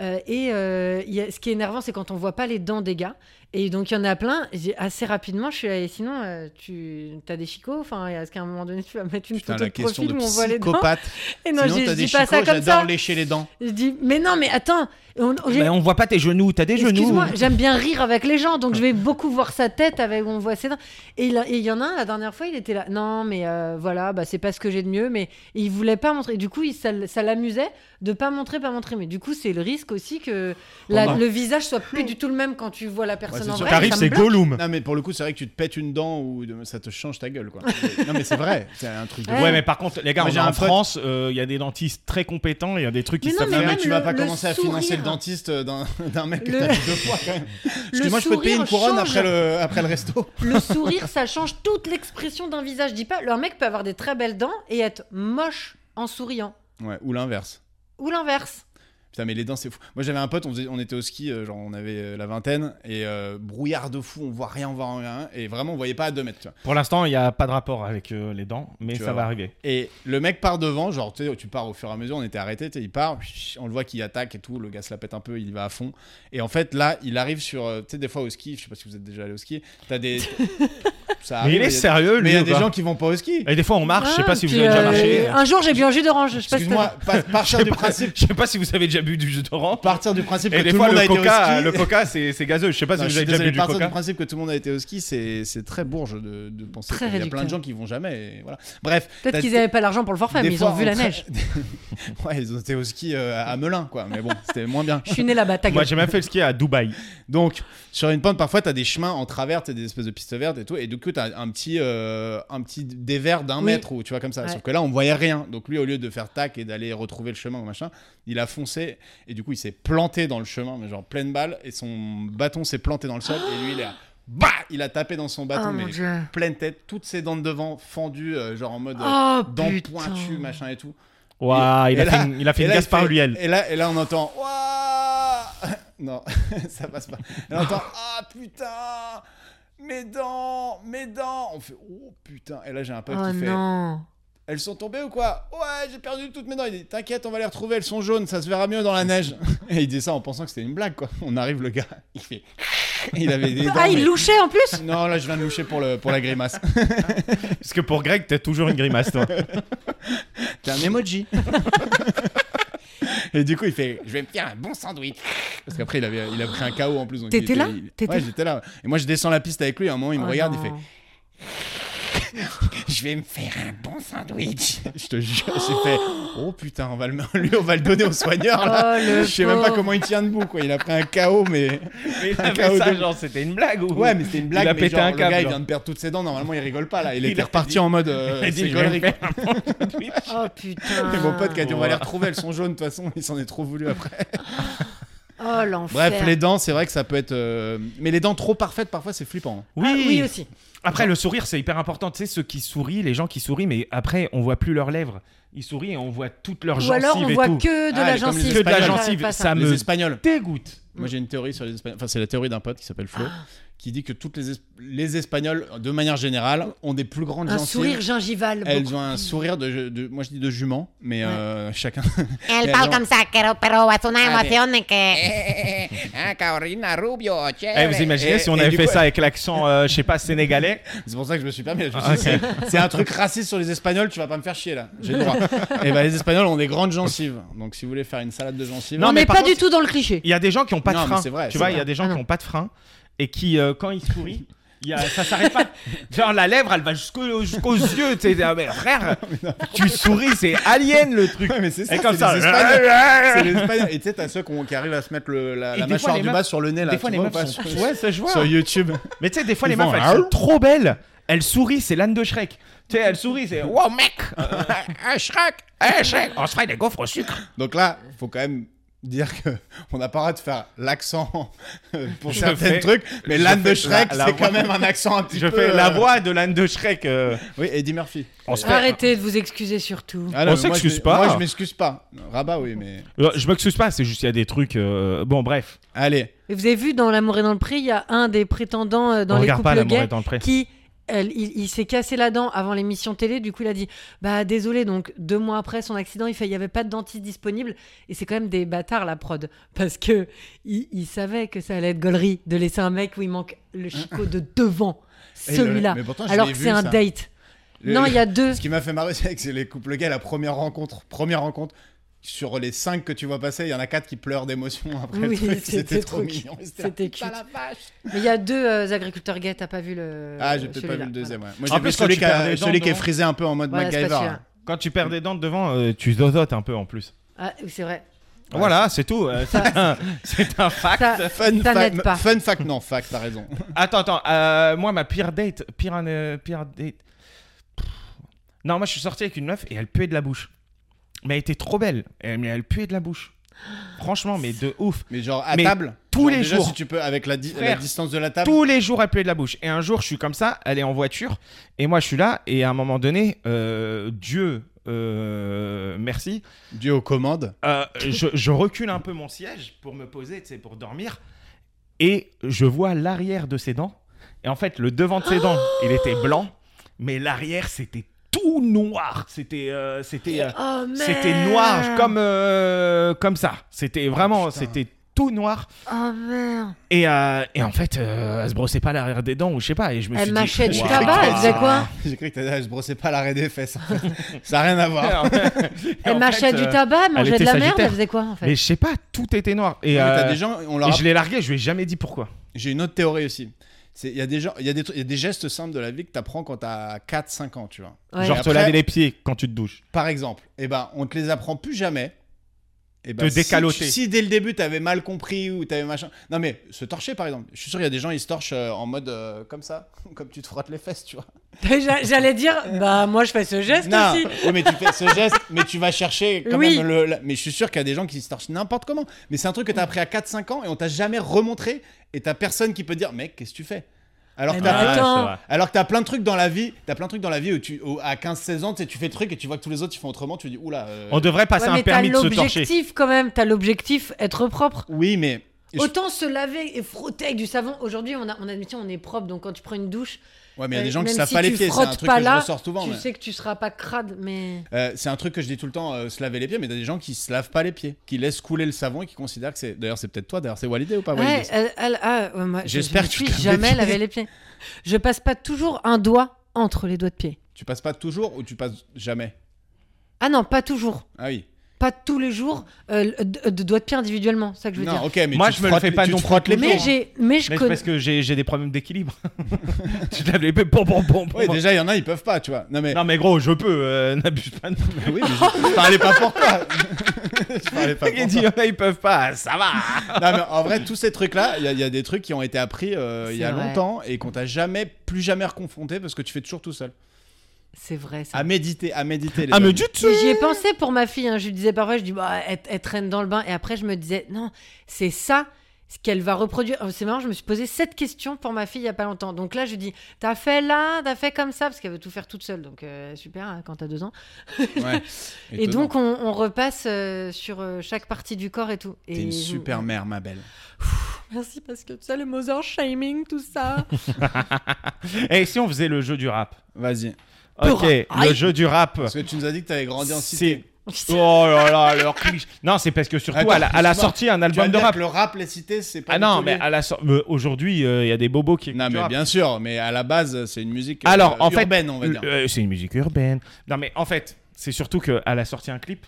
Euh, et euh, il y a- ce qui est énervant, c'est quand on voit pas les dents des gars. Et donc il y en a plein. J'ai- Assez rapidement, je suis là. Et sinon, euh, tu as des chicots. Enfin, est-ce qu'à un moment donné, tu vas mettre une
Putain,
photo
la
de
question
profil
de
où on voit les dents
psychopathe.
Et non,
Sinon,
je,
t'as
je
des
dis pas ça
chicots,
comme ça.
j'adore lécher les Bah dents.
Je dis, mais non, mais attends. On, j'ai-
Mais on voit pas tes genoux. T'as des genoux.
Excuse-moi, j'aime bien rire avec les gens, donc je vais beaucoup voir sa tête avec où on voit ses dents. Et il a- et il y en a un, la dernière fois, il était là. Non, mais euh, voilà, bah, c'est pas ce que j'ai de mieux, mais et il voulait pas montrer. Du coup, il, ça, l- ça l'amusait de pas montrer, pas montrer. Mais du coup, c'est le risque aussi que la-
Oh non.
le visage soit plus du tout le même quand tu vois la
Ouais,
personne
c'est
en
sûr.
vrai.
T'arrives,
ça me
c'est
bloque.
Gollum.
Non, mais pour le coup, c'est vrai que tu te pètes une dent ou de- ça te change ta gueule, quoi. non, mais c'est vrai, c'est un truc de.
Ouais.
Ouais, mais par contre, les gars,
Moi,
on est
j'ai
en
un pote-
France, euh, il y a des dentistes très compétents, il y a des trucs qui
Mais non,
savent
mais
faire.
même
tu
le-
vas pas
le
commencer à financer le
sourire.
dentiste euh, d'un d'un mec que
Le-
t'as vu deux fois quand même.
Le
Excuse-moi, je peux te payer une
sourire
couronne
change.
après le, après le resto.
Le sourire, ça change toute l'expression d'un visage. Je dis pas, leur mec peut avoir des très belles dents et être moche en souriant.
Ouais, ou l'inverse.
Ou l'inverse.
Putain, mais les dents, c'est fou. Moi, j'avais un pote, on, faisait- on était au ski, euh, genre on avait euh, la vingtaine, et euh, brouillard de fou, on voit rien, on voit rien, et vraiment, on voyait pas à deux mètres, tu vois.
Pour l'instant, il n'y a pas de rapport avec euh, les dents, mais
Tu
ça
vas
va
voir.
arriver.
Et le mec part devant, genre tu sais, tu pars au fur et à mesure, on était arrêté, il part, chut, on le voit qu'il attaque et tout, le gars se la pète un peu, il y va à fond. Et en fait là, il arrive sur, euh, tu sais des fois au ski, je sais pas si vous êtes déjà allé au ski, t'as des, ça
Mais
arrive,
il est
y a-
sérieux, lui.
Ah mais il y a
ou
des
pas
gens qui vont pas au ski.
Et des fois, on marche, je sais pas
Ah,
si vous
puis,
avez déjà
euh,
marché.
Un jour, j'ai bu un jus d'orange. Je sais pas si t'as-
Excuse-moi, pas-
Je
partir
sais
du
pas-
principe,
Je sais pas si vous avez déjà bu du jus d'orange.
partir du principe que
Et des
tout
fois,
le monde a
le
été au
coca,
ski.
le coca, c'est c'est gazeux. Je sais pas si
Non,
vous
je
avez
suis
déjà
désolé,
bu du
partir du
coca.
principe que tout le monde a été au ski, c'est c'est très bourge de, de penser.
Très
qu'il y a plein de
réducteur.
gens qui vont jamais. et voilà. Bref.
Peut-être
t'as-
qu'ils n'avaient pas l'argent pour le forfait,
des
mais ils
fois,
ont vu
on
la
tra-
neige.
ouais, ils ont été au ski euh, à Melun, quoi. Mais bon, c'était moins bien.
Je suis né là-bas, ta
Moi,
gueule.
j'ai même fait le ski à Dubaï.
Donc, sur une pente, parfois, t'as des chemins en travers, t'as des espèces de pistes vertes et tout. Et du coup, t'as un petit, euh, un petit dévers d'un
Oui.
mètre ou tu vois comme ça.
Ouais.
Sauf que là, on voyait rien. Donc, lui, au lieu de faire tac et d'aller retrouver le chemin ou machin, il a foncé. Et du coup, il s'est planté dans le chemin, mais genre pleine balle. Et son bâton s'est planté dans le sol. et lui, il a. Bah Il a tapé dans son bâton,
Oh
mais
mon dieu.
pleine tête, toutes ses dents de devant fendues, euh, genre en mode. euh,
Oh
dents
putain.
pointues, machin et tout.
Waouh, il,
Et
a
là-
fait une- il a fait
et
une
là, il
Gaspard
fait-
Huliel.
Et là, et là, on entend Ouah Non, ça passe pas. Et on entend Ah putain Mes dents Mes dents On fait Oh putain Et là, j'ai un pote
Oh
qui fait
non.
Elles sont tombées ou quoi Ouais, j'ai perdu toutes mes dents. Il dit T'inquiète, on va les retrouver, elles sont jaunes, ça se verra mieux dans la neige. Et il dit ça en pensant que c'était une blague, quoi. On arrive, le gars, il fait Il avait des dents.
Ah, il
mais-
louchait en plus
Non, là, je viens de loucher pour, le, pour la grimace.
Parce que pour Greg, t'as toujours une grimace, toi.
T'es un emoji. Et du coup, il fait Je vais me faire un bon sandwich. Parce qu'après, il, avait, il a pris un KO en plus. donc il était-
T'étais là
il-
T'étais
Ouais,
là
j'étais là. Et moi, je descends la piste avec lui. À un moment, il me
Oh
regarde, il
non.
fait Je vais me faire un bon sandwich. je te jure, j'ai fait Oh putain, on va le, lui, on va le donner au soigneur. Là.
Oh, le
je sais même pas
pauvre.
comment il tient debout. Quoi. Il a pris un KO, mais.
Mais il
Un
a
chaos
fait ça,
de-
genre, c'était une blague ou
Ouais, mais c'était une blague.
Il a
mais
pété
genre,
un
Le
câble.
gars, il
genre.
vient de perdre toutes ses dents. Normalement, il rigole pas là. Il,
Il
était
a
reparti
dit-
en mode.
Il
euh,
a dit,
c'est
je vais
connerie,
me
quoi.
faire un bon sandwich.
Oh putain.
Et mon pote qui a dit on
Bon,
va les
voilà.
retrouver, elles sont jaunes de toute façon, il s'en est trop voulu après.
Oh l'enfer.
Bref, les dents, c'est vrai que ça peut être. euh, Mais les dents trop parfaites, parfois, c'est flippant. hein.
Ah, oui aussi.
Après, le sourire, c'est hyper important. Tu sais, ceux qui sourient, les gens qui sourient, mais après, on voit plus leurs lèvres. Ils sourient et on voit toutes leurs
Ou
gencives
alors on
et
voit
tout.
que de
Ah,
la
les- comme les
gencive.
Que de la
Pas
gencive,
ça.
ça
hein.
me
Les Espagnols.
dégoûte.
Moi, j'ai une théorie sur les Espagnols. Enfin, c'est la théorie d'un pote qui s'appelle Flo,
Ah.
qui dit que toutes les, Es- les Espagnols, de manière générale, ont des plus grandes
Un
gencives.
sourire gingival.
Elles
beaucoup.
ont un sourire de, de- moi je dis de jument, mais
Ouais.
euh, chacun.
Él
Eh,
parla
no.
como ça, pero, pero es una
Ah, sí.
emoción de que...
ah, Carolina Rubio,
Eh,
chévere.
vous imaginez
Et-
si on
et
avait
du
fait
coup-
ça avec l'accent, euh, je sais pas, sénégalais
C'est pour ça que je me suis permis. je me suis dit, c'est- C'est un truc raciste sur les Espagnols, tu vas pas me faire chier là. J'ai le droit. Et bah, les Espagnols ont des grandes gencives. Donc si vous voulez faire une salade de gencives.
Non,
on
mais
n'est
par
pas du
contre-
tout dans le cliché.
Il y a des gens qui ont pas de
Non, mais
frein.
c'est vrai,
tu
c'est
vois,
vrai.
il y a des gens
Ah,
qui
non.
ont pas de frein et qui, euh, quand ils sourient, il y a- ça s'arrête pas. Genre, la lèvre, elle va jusqu'au- jusqu'aux yeux. Tu sais, Ah, mais frère, tu souris, c'est alien le truc.
Ouais, mais c'est ça,
et comme
c'est
ça,
les Espagnols. C'est les Espagnols. Et tu sais, t'as ceux qu'on- qui arrivent à se mettre le- la,
Et des fois,
la mâchoire
les
du
meufs-
bas sur le nez là.
Des
tu
fois, les
vois,
meufs
pas
sont.
sur-
Ouais, hein. ça je vois.
sur YouTube.
Mais tu sais, des fois, les
Ils
meufs,
font
elles
un
sont trop belles. Elles sourient, c'est l'âne de Shrek. Tu sais, elles sourient, c'est Wow, mec Un Shrek Un Shrek On se ferait des gaufres au sucre
Donc là, faut quand même dire que on n'a pas le droit de faire l'accent euh, pour
Je
certains
fais-
trucs, mais
je
l'âne de
fais
Shrek,
la- la
c'est
voix.
quand même un accent un petit
Je
peu.
fais
euh,
la voix de l'âne de Shrek. euh,
Oui, Eddie Murphy.
on se fait-
Arrêtez de vous excuser surtout.
Ah non,
On
mais moi, je
s'excuse
m'ex-
pas.
Moi, je m'excuse pas. Rabat, oui, mais
Euh, Je m'excuse pas, c'est juste il y a des trucs. euh, Bon, bref.
allez.
Et vous avez vu dans L'amour et dans le prix, il y a un des prétendants euh, dans
on
les
regarde pas
couples
l'amour
gays
est dans le pré.
qui elle, il, il s'est cassé la dent avant l'émission télé. Du coup, il a dit Bah, désolé. Donc, deux mois après son accident, il fait Il n'y avait pas de dentiste disponible. Et c'est quand même des bâtards, la prod. Parce que il, il savait que ça allait être gaulerie de laisser un mec où il manque le chicot de devant,
Et
celui-là.
Eh, le- mais pourtant, je
Alors
l'ai
que
vu,
c'est un
ça.
date.
Le-
Non, il y a deux.
Ce qui m'a fait marrer, c'est que c'est les couples gays, la première rencontre, première rencontre. Sur les cinq que tu vois passer, il y en a quatre qui pleurent d'émotion après le
Oui,
truc.
c'était
C'était trop
truc.
mignon. C'était là,
C'était
putain,
cute.
la vache.
Mais il y a deux euh, agriculteurs gays. T'as pas vu le.
Ah, j'ai peut-être pas vu
celui-là.
le deuxième. Ouais. Moi,
En
j'ai vu
plus, quand
celui,
tu
qui a-
perds des dents
celui qui est
devant.
frisé un peu en mode
Voilà, c'est pas
MacGyver.
celui-là.
Quand tu perds des dents devant, euh, tu zozotes un peu en plus.
Ah, oui, c'est vrai.
Voilà, c'est tout. euh, c'est un- c'est un fact.
Ça,
Fun
Ça
fact,
n'aide pas.
fun fact, non, fact, t'as raison.
Attends, attends. euh, moi, ma pire date. Pire, euh, pire date. Pff. Non, moi, je suis sorti avec une meuf et elle puait de la bouche. Mais elle était trop belle. Elle- Mais elle puait de la bouche. Franchement, mais de ouf.
Mais genre à
Mais
table,
tous
genre
les
déjà,
jours.
si tu peux avec la, di- la
Frère,
distance de la table.
Tous les jours, elle puait de la bouche. Et un jour, je suis comme ça. Elle est en voiture. Et moi, je suis là. Et à un moment donné, euh, Dieu. euh, merci.
Dieu aux commandes.
Euh, je, je recule un peu mon siège pour me poser, tu sais, pour dormir. Et je vois l'arrière de ses dents. Et en fait, le devant de ses dents,
Oh
il était blanc. Mais l'arrière, c'était tout noir. C'était euh, c'était euh,
Oh, merde.
c'était noir, comme, euh, comme ça. C'était vraiment,
Putain.
c'était tout noir.
Oh merde.
Et, euh, et en fait, euh, elle se brossait pas l'arrière des dents ou je sais pas. Et je me
Elle
suis dit,
mâchait du
Waouh.
tabac, elle faisait quoi
J'ai cru que t'allais dire, je brossais pas l'arrêt des fesses. ça n'a rien à voir.
Et en
Elle mâchait
fait,
du
euh,
tabac, elle
elle
mangeait
était
de la merde,
sagittaire.
elle faisait quoi en fait
Mais je sais pas, tout était noir. Et,
Mais
euh,
T'as des gens, on leur
et
a-
je l'ai largué, je lui ai jamais dit pourquoi.
J'ai une autre théorie aussi. C'est- Il y, a des gens- il y, a des trucs- il y a des gestes simples de la vie que t'apprends quand t'as 4-5 ans, tu vois.
Ouais.
Genre
Et
te
après-
laver les pieds quand tu te douches.
Par exemple, eh ben, on te les apprend plus jamais. Eh ben,
Te
si
décaloter.
tu- Si, dès le début, t'avais mal compris ou t'avais machin. Non, mais se torcher, par exemple. Je suis sûr, il y a des gens, ils se torchent euh, en mode euh, comme ça, comme tu te frottes les fesses, tu vois.
J'a- J'allais dire, bah moi je fais ce geste
Non,
aussi.
oui, mais tu fais ce geste, mais tu vas chercher quand
Oui.
même le. la- Mais je suis sûr qu'il y a des gens qui se torchent n'importe comment. Mais c'est un truc que t'as appris à 4-5 ans et on t'a jamais remontré et t'as personne qui peut dire, mec, qu'est-ce que tu fais alors
Mais
que,
Ah,
t'as
non.
plein,
attends.
alors que t'as plein de trucs dans la vie, t'as plein de trucs dans la vie où tu, où à 15-16 ans, tu sais, tu fais le truc et tu vois que tous les autres ils font autrement, tu dis oula. euh,
On devrait passer
Ouais,
un
mais t'as
permis de se torcher.
l'objectif quand même, t'as l'objectif être propre.
Oui, mais Et je-
Autant se laver et frotter avec du savon. Aujourd'hui, on a, on a tu sais, on est propre, donc quand tu prends une douche,
Ouais, mais il y a
Euh,
des gens qui
même
savent
si
pas les
tu
pieds, c'est un
frottes
truc
pas
que
là,
je ressors souvent.
tu
mais-
sais que tu seras pas crade, mais
Euh, c'est un truc que je dis tout le temps, euh, se laver les pieds, mais t'as des gens qui se lavent pas les pieds, qui laissent couler le savon et qui considèrent que c'est. D'ailleurs, c'est peut-être toi, d'ailleurs, c'est Walidé ou pas Walidé
Ouais, elle- elle- ah, ouais, moi, je-
J'espère
je
que
ne
tu
suis
te laves les
jamais
pieds.
laver les pieds. Je passe pas toujours un doigt entre les doigts de pied.
Tu passes pas toujours ou tu passes jamais
Ah non, pas toujours.
Ah oui.
pas tous les jours euh, de, de doigts de pied individuellement, c'est ça que je veux
Non,
dire.
ok, mais
Moi, je
tu
me le
frottes
fais pas
tu
non
te frottes les
plus.
Mais
pieds.
j'ai, mais je
Mais c'est
connais.
parce que j'ai j'ai des problèmes d'équilibre. tu te laves les pieds, pom, pom, pom, pom.
Ouais, déjà, il y en a, ils peuvent pas, tu vois. Non, mais.
Non mais gros, je peux, euh, n'abuse pas. de-
mais oui, mais je... je parlais pas pour toi. je parlais pas pour
Il
toi.
dit, y en a, ils peuvent pas, ça va.
Non, mais en vrai, tous ces trucs-là, il y, a- il y a des trucs qui ont été appris euh, il y a
C'est vrai.
longtemps et qu'on t'a jamais, plus jamais reconfronté parce que tu fais toujours tout seul.
C'est vrai. ça.
À méditer, à méditer. Les
Ah mais
amis.
du tout.
Mais J'y ai pensé pour ma fille. hein. Je lui disais parfois, je dis, bah, elle, elle traîne dans le bain. Et après, je me disais, non, c'est ça ce qu'elle va reproduire. Oh, C'est marrant, je me suis posé cette question pour ma fille il y a pas longtemps. Donc là, je lui dis, t'as fait là, t'as fait comme ça, parce qu'elle veut tout faire toute seule. Donc euh, super, hein, quand t'as deux ans.
Ouais.
Et
Étonnant.
donc, on, on repasse euh, sur euh, chaque partie du corps et tout. Et
T'es une
je-
super mère, ma belle.
Merci, parce que tu sais, le Mother shaming, tout ça.
Et si on faisait le jeu du rap
Vas-y.
Ok,
Aïe.
le jeu du rap.
Parce que tu nous as dit que t'avais grandi en
C'est
cité.
oh là là leur cliché. Non, c'est parce que surtout
Attends,
elle, a- elle a
excuse-moi.
sorti un
Tu vas
album
me
de
dire
rap.
que le rap, les cités, c'est pas.
Ah
du
non,
tout
mais
lié.
à la sor- mais aujourd'hui, euh, il y a des bobos qui.
Non,
écoutent du
mais
rap.
bien sûr, mais à la base, c'est une musique. euh,
Alors, en fait,
urbaine, on va dire.
Euh, c'est une musique urbaine. Non, mais en fait, c'est surtout qu'elle a sorti un clip.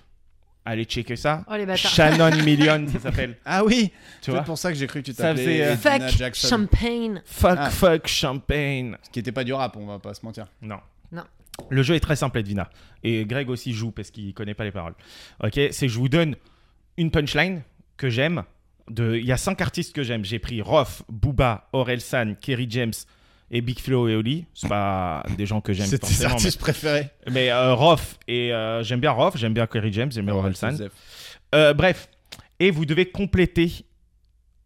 Allez checker ça.
Oh, les bâtards.
Shannon Million, ça s'appelait.
Ah oui.
Tu
C'est
vois
pour ça que j'ai cru que tu
Ça
t'appelais
faisait, euh,
Jack
Fuck champagne.
Fuck,
Ah.
fuck, champagne.
Qui était pas du rap, on va pas se mentir.
Non.
Non.
Le jeu est très simple, Edwina. Et Greg aussi joue parce qu'il connaît pas les paroles. Ok, c'est je vous donne une punchline que j'aime. De, il y a cinq artistes que j'aime. J'ai pris Rof, Booba, Orelsan, Kerry James et Big Flo et Oli. C'est pas des gens que j'aime
C'est tes
forcément.
artistes préférés.
Mais, mais, euh, Rof et euh, j'aime bien Rof, j'aime bien Kerry James, j'aime bien Orelsan. Euh, bref, et vous devez compléter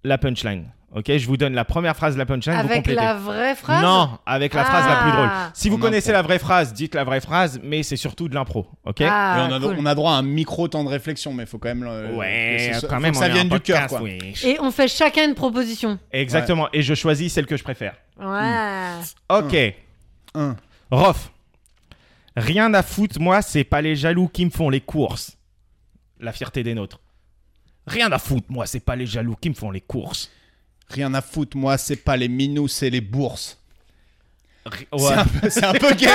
la punchline. Ok, je vous donne la première phrase de la punchline. vous
Avec
complétez.
la vraie phrase
Non, avec la phrase la plus
Ah.
drôle. Si vous
En
connaissez
impro.
la vraie phrase, dites la vraie phrase, mais c'est surtout de l'impro, ok
Ah,
Et on, a,
cool.
on a droit à un micro temps de réflexion, mais faut quand même. le-
Ouais,
que ce soit-
quand
faut
même,
que
on
Euh, ça
est
vienne
un
du cœur,
podcast,
quoi.
oui.
Et on fait chacun une proposition.
Exactement, et je choisis celle que je préfère.
Ouais.
Hmm.
Ok,
Un.
Rof. Rien à foutre, moi, c'est pas les jaloux qui me font les courses. La fierté des nôtres. Rien à foutre, moi, c'est pas les jaloux qui me font les courses.
Rien à foutre, moi, c'est pas les minous, c'est les bourses.
Ri-
C'est
Ouais.
un peu- C'est un, peu gay.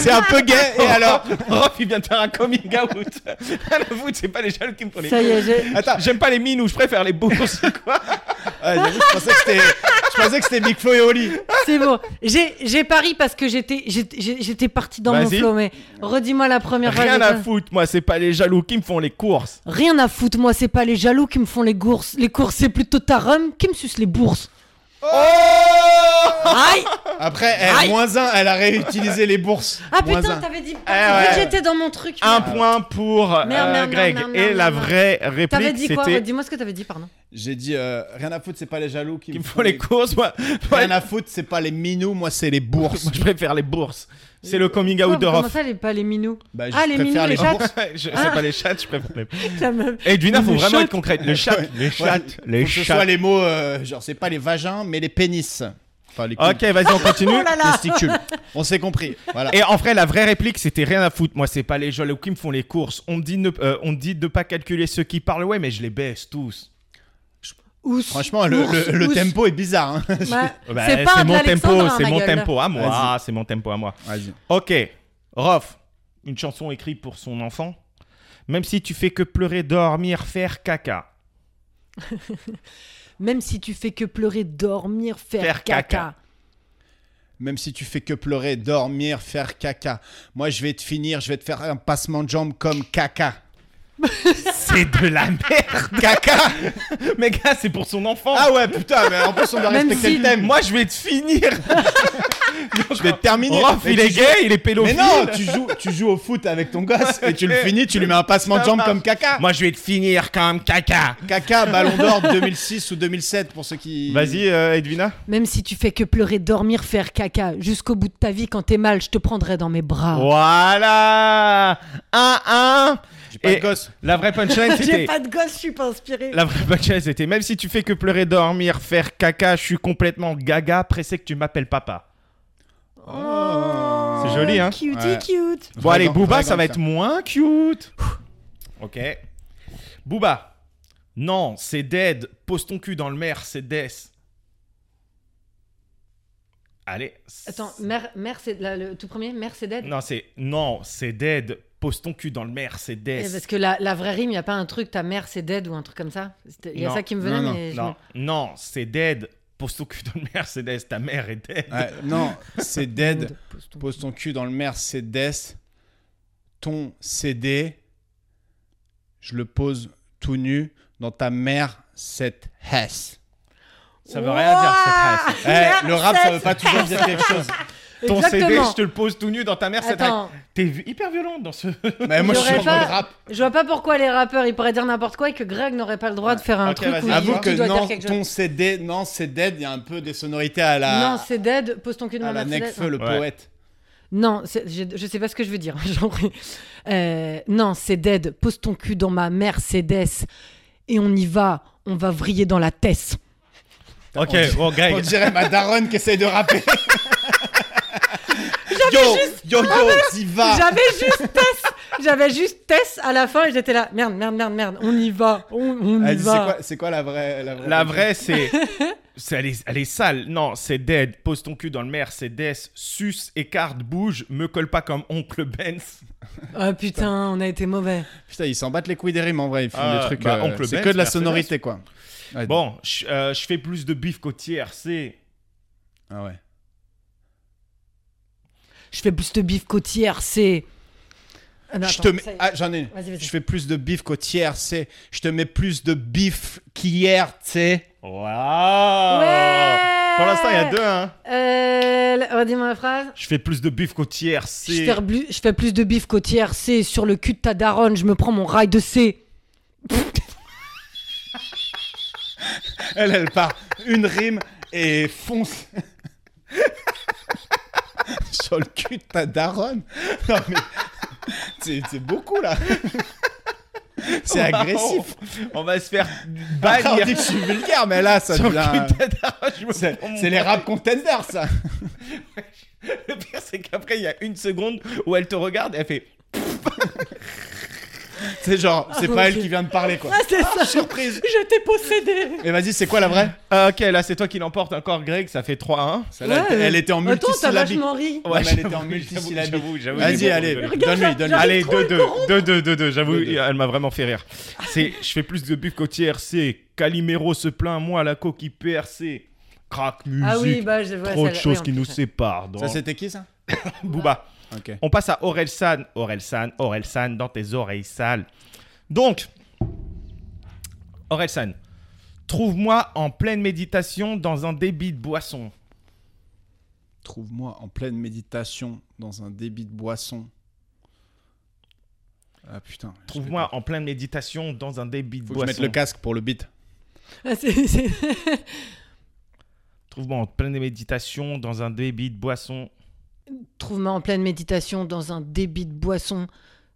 c'est un peu gay. Et alors
Rof, il vient de faire un coming out. Rien à foutre, c'est pas les jaloux qui me font les
Ça y est, j'ai-
Attends,
J'aime pas les mines où je préfère les bourses, quoi.
ouais, j'avoue, je pensais que c'était. Je pensais que c'était Big Flo et Oli.
c'est bon. J'ai j'ai pari parce que j'étais j'étais- j'étais parti dans mon
Vas-y.
flow, mais redis-moi la première fois.
Rien
j'ai
à
pas-
foutre, moi, c'est pas les jaloux qui me font les courses.
Rien à foutre, moi, c'est pas les jaloux qui me font les courses. Les courses, c'est plutôt ta rhum qui me suce les bourses.
Oh
Aïe
Après, elle,
Aïe.
moins un, elle a réutilisé les bourses.
Ah
Moins
putain,
un.
t'avais dit.
Eh ouais.
vu que J'étais dans mon truc.
Un point pour euh,
Merde, merde,
Greg.
merde, merde,
Et
merde,
la
merde.
vraie
T'avais
réplique,
dit quoi
c'était
Dis-moi ce que t'avais dit, pardon.
J'ai dit euh, rien à foutre, c'est pas les jaloux qui,
qui
me
me font les courses, moi. moi,
Rien à foutre, c'est pas les minous, moi c'est les bourses.
moi, je préfère les bourses. C'est le coming
Quoi,
out de
Comment
Rof.
ça, les pas les minous
Bah, je
Ah, les
préfère
minous,
les
les chattes
bourses.
je sais
Ah.
pas les chats, je préfère les.
La meuf.
Et Edwina, faut
Les
vraiment
chattes.
être concrète. Le chat, les chats,
Ouais,
les
Faut que ce soit
chats.
les mots, euh, genre c'est pas les vagins, mais les pénis. Enfin, les
Ok, vas-y, on continue.
Oh là là.
testicules. On s'est compris. Voilà.
Et en vrai, la vraie réplique, c'était rien à foutre. Moi, c'est pas les jaloux qui me font les courses. On me dit, ne, euh, on me dit de pas calculer ceux qui parlent, ouais, mais je les baisse tous.
Ous,
Franchement, le,
ours,
le- le
ous.
tempo est bizarre. hein.
Ouais.
Bah,
c'est pas de
mon tempo,
l'Alexandrin,
c'est
ma
mon
gueule.
tempo à moi,
Vas-y.
c'est mon tempo à moi.
Vas-y.
Ok, Rof, une chanson écrite pour son enfant. Même si tu fais que pleurer, dormir, faire caca.
Même si tu fais que pleurer, dormir, faire,
Faire
caca.
caca.
Même si tu fais que pleurer, dormir, faire caca. Moi, je vais te finir, je vais te faire un passement de jambes comme caca.
C'est de la merde.
Caca
Mais gars, c'est pour son enfant.
Ah ouais, putain, mais en plus, on doit
Même
respecter
si-
le thème.
Moi, je vais te finir.
je vais te terminer.
Rof,
Mais
il
tu
est
joues-
gay, il est
Mais
pédophile.
non, tu joues, tu joues au foot avec ton gosse et tu le finis, tu lui mets un passement de
Ça
jambes
marche.
comme caca.
Moi, je vais te finir comme caca.
Caca, Ballon d'Or 2006 ou 2007 pour ceux qui.
Vas-y, euh, Edwina.
Même si tu fais que pleurer, dormir, faire caca, jusqu'au bout de ta vie, quand t'es mal, je te prendrai dans mes bras.
Voilà. 1-1.
J'ai pas
Et
de gosse.
La vraie punchline, c'était.
de gosse, je suis pas inspirée.
La vraie punchline, c'était même si tu fais que pleurer, dormir, faire caca, je suis complètement gaga, pressé que tu m'appelles papa. C'est joli, hein
Cutie,
Ouais.
cute.
Bon, allez,
Vraiment,
Booba,
vraiment
ça va
ça.
être moins cute. ok. Booba. Non, c'est dead. Pose ton cul dans le mer, c'est death. Allez.
Attends, mère, mère c'est la- le tout premier, mère, c'est dead.
Non, c'est non, c'est dead. pose ton cul dans le mer, c'est
Eh,
death.
Parce que la, la vraie rime, il n'y a pas un truc, ta mère c'est dead ou un truc comme ça. C'était- Il y a
Non,
ça qui me venait,
non, non,
mais je-
Non, non, c'est dead. Pose ton cul dans le mer, c'est death. Ta mère est dead.
Ouais, non, c'est dead.
Pose ton-
Pose ton cul dans le mer, c'est death. Ton CD, je le pose tout nu dans ta mère, cette hesse.
Ça veut rien dire, cette phrase.
Ouah
Eh, le rap, ça veut pas toujours dire quelque chose.
Ton CD,
Exactement.
je te le pose tout nu dans ta mère, cette
Attends.
règle. T'es vi- hyper violente dans ce.
Mais moi, je suis
J'aurais
en mode
pas-
rap.
Je vois pas pourquoi les rappeurs ils pourraient dire n'importe quoi et que Greg n'aurait pas le droit de faire un
Ok,
truc
vas-y.
où il-
Avoue
tu
que
dois dire
non,
quelque
ton
chose.
CD, non, c'est dead. Il y a un peu des sonorités à la,
Non, c'est dead, pose ton cul dans
à la
la Mercedes.
Necfeu, le
Ouais.
poète.
Non, c'est- je, je sais pas ce que je veux dire. j'en prie. Euh, non, c'est dead. Pose ton cul dans ma Mercedes et on y va. On va vriller dans la Tess.
Ok,
dirait-
bon,
On
Greg.
dirait ma daronne qui essaye de rapper.
Yo, yo, yo.
T'y vas.
J'avais juste Tess. J'avais juste Tess à la fin et j'étais là. Merde, merde, merde, merde. On y va. On, on y
Vas-y, c'est
va.
quoi, c'est quoi la vraie, la vraie,
La vraie, c'est. c'est- Elle est, elle est sale. Non, c'est dead. Pose ton cul dans le mer, c'est death. Suce, écarte, bouge. Me colle pas comme oncle Ben. Benz.
Ah putain, on a été mauvais.
Putain, ils s'en battent les couilles des rimes en vrai. Ils font
Ah,
des trucs.
bah,
euh,
Oncle
c'est
Ben,
que de la
Mercedes.
sonorité, quoi. Ouais.
Bon, je euh, je fais plus de bif qu'au TRC.
Ah ouais.
Je fais plus de bif côtière, c'est. Ah non,
Je
attends,
te mets.
ça y est.
Ah, j'en ai. une.
Vas-y, vas-y.
Je fais plus de bif qu'au tiers, c'est. Je te mets plus de bif qu'hier, tu sais.
Waouh
Ouais
Ah. Pour l'instant, il y a deux, hein.
Euh, la- redis-moi la phrase.
Je fais plus de bif qu'au TRC.
Je fais, blu- je fais plus de bif qu'au TRC. Sur le cul de ta daronne, je me prends mon rail de C.
Elle, elle part une rime et fonce. Sur le cul de ta daronne. Non, mais. C'est c'est beaucoup, là. C'est
Waouh.
agressif.
On va se faire
Après, on
bannir.
dit que je suis vulgaire, mais là, ça
Sur le
devient.
cul de ta daronne, je me
C'est
prends mon
c'est les
bras.
rap contenders, ça.
Le pire, c'est qu'après, il y a une seconde où elle te regarde, elle fait.
C'est genre,
Ah,
c'est
mon
pas elle
Dieu.
qui vient de parler, quoi.
Ah, c'est ça.
Surprise.
Je t'ai possédé.
Et vas-y, c'est quoi la vraie
Ah, ok, là, c'est toi qui l'emporte encore, Greg, ça fait 3-1.
Celle-là, elle, elle était en
Attends, t'as
multisyllabique.
vachement ri.
Ouais, mais elle était en
j'avoue,
multisyllabique.
j'avoue, j'avoue,
Vas-y,
j'ai beaucoup
allez.
rigolé.
Regarde,
Donne-lui,
j'a-
donne-lui.
j'arrive
Allez,
trop à le
2-2,
corrompre.
2-2, 2-2, j'avoue,
Deux, deux.
elle m'a vraiment fait rire. C'est, je fais plus de bif qu'au TRC, Calimero se plaint, moi, la coquille PRC, crack, musique,
Ah oui, bah, je vois
trop de
celle-là.
choses
Oui,
qui
en
nous
plus, ouais.
séparent. donc.
Ça, c'était qui, ça
Booba.
Ok.
On passe à Orelsan, Orelsan, Orelsan, dans tes oreilles sales. Donc, Orelsan, trouve-moi en pleine méditation dans un débit de boisson.
Trouve-moi en pleine méditation dans un débit de boisson. Ah putain. je
Trouve-moi
sais
en pleine méditation dans un débit de
pas. Faut que je
boisson.
mette le casque pour le beat.
Ah, c'est- c'est-
Trouve-moi en pleine méditation dans un débit de boisson.
Trouve-moi en pleine méditation dans un débit de boisson,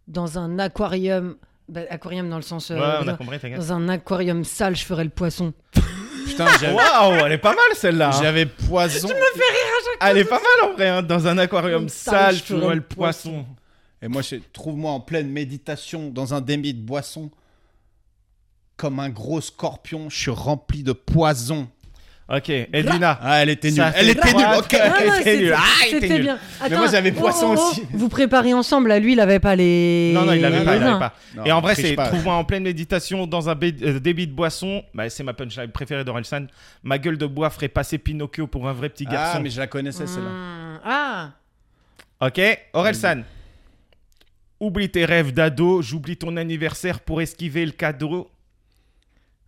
dans un aquarium. Bah, aquarium dans le sens. euh,
ouais, on a compris, hein. t'inquiète.
Dans un aquarium sale, je ferais le poisson.
Putain, j'avais-
Waouh, elle est pas mal celle-là. hein.
j'avais poison.
Elle est pas mal en vrai. hein. Dans un aquarium
Une
sale,
sale
tu vois le
le poisson.
poisson.
Et moi, je trouve-moi en pleine méditation dans un débit de boisson. Comme un gros scorpion, je suis rempli de poison.
Ok, Edwina.
Ah, elle était nulle.
Ça
Elle
fait
était nulle.
trois,
Ok,
quatre,
ok.
Ah, non,
était
c'était-
nul. Ah, il était
C'était
nul.
bien.
Mais moi,
Attends, oh,
j'avais poisson aussi.
Vous préparez ensemble. Là, lui, il avait pas les.
Non, non, il avait
les
pas, il
uns.
avait pas.
Non,
Et en vrai,
triche
c'est
pas.
trouve-moi en pleine méditation dans un bé- euh, débit de boisson. Bah, c'est ma punchline préférée d'Orelsan. Ma gueule de bois ferait passer Pinocchio pour un vrai petit garçon.
Ah, mais je la connaissais celle-là.
Mmh. Ah
Ok, Orelsan. Oublie tes rêves d'ado, j'oublie ton anniversaire pour esquiver le cadeau.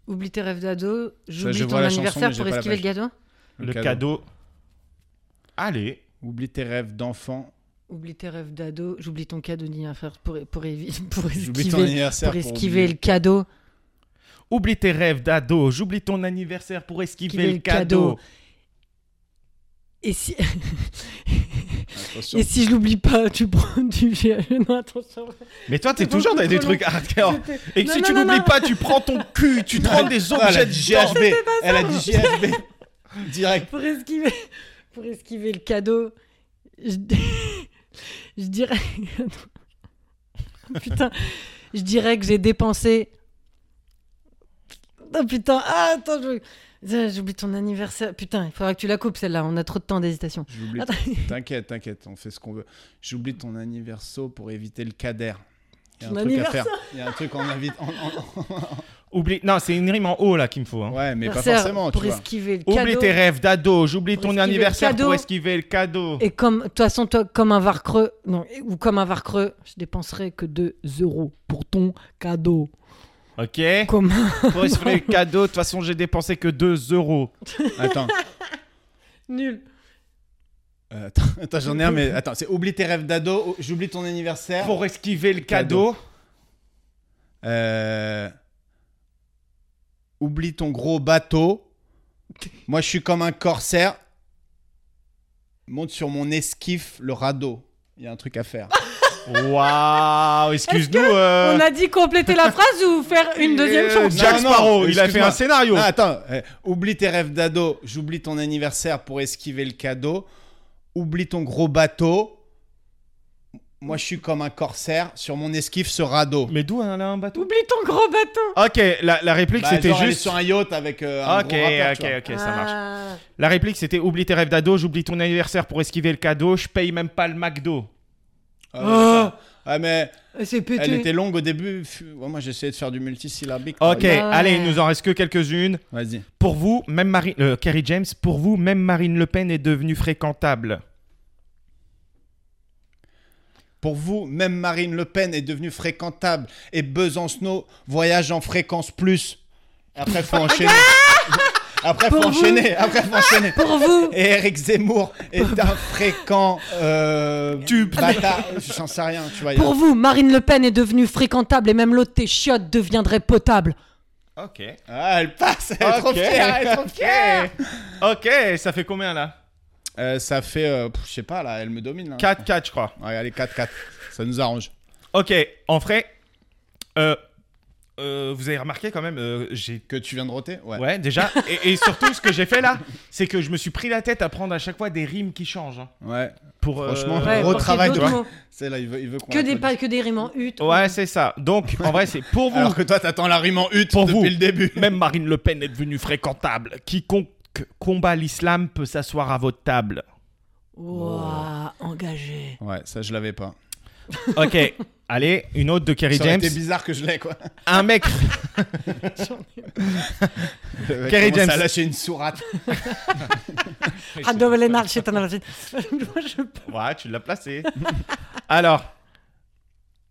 Oublie tes rêves d'ado,
je
j'oublie ton
vois la chanson,
anniversaire
mais j'ai
pour
pas la
esquiver le gâteau.
Le, cadeau. Allez.
Oublie tes rêves d'enfant.
Oublie tes rêves d'ado, j'oublie ton cadeau d'anniversaire pour, pour, évi- pour
J'oublie ton
esquiver,
anniversaire.
pour
pour
esquiver
oublier.
le cadeau.
Oublie tes rêves d'ado, j'oublie ton anniversaire pour esquiver
Esquiver
le
le
cadeau.
cadeau. Et si,
Attention.
et si je l'oublie pas, tu prends du Non, attention.
Mais toi, t'es
C'est
toujours dans
beaucoup
des
trop
trucs hardcore.
C'était-
Et que
Non,
si
non,
tu
non,
n'oublies
non.
pas, tu prends ton cul, tu prends des
Ah, elle a
objets
dit
dedans.
GHB. Elle a dit GHB. Direct.
Pour esquiver, pour esquiver le cadeau, je, je dirais. Attends. Putain, je dirais que j'ai dépensé. Oh putain, ah, attends, je- Tiens, j'oublie ton anniversaire. Putain, il faudra que tu la coupes celle-là, on a trop de temps d'hésitation.
J'oublie.
Attends.
T'inquiète, t'inquiète, on fait ce qu'on veut. J'oublie ton anniversaire pour éviter le cadère. Il y a
Ton
un truc à
anniversaire.
faire. Il y a un truc en invite. en- en-
Oublie... Non, c'est une rime en haut là qu'il me faut. hein.
en- Ouais, mais pas
Anniversaire
forcément, tu
pour
vois.
esquiver le
Oublie
cadeau.
tes rêves d'ado, j'oublie
Pour
ton
esquiver le
anniversaire
cadeau.
pour esquiver le cadeau.
Et comme, de toute façon, toi, comme un var creux, non, ou comme un var creux, je dépenserai que 2 euros pour ton cadeau.
Ok
Comme
Pour esquiver le cadeau, de toute façon, j'ai dépensé que 2 euros.
Attends,
nul.
euh, attends, attends, j'en ai un, mais attends, c'est oublie tes rêves d'ado, ou- j'oublie ton anniversaire.
Pour esquiver le
Cadeau.
cadeau,
Euh, Oublie ton gros bateau. Moi, je suis comme un corsaire. Monte sur mon esquif le radeau. Il y a un truc à faire.
Waouh, excuse-nous. euh,
On a dit compléter la phrase ou faire une deuxième
euh,
chanson
Jack
Non, non,
Sparrow, il a fait
excuse-moi.
un scénario.
Ah, attends, euh, oublie tes rêves d'ado, j'oublie ton anniversaire pour esquiver le cadeau. Oublie ton gros bateau. Moi, je suis comme un corsaire sur mon esquif ce radeau.
Mais d'où elle a un bateau
Oublie ton gros bateau.
Ok, la, la réplique
Bah,
c'était
genre, elle est
juste. Ah,
sur un yacht avec euh, un
Ok,
gros rappeur, tu
ok,
vois.
ok, ça marche.
Ah.
La réplique c'était oublie tes rêves d'ado, j'oublie ton anniversaire pour esquiver le cadeau, je paye même pas le McDo.
Ah, ouais, d'accord. Ah, mais
C'est pété.
elle était longue au début. Fut- ouais, moi, j'essayais de faire du multisyllabique.
Oh,
Ok,
Ouais.
allez, il nous en reste que quelques-unes.
Vas-y.
Pour vous, même Marine. euh, Kerry James, pour vous, même Marine Le Pen est devenue fréquentable.
Pour vous, même Marine Le Pen est devenue fréquentable et Besancenot voyage en fréquence plus. Après, faut enchaîner.
Ah
Après, faut
Pour vous.
enchaîner. Après, faut enchaîner.
Pour vous,
Et Eric Zemmour est un fréquent euh, bâtard. J'en sais rien, tu vois. il y a-
pour vous, Marine Le Pen est devenue fréquentable et même l'eau de tes chiottes deviendrait potable.
Ok.
Ah, elle passe, elle est trop
Ok.
fière, elle est trop fière.
Ok, ça fait combien là
Euh, ça fait, euh, pff, je sais pas, là, elle me domine. Là.
4, 4, je crois.
Ouais, allez, 4-4. Ça nous arrange.
Ok, en vrai, euh, euh, vous avez remarqué quand même, euh, j'ai.
Que tu viens de roter Ouais.
Ouais, déjà. Et, et surtout, ce que j'ai fait là, c'est que je me suis pris la tête à prendre à chaque fois des rimes qui changent. hein,
Ouais.
pour, euh,
Franchement,
Ouais,
gros
parce qu'il y
travail,
a d'autres
toi.
mots.
C'est là, il veut, il veut qu'on
Que des,
applaudisse.
pas, que des rimes en hut.
Ouais, c'est ça. Donc, en vrai, c'est pour vous.
Alors que toi, t'attends la rime en hutte
Pour
depuis
vous.
le début.
Même Marine Le Pen est devenue fréquentable. Quiconque combat l'islam peut s'asseoir à votre table.
Ouah, engagé.
Ouais, ça, je l'avais pas.
Ok, allez, une autre de Kerry
Ça aurait
James.
été bizarre que je l'ai, quoi.
Un mec. Kerry
Kerry James. Ça
James.
lâché une sourate.
Adore les marches, c'est un argent. Moi, je
Ouais, tu l'as placé. Alors,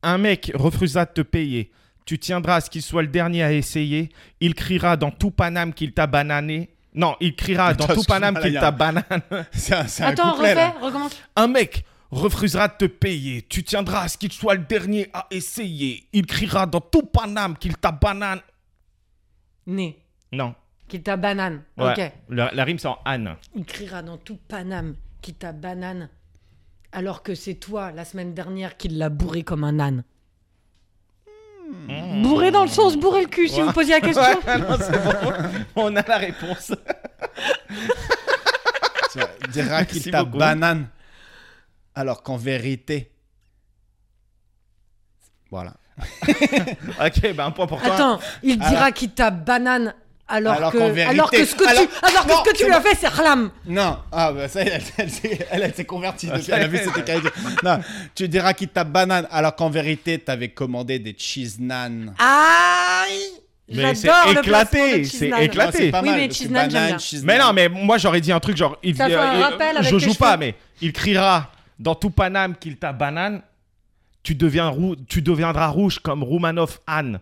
un mec refusera de te payer. Tu tiendras à ce qu'il soit le dernier à essayer. Il criera dans tout Paname qu'il t'a banané. Non, il criera dans
Attends,
tout Paname
excuse-moi,
qu'il
là,
t'a
y a-
banané.
C'est un, c'est un
Attends,
couplet,
refais,
là.
recommence.
Un mec refusera de te payer. Tu tiendras à ce qu'il soit le dernier à essayer. Il criera dans tout Paname qu'il t'a banane.
Né,
Non.
qu'il t'a banane.
Ouais.
Ok.
La, la rime, c'est en Anne.
Il criera dans tout Paname qu'il t'a banane, alors que c'est toi, la semaine dernière, qui l'a bourré comme un âne. Bourré dans le sens, bourré le cul, si
Ouais.
vous posiez la question.
On a la réponse.
Tu vois, dira
Merci
qu'il t'a
beaucoup.
banane. Alors qu'en vérité. Voilà.
ok, bah un point pour toi.
Attends, il dira qu'il t'a banane. Alors,
Alors
que,
qu'en vérité-
alors que ce que
alors-
tu, alors que
Non,
ce que tu
c'est
lui as
bon.
fait, c'est rhlam.
Non, ah bah ça, elle, elle s'est- elle, elle s'est convertie depuis.
ça
Elle a
y
vu
est.
c'était carré. Non, tu diras qu'il t'a banane, alors qu'en vérité, t'avais commandé des cheese nan.
Aïe!
Mais c'est
J'adore le
éclaté,
placement de
c'est
Chiznan.
éclaté. Éclaté.
c'est pas
Oui,
mal.
mais
parce que
cheese nan, j'aime
banane,
bien.
cheese
Mais
nan.
non, mais moi j'aurais dit un truc genre. Il,
Ça fait un
il-
rappel avec
Je
les
joue pas,
cheveux.
mais il criera dans tout Paname qu'il t'a banane. Tu, deviens roux, tu deviendras rouge comme Roumanoff Anne.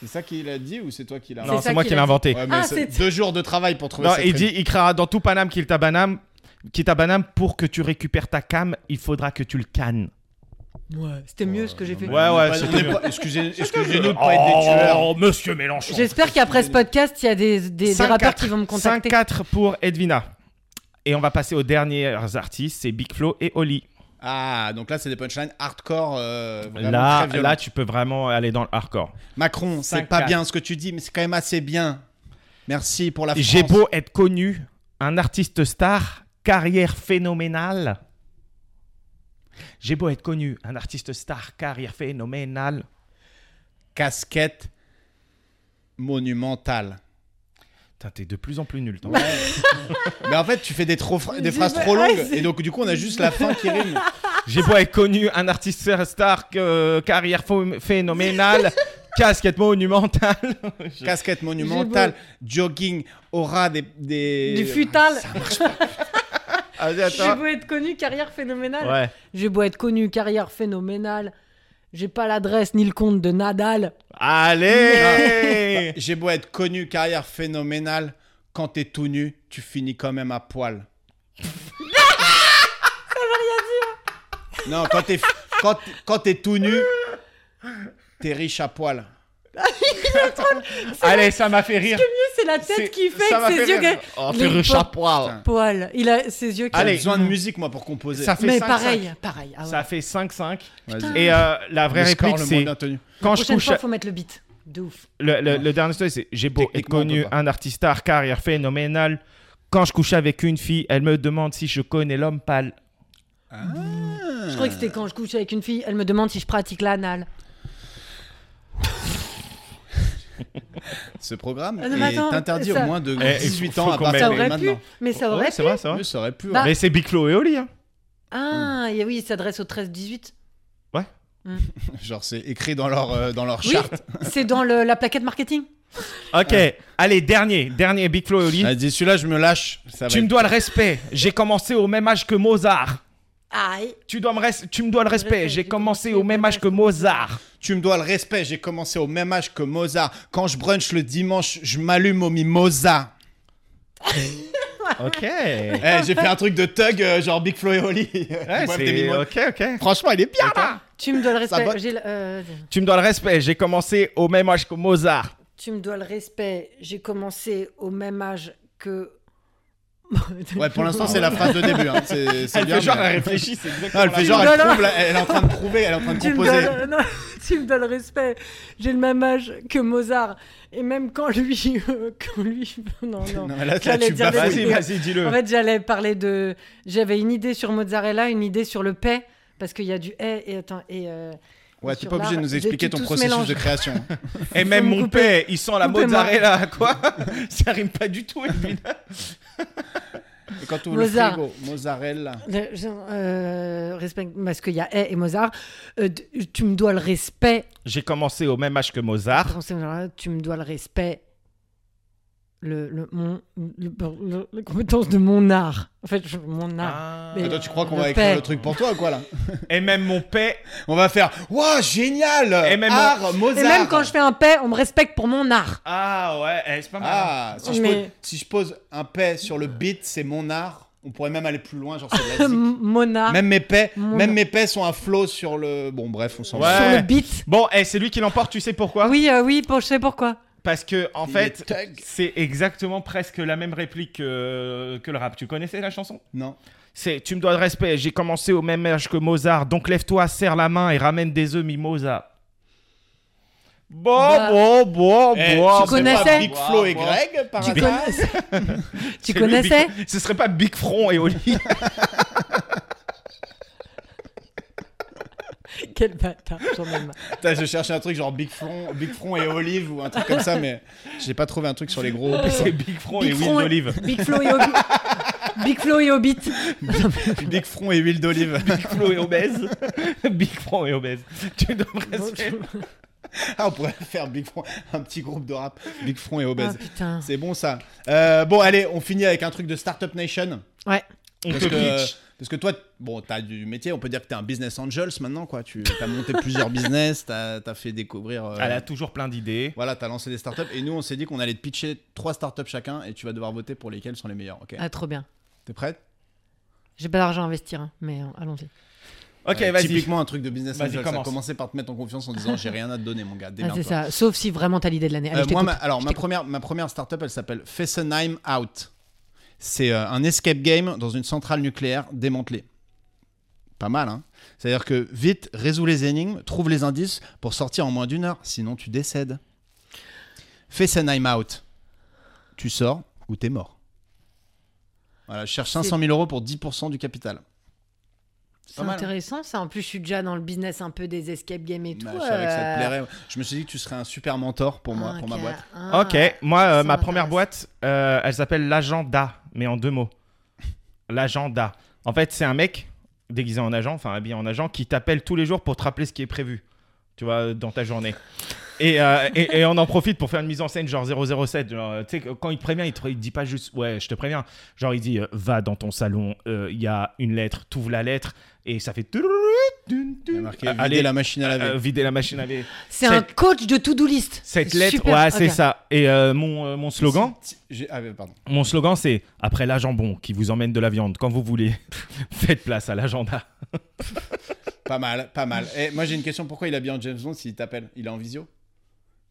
C'est ça qu'il a dit ou c'est toi qui l'as
Non,
ça
c'est moi
qu'il
qui
a
l'ai
dit.
inventé.
Ouais, mais
Ah,
c'est
c'est-
deux jours de travail pour trouver
non,
cette
il
rime.
dit il criera dans tout Paname qu'il t'a banane. Qu'il t'a banane pour que tu récupères ta cam, il faudra que tu le cannes.
Ouais, c'était mieux ce que j'ai fait.
Ouais,
On est
ouais,
pas-
c'est
on est
mieux.
pas- Excusez- Excusez-nous de pas être des tueurs.
Oh, monsieur Mélenchon.
J'espère qu'après ce podcast, il y a des, des- des,
5-4.
rappeurs qui vont me contacter.
5-4 pour Edwina. Et on va passer aux dernières artistes, c'est Big Flo et Oli.
Ah, donc là, c'est des punchlines hardcore. euh, vraiment
Là,
très violentes.
là, tu peux vraiment aller dans le hardcore.
Macron, c'est
Cinq,
pas
quatre.
bien ce que tu dis, mais c'est quand même assez bien. Merci pour la France.
J'ai beau être connu, un artiste star, carrière phénoménale. J'ai beau être connu, un artiste star, carrière phénoménale.
Casquette monumentale.
Putain, t'es de plus en plus nul, toi.
mais en fait, tu fais des, trop fra- des
J'ai
phrases
pas-
trop
Ah,
longues,
c'est-
et donc du coup, on a juste la fin qui rime.
J'ai beau être connu, un artiste star, que- euh, carrière pho- phénoménale, casquette monumentale.
Casquette monumentale, jogging, aura des. des... Ah,
Du futal.
Vas-y,
J'ai
attends.
beau être connu, carrière phénoménale.
Ouais.
J'ai beau être connu, carrière phénoménale. J'ai pas l'adresse ni le compte de Nadal.
Allez
Bah, J'ai beau être connu, carrière phénoménale, quand t'es tout nu, tu finis quand même à poil. Ça veut rien dire. Non, quand t'es quand, quand t'es tout nu, t'es riche à poil.
Allez, ça m'a fait rire.
C'est la
C'est-
tête qui fait
ça m'a
que ses yeux.
rire.
que-
Oh,
Les
fait riche à
po-
poil.
Poil. Il a ses yeux qui.
J'ai besoin de musique moi pour composer.
Ça fait
Mais
5-5.
pareil, pareil. Ah ouais.
Ça fait 5-5.
Vas-y.
Et euh, la vraie
Le score
réplique,
le moins
c'est
bien tenu.
quand je
Prochaine
couche.
fois, faut mettre le beat. De ouf.
Le, le- le dernier story, c'est j'ai beau être
Techniquement, on
connu,
peut pas.
un artiste star, carrière phénoménale. Quand je couche avec une fille, elle me demande si je connais l'homme pâle.
Je crois que c'était quand je couche avec une fille, elle me demande si je pratique l'anal.
Ce programme
Ah non, mais
est
attends,
interdit
ça-
au moins de
Eh, il
18
faut-
ans
faut
à
qu'on
partir
Ça
de
mette-
aurait pu,
maintenant.
mais ça aurait
Oh, Ouais,
pu.
c'est vrai, c'est vrai.
Oui, ça aurait pu.
Bah,
ouais.
Mais c'est Biclo et Oli. hein.
Ah, et oui, il s'adresse au 13-18.
hein. Genre c'est écrit dans leur euh, dans leur
Oui,
charte.
c'est dans le- la plaquette marketing.
Ok, allez, dernier, dernier Biclo et Oli.
Elle dit celui-là je me lâche. Ça va
Tu me
être-
dois le respect. J'ai commencé au même âge que Mozart.
Aïe.
Tu, dois me res- tu me dois le respect.
Respect,
J'ai
j'ai
commencé
commencé
au
au
même
même
âge que Mozart.
Tu me dois le respect, j'ai commencé au même âge que Mozart. Quand je brunch le dimanche, je m'allume au mimosa.
Ok. Ouais,
Eh, j'ai fait un truc de thug, euh, genre Big Flo et Oli. Ouais, des
c'est...
mimos.
Ok, ok.
Franchement, il est bien là.
Tu me dois le
Ça
respect.
va.
j'ai le- euh,
Tu me dois le respect. J'ai commencé au même âge que Mozart.
tu me dois le respect. J'ai commencé au même âge que.
Ouais, pour l'instant, c'est la phrase de début. hein. C'est, c'est bien, mais-
réfléchit. C'est
Non, elle fait genre,
même.
elle
Non, non.
trouve, là, elle est en train de prouver, elle est en train de
Tu me,
composer.
dois le... non, tu me dois le respect. J'ai le même âge que Mozart. Et même quand lui. euh, quand lui... Non, non.
Non, mais là, là,
J'allais
tu
dire
baffes.
des-
Vas-y, vas-y, dis-le.
En fait, j'allais parler de. J'avais une idée sur mozzarella, une idée sur le paix, parce qu'il y a du haie et attends et. euh,
Ouais,
et
t'es
sur
pas obligé de
l'art.
nous
J'ai
expliquer ton
tout- tout se
processus
mélange.
de création.
Et Eh, même
me
mon
couper.
père, il sent la
Coupez-moi.
mozzarella, quoi. Ça rime pas du tout, évidemment.
Et quand tu ouvres
Mozart.
le frigo, mozzarella.
Le- genre, euh, respect, parce qu'il y a haie et Mozart. Euh, d- tu me dois le respect.
J'ai commencé au même âge que Mozart.
Attends, c'est- alors là, ah, tu me dois le respect. Le, le, mon, le, le- la compétence de mon art. En fait, je- mon art. Ah. Mais-
Attends, tu crois qu'on
Le
va écrire
paix.
le truc pour toi, quoi, là
Ah. Et même mon père.
On va faire Waouh, génial
Et même-
Art, Mozart
Et même quand je fais un paix, on me respecte pour mon art.
Ah ouais, eh, c'est pas mal. hein.
Ah, si, je
Mais-
pose, si je pose un paix sur le beat, c'est mon art. On pourrait même aller plus loin, genre c'est de la zik.
M- Mon art.
Même mes paix,
Mon-
même mes paix sont un flow sur le. Bon, bref, on s'en
Ouais.
va.
Sur le beat.
Bon, eh, c'est lui qui l'emporte, tu sais pourquoi
Oui, euh, oui, pour- je sais pourquoi.
Parce que, en
Il
fait,
est thug.
c'est exactement presque la même réplique que, que le rap. Tu connaissais la chanson
Non.
C'est Tu me dois le respect, j'ai commencé au même âge que Mozart, donc lève-toi, serre la main et ramène des œufs mimosa. Bon,
Bah.
bon, bon,
Eh,
bon.
ce serait pas
connaissais
Big Flo et Greg par
Tu
hasard
connaissais Tu
C'est lui,
connaissais
Big- Ce serait pas Big Front et Oli.
Quel bâtard, j'en ai marre.
Putain, Je cherchais un truc genre Big Front, Big Front et Olive ou un truc comme ça, mais j'ai pas trouvé un truc sur les gros.
C'est Big Front
Big
et Will
Front et-
Oh, d'Olive.
Big Flo et Hobbit. Big Flo et Hobbit.
Big Front et huile d'olive.
Big Flo et obèse. Big Front et obèse. Tu dois me respecter.
Ah, on pourrait faire Big Front, un petit groupe de rap. Big Front et
Ah
obèse.
putain.
C'est bon ça. Euh, bon, allez, on finit avec un truc de Startup Nation.
Ouais.
On
Parce
te
que,
pitch.
parce que toi, bon, t'as du métier, on peut dire que t'es un business angels maintenant, quoi. Tu as monté plusieurs business, t'as as fait découvrir. euh,
Elle a toujours plein d'idées.
Voilà, t'as lancé des startups et nous, on s'est dit qu'on allait te pitcher trois startups chacun et tu vas devoir voter pour lesquelles sont les meilleures, ok
Ah trop bien.
T'es prête
J'ai pas d'argent à investir, hein, mais euh, allons-y.
Ok,
Ouais,
vas-y.
Euh, Typiquement un truc de business
Vas-y,
angel. Ça
commence.
a commencé par te mettre en confiance en disant j'ai rien à te donner, mon gars.
Ah,
démerde-toi.
c'est ça. Sauf si vraiment t'as l'idée de l'année. Allez,
Euh,
je
moi,
t'écoute.
ma- alors ma première, ma première startup, elle s'appelle Fessenheim Out. C'est euh, un escape game dans une centrale nucléaire démantelée. Pas mal, hein C'est-à-dire que vite, résous les énigmes, trouve les indices pour sortir en moins d'une heure, sinon tu décèdes. Fessenheim Out. Tu sors ou t'es mort. Voilà, je cherche 500 000 euros pour 10% du capital.
C'est
pas mal, hein.
intéressant ça. En plus, je suis déjà dans le business un peu des escape games et tout.
Bah, je savais que ça te
euh,
plairait. Je me suis dit que tu serais un super mentor pour moi, pour ma
ok,
boîte.
ah.
Ok, moi, euh,
ça
ma première
m'intéresse.
boîte, euh, elle s'appelle l'agenda, mais en deux mots. L'agenda. En fait, c'est un mec, déguisé en agent, enfin habillé en agent, qui t'appelle tous les jours pour te rappeler ce qui est prévu, tu vois, dans ta journée. Et, euh, et, et on en profite pour faire une mise en scène genre 007. genre, euh, tu sais, que quand il te prévient, il te il te dit pas juste ouais, je te préviens. Genre il dit euh, va dans ton salon, euh, il y a une lettre, t'ouvres la lettre et ça fait.
Il y a marqué vider la machine à laver.
euh, vider la machine à laver.
C'est un
Cette-
coach de to-do list.
Cette lettre,
Super,
ouais,
ok.
c'est ça. Et euh, mon, euh, mon slogan,
Si- si- j'ai- Ah, mais pardon.
mon slogan, c'est après la jambon qui vous emmène de la viande quand vous voulez. Faites place à l'agenda.
Pas mal, pas mal. Et moi, j'ai une question. Pourquoi il habille en James Bond s'il t'appelle Il est en visio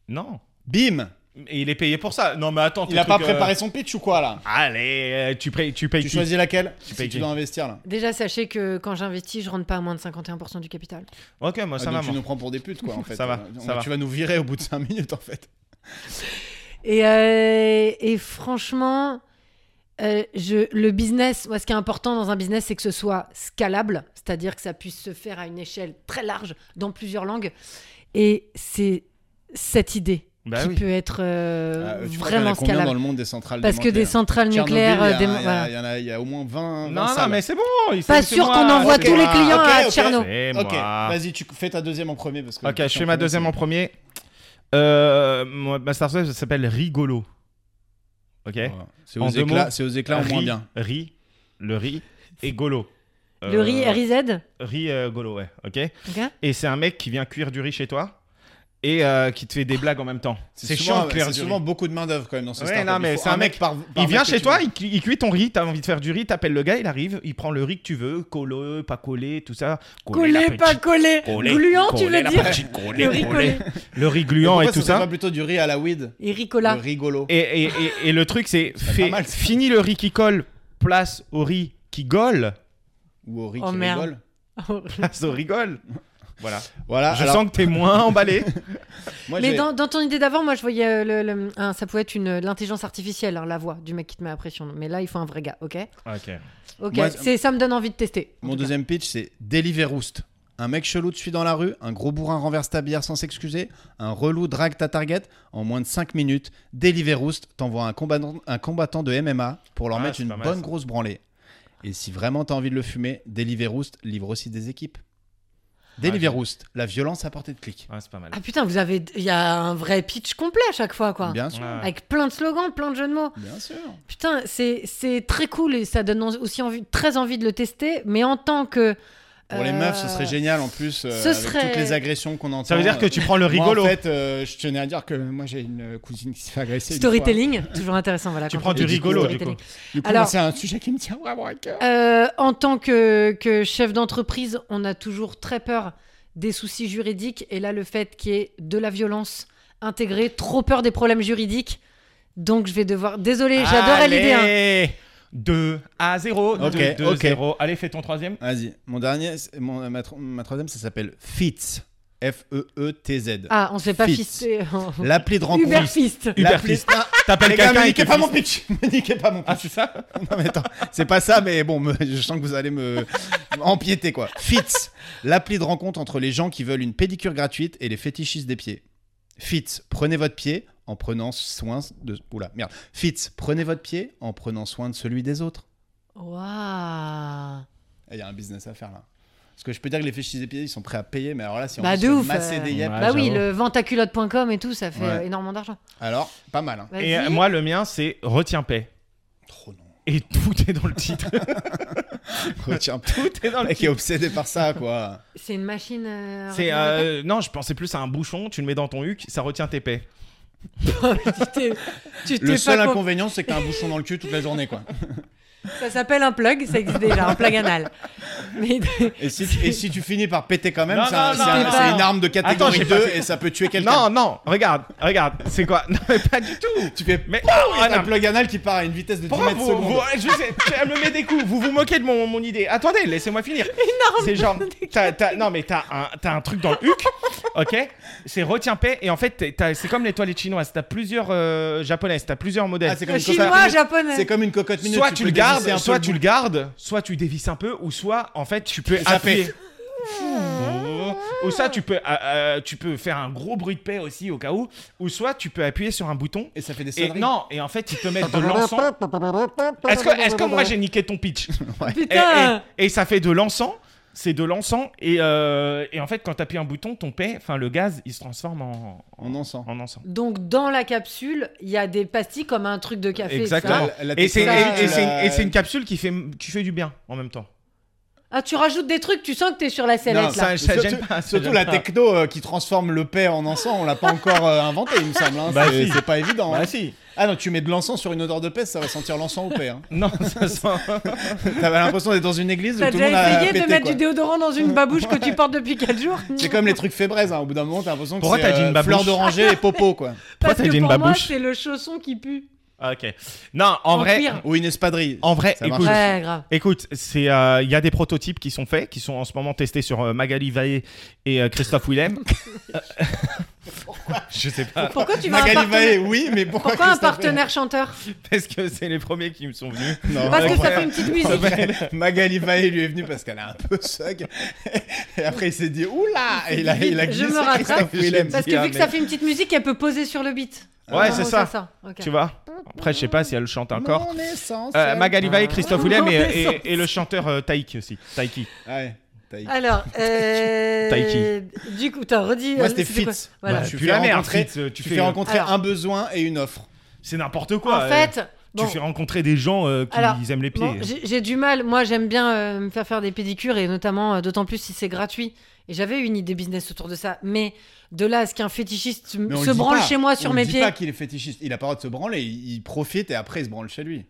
Non.
Bim
Et il est payé pour ça. Non, mais attends. ton
Il a pas
truc,
préparé
euh,
son pitch ou quoi, là
Allez, euh, tu, payes- tu payes.
Tu
qui
choisis laquelle
payes
Si
qui
tu dois investir, là.
Déjà, sachez que quand j'investis, je rentre pas à moins de 51% du capital.
Ok, moi ça
Ah,
va.
donc tu
moi.
nous prends pour des putes, quoi, en fait.
Ça va,
Euh,
ça va.
Tu vas nous virer au bout de 5 minutes, en fait.
Et, euh, et franchement, euh, je, le business, moi, ce qui est important dans un business, c'est que ce soit scalable, c'est-à-dire que ça puisse se faire à une échelle très large, dans plusieurs langues. Et c'est cette idée
Bah
qui
oui.
peut être euh,
Ah, tu crois qu'il y en a
vraiment
combien dans
scalable.
le monde des centrales
Parce que des
nucléaires
centrales nucléaires, euh,
Tchernobyl,
des-
Il y, a- il y a-
voilà.
il y en a- il y a au moins 20.
Non,
20
non,
salles.
mais c'est bon. il-
Pas
c'est
sûr
moi,
qu'on envoie
c'est
tous les
moi.
clients
ok,
à
ok.
Tcherno.
C'est
Ok,
moi.
vas-y, tu fais ta deuxième en premier. Parce que
Ok,
le
je
pitch
fais
en
ma
premier,
deuxième
c'est-
en premier. Euh, moi, ma star ça s'appelle Rigolo. Ok.
Voilà. C'est
En
aux,
deux mots,
éclats, c'est aux éclats en moins
Ri-
bien.
Ri, le riz et Golo.
Le
Euh,
riz RIZ
Riz euh, Golo, ouais. Ok.
ok
Et c'est un mec qui vient cuire du riz chez toi et euh, qui te fait des blagues en même temps. C'est
souvent,
chiant de cuire
c'est
du
souvent
riz.
beaucoup de main-d'œuvre quand même dans ce
Ouais,
startup.
non,
Il
mais
faut
c'est un mec-
par, par
Il vient
mec que
chez
tu
toi,
veux.
il, cu- il cuit ton riz, t'as envie de faire du riz, t'appelles le gars, il arrive, il prend le riz que tu veux, colleux, pas collé, tout ça. la
Collé, pas
petite-
collé.
collé,
Gluant, tu
collé,
veux
la
dire
petite, collé,
Le riz
collé.
collé.
Le riz
Mais
gluant
pourquoi
et
ça
tout
serait
ça.
pas plutôt du riz à la weed
Et
Le
Ricola.
rigolo.
Et, et- et- et le truc, c'est
serait pas
fait,
mal, ça.
fini le riz qui colle, place au riz qui gole,
Ou au riz
Oh,
qui
merde.
rigole.
Oh.
place au rigole. Voilà.
Voilà,
Je
Ah, alors,
sens que t'es moins emballé.
moi,
Mais
j'ai-
dans, dans ton idée d'avant, moi je voyais euh, le, le- un- ça pouvait être une l'intelligence artificielle, hein, la voix du mec qui te met la pression. Mais là, il faut un vrai gars, ok
ok.
Ok,
Moi,
c'est ça me donne envie de tester. en
Mon
tout cas.
deuxième pitch, c'est Deliveroost. Un mec chelou te suit dans la rue, un gros bourrin renverse ta bière sans s'excuser, un relou drague ta target. En moins de 5 minutes, Deliveroost t'envoie un combattant, un combattant de MMA pour leur
Ah,
mettre
c'est
une
pas mal,
bonne
ça.
grosse branlée. Et si vraiment t'as envie de le fumer, Deliveroost livre aussi des équipes.
Ah,
Deliveroost, la violence à portée de clic.
Ouais, c'est pas mal.
Ah putain, vous avez, il y a un vrai pitch complet à chaque fois, quoi.
Bien sûr.
Ouais.
Avec plein de slogans, plein de jeux de mots.
Bien sûr.
Putain, c'est c'est très cool et ça donne en- aussi envie, très envie de le tester. Mais en tant que
Pour les
euh,
meufs, ce serait génial en plus, euh,
ce
avec
serait-
toutes les agressions qu'on entend.
Ça veut dire que
euh,
tu prends le
moi,
rigolo.
en fait, euh, je tenais à dire que moi j'ai une cousine qui s'est fait agresser. une fois.
storytelling, toujours intéressant, voilà.
Tu
quand
prends
on
du
fait
rigolo, du
storytelling.
coup.
Du coup,
Alors-
moi, c'est un sujet qui me tient vraiment à cœur.
Euh, en tant que, que chef d'entreprise, on a toujours très peur des soucis juridiques. Et là, le fait qu'il y ait de la violence intégrée, trop peur des problèmes juridiques. Donc, je vais devoir. Désolé, j'adorais l'idée. hein.
2 à 0.
Ok,
2
ok.
0. Allez, fais ton troisième.
Vas-y, mon dernier, c'est- mon, euh, ma, tro- ma troisième, ça s'appelle FITZ. E F-E-E-T-Z.
Ah, on se fait pas
Fist.
fister.
L'appelé de rencontre.
Uber fist.
L'appelé. Ah,
T'appelles
les gars,
quelqu'un
me
et
niquez
tu
pas
fais-
mon pitch. Me niquez pas mon
Ah,
pitch.
c'est ça
non, mais attends, c'est pas ça, mais bon, me- je sens que vous allez me empiéter, quoi. FITZ. L'appelé de rencontre entre les gens qui veulent une pédicure gratuite et les fétichistes des pieds. FITZ. Prenez votre pied en prenant soin de. Oula, merde. FITZ. Prenez votre pied en prenant soin de celui des autres. Eh,
Waouh.
Il y a un business à faire là. Parce que je peux dire que les fichiers épisés, ils sont prêts à payer, mais alors là, si on
Bah,
veut se
de ouf,
masser
euh,
des yep,
Ah,
bah oui,
j'avoue.
le ventaculotte.com et tout, ça fait
Ouais.
euh, énormément d'argent.
alors pas mal. Hein.
Vas-y.
Et euh, moi, le mien, c'est Retiens paix.
Trop non.
Et tout est dans le titre.
Retiens tout.
Tout est dans
Oh, Le
le
mec est
titre.
obsédé par ça, quoi.
C'est une machine. euh,
C'est,
à retenir
euh, non, je pensais plus à un bouchon, tu le mets dans ton huc, ça retient tes paix.
la tête. Tu t'es- tu t'es
Le seul
pas con-
inconvénient, c'est que t'as un bouchon dans le cul toute la journée, quoi.
Ça s'appelle un plug, ça existe déjà, un plug anal. Mais
Et si, et si tu finis par péter quand même,
Non,
c'est
non,
un- c'est un-
non,
c'est
non.
une arme de
Attends,
catégorie
j'ai pas
2
fait-
et ça peut tuer
Non,
quelqu'un.
non, regarde, regarde, c'est quoi Non, mais pas du tout
Tu fais
Mais.
Ah,
Anna,
un plug anal qui part à une vitesse de 10
pourquoi
mètres
vous,
secondes.
vous- je sais, elle me met des coups, vous vous moquez de mon, mon idée. Attendez, laissez-moi finir.
Oh,
C'est genre, t'as- t'as- non mais t'as un, t'as un truc dans le huc, ok C'est retiens paix et en fait t'es- t'as- c'est comme les toilettes chinoises, t'as plusieurs euh, japonaises, t'as plusieurs modèles.
Ah, c'est comme
le
une cocotte
chinois,
minute.
japonais.
C'est comme une cocotte minute.
soit tu,
peux
le gardes,
dévisser un peu
soit tu
bout.
le gardes, soit tu dévisses un peu, ou soit en fait tu peux
ça
appuyer. ou ça tu peux, euh, euh, tu peux faire un gros bruit de paix aussi au cas où, ou soit tu peux appuyer sur un bouton.
Et ça fait des
Et
sonneries.
non, et en fait ils te mettent de l'encens. Est-ce que, est-ce que moi j'ai niqué ton pitch
Putain
et, et- et Eh, ça fait de l'encens c'est de l'encens et, euh, et en fait quand t'appuies un bouton ton paix enfin le gaz il se transforme en
En encens.
en encens
Donc, dans la capsule, il y a des pastilles comme un truc de café.
Exactement.
etc.
La- la
et c'est
technologie,
et- et
tu
c'est une,
l'as-
et c'est une capsule qui fait qui fait du bien en même temps
Ah, tu rajoutes des trucs, tu sens que t'es sur la sellette
Non,
là.
ça, ça
Surtout-
gêne pas ça
Surtout
gêne
la
pas.
techno euh, qui transforme le paix en encens, on l'a pas encore euh, inventé, il me semble. hein.
Bah
c'est
si.
c'est pas évident. hein.
bah si
Ah non, tu mets de l'encens sur une odeur de paix, ça va sentir l'encens au paix. Hein.
non ça sent
T'avais l'impression d'être dans une église où
T'as
tout le monde
déjà
a
essayé
pété,
de mettre
quoi.
du déodorant dans une babouche que tu portes depuis 4 jours
C'est comme les trucs fébraises, hein. au bout d'un moment, t'as l'impression que
Pourquoi
c'est euh,
t'as dit une babouche
fleur d'oranger et popo, quoi.
Pourquoi
Parce
t'as
que
dit une
pour moi,
babouche
c'est le chausson qui pue.
Ah, ok non en
En
vrai
cuir.
Ou une espadrille.
Oh,
en vrai
Ça marche.
écoute
Ouais, grave.
Écoute, c'est euh, il y a des prototypes qui sont faits, qui sont en ce moment testés sur euh, Magali Vaillé et euh, Christophe Willem. Je sais pas,
Pourquoi tu vas un
Magali
partenaire-
Vaé, oui, mais pourquoi,
Pourquoi un
Christophe
partenaire chanteur
parce que c'est les premiers qui me sont venus.
Non,
Parce que
en vrai-
ça fait une petite
en
musique.
vrai, Magali Vaé lui est venue parce qu'elle a un peu suck. Et après, il s'est dit, oula Et il a, il a
Je
glissé
me rattrape.
Christophe Willem.
Parce que
Ah,
vu que ça
mais-
fait une petite musique, elle peut poser sur le beat.
Ouais,
En
c'est
gros,
ça.
Ok.
Tu vois Après, je sais pas si elle chante encore.
Mon essence,
Euh,
elle-
Magali Vaillé, Christophe Willem
Mon
et,
essence.
et- et le chanteur euh, Taiki aussi. Taiki.
Ouais, t'as-
Alors, euh...
Taiki.
du coup, t'as redit.
Moi,
euh,
c'était
quoi
Fitz.
Voilà.
Bah,
Tu
puis
fais
la merde,
rencontrer-
Fritz, tu
Tu
fais- euh,
fais rencontrer
Alors.
un besoin et une offre.
C'est n'importe quoi.
En
euh,
fait,
tu
bon,
fais rencontrer des gens euh, qui
Alors,
aiment les pieds.
bon, j'ai j'ai du mal. Moi, j'aime bien euh, me faire faire des pédicures et notamment, euh, d'autant plus si c'est gratuit. Et j'avais une idée business autour de ça. Mais de là à ce qu'un fétichiste m-
Mais on
se
le dit
branle
pas.
chez moi sur
On
mes
dit
pieds.
pas qu'il est fétichiste. Il a pas le droit de se branler. Il, il profite et après il se branle chez lui.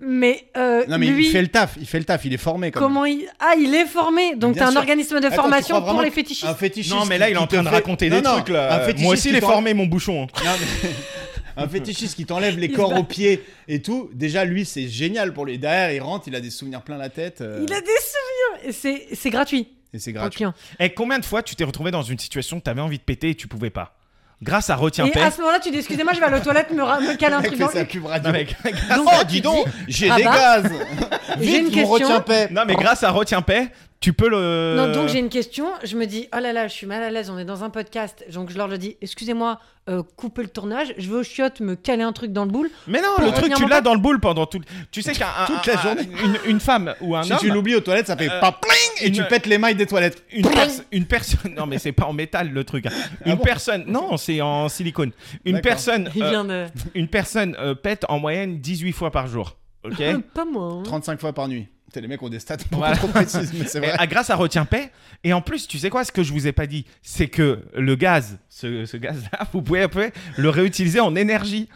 Mais, euh,
Non mais
lui,
il fait le taf. Il fait le taf. Il est formé. Quand même.
comment il. Ah, il est formé. Donc,
Bien
t'as un
sûr.
organisme
Attends,
de
tu crois
formation
vraiment
pour les fétichistes.
Un fétichiste.
Non, mais là,
qui-
il est en
qui te
train de
fait-
raconter
Non,
des
non,
trucs là.
un fétichiste
Moi aussi, il
qui
est
t'en-
formé, mon bouchon. hein.
Non, mais- Un fétichiste qui t'enlève les
Il se
corps
bat.
aux pieds et tout, déjà lui c'est génial pour lui. Derrière il rentre, il a des souvenirs plein la tête euh,
Il a des souvenirs. Et C'est c'est gratuit
et c'est
pour le
gratuit.
client.
Et Eh, combien de fois tu t'es retrouvé dans une situation où t'avais envie de péter et tu pouvais pas Grâce à Retiens
Et
Paix.
à ce moment-là, tu dis excusez-moi, je vais à la toilette me, ra- me caler
Le
un
mec
truc
fait
dans
sa
le.
pub radio.
Non, mais-
Donc,
Oh
là, tu
dis donc,
dis,
j'ai
ah
des
bah.
gaz.
J'ai
Vite,
une
mon
question.
retient-paix.
Non, mais grâce à Retiens Paix, tu peux le.
Non, donc j'ai une question. Je me dis, oh là là, je suis mal à l'aise, on est dans un podcast. Donc je leur le dis, excusez-moi, euh, coupez le tournage, je vais au chiottes me caler un truc dans le boule.
Mais non,
Pour
le truc,
retenir
tu
mon
l'as
temps.
dans le boule pendant tout. Tu sais qu'un. un-
Toute
un-
la journée.
Une, une femme ou un
Si
homme.
tu l'oublies aux toilettes, ça fait
Euh,
pas pling et
une-
tu pètes les mailles des toilettes.
Une, pers- une personne. Non, mais c'est pas en métal le truc. hein. Une
bon
personne. Non, c'est en silicone. Une
D'accord.
personne.
Il
euh,
vient de.
une personne euh, pète en moyenne 18 fois par jour. Ok
Euh, Pas moi. hein.
35 fois par nuit. T'es les mecs ont des stats beaucoup
Voilà.
trop précises, mais c'est
Et
vrai.
à- grâce à Retiens Paix. Et en plus, tu sais quoi, ce que je vous ai pas dit, c'est que le gaz, ce, ce gaz-là, vous pouvez après le réutiliser en énergie.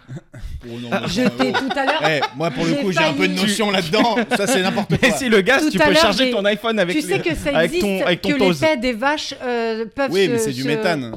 Oh non, mais ça,
J'étais
oh.
tout à l'heure.
Eh, moi pour le
Ah, J'ai
coup j'ai un peu de
failli.
notion là-dedans, ça c'est n'importe quoi.
Mais si le gaz,
Tout
tu
à
peux
l'heure,
charger
j'ai-
ton iPhone avec
Tu sais
le-
que ça
avec
existe,
ton, avec ton
que les
tose.
pets des vaches euh, peuvent
Oui,
se-
mais c'est du
se-
méthane.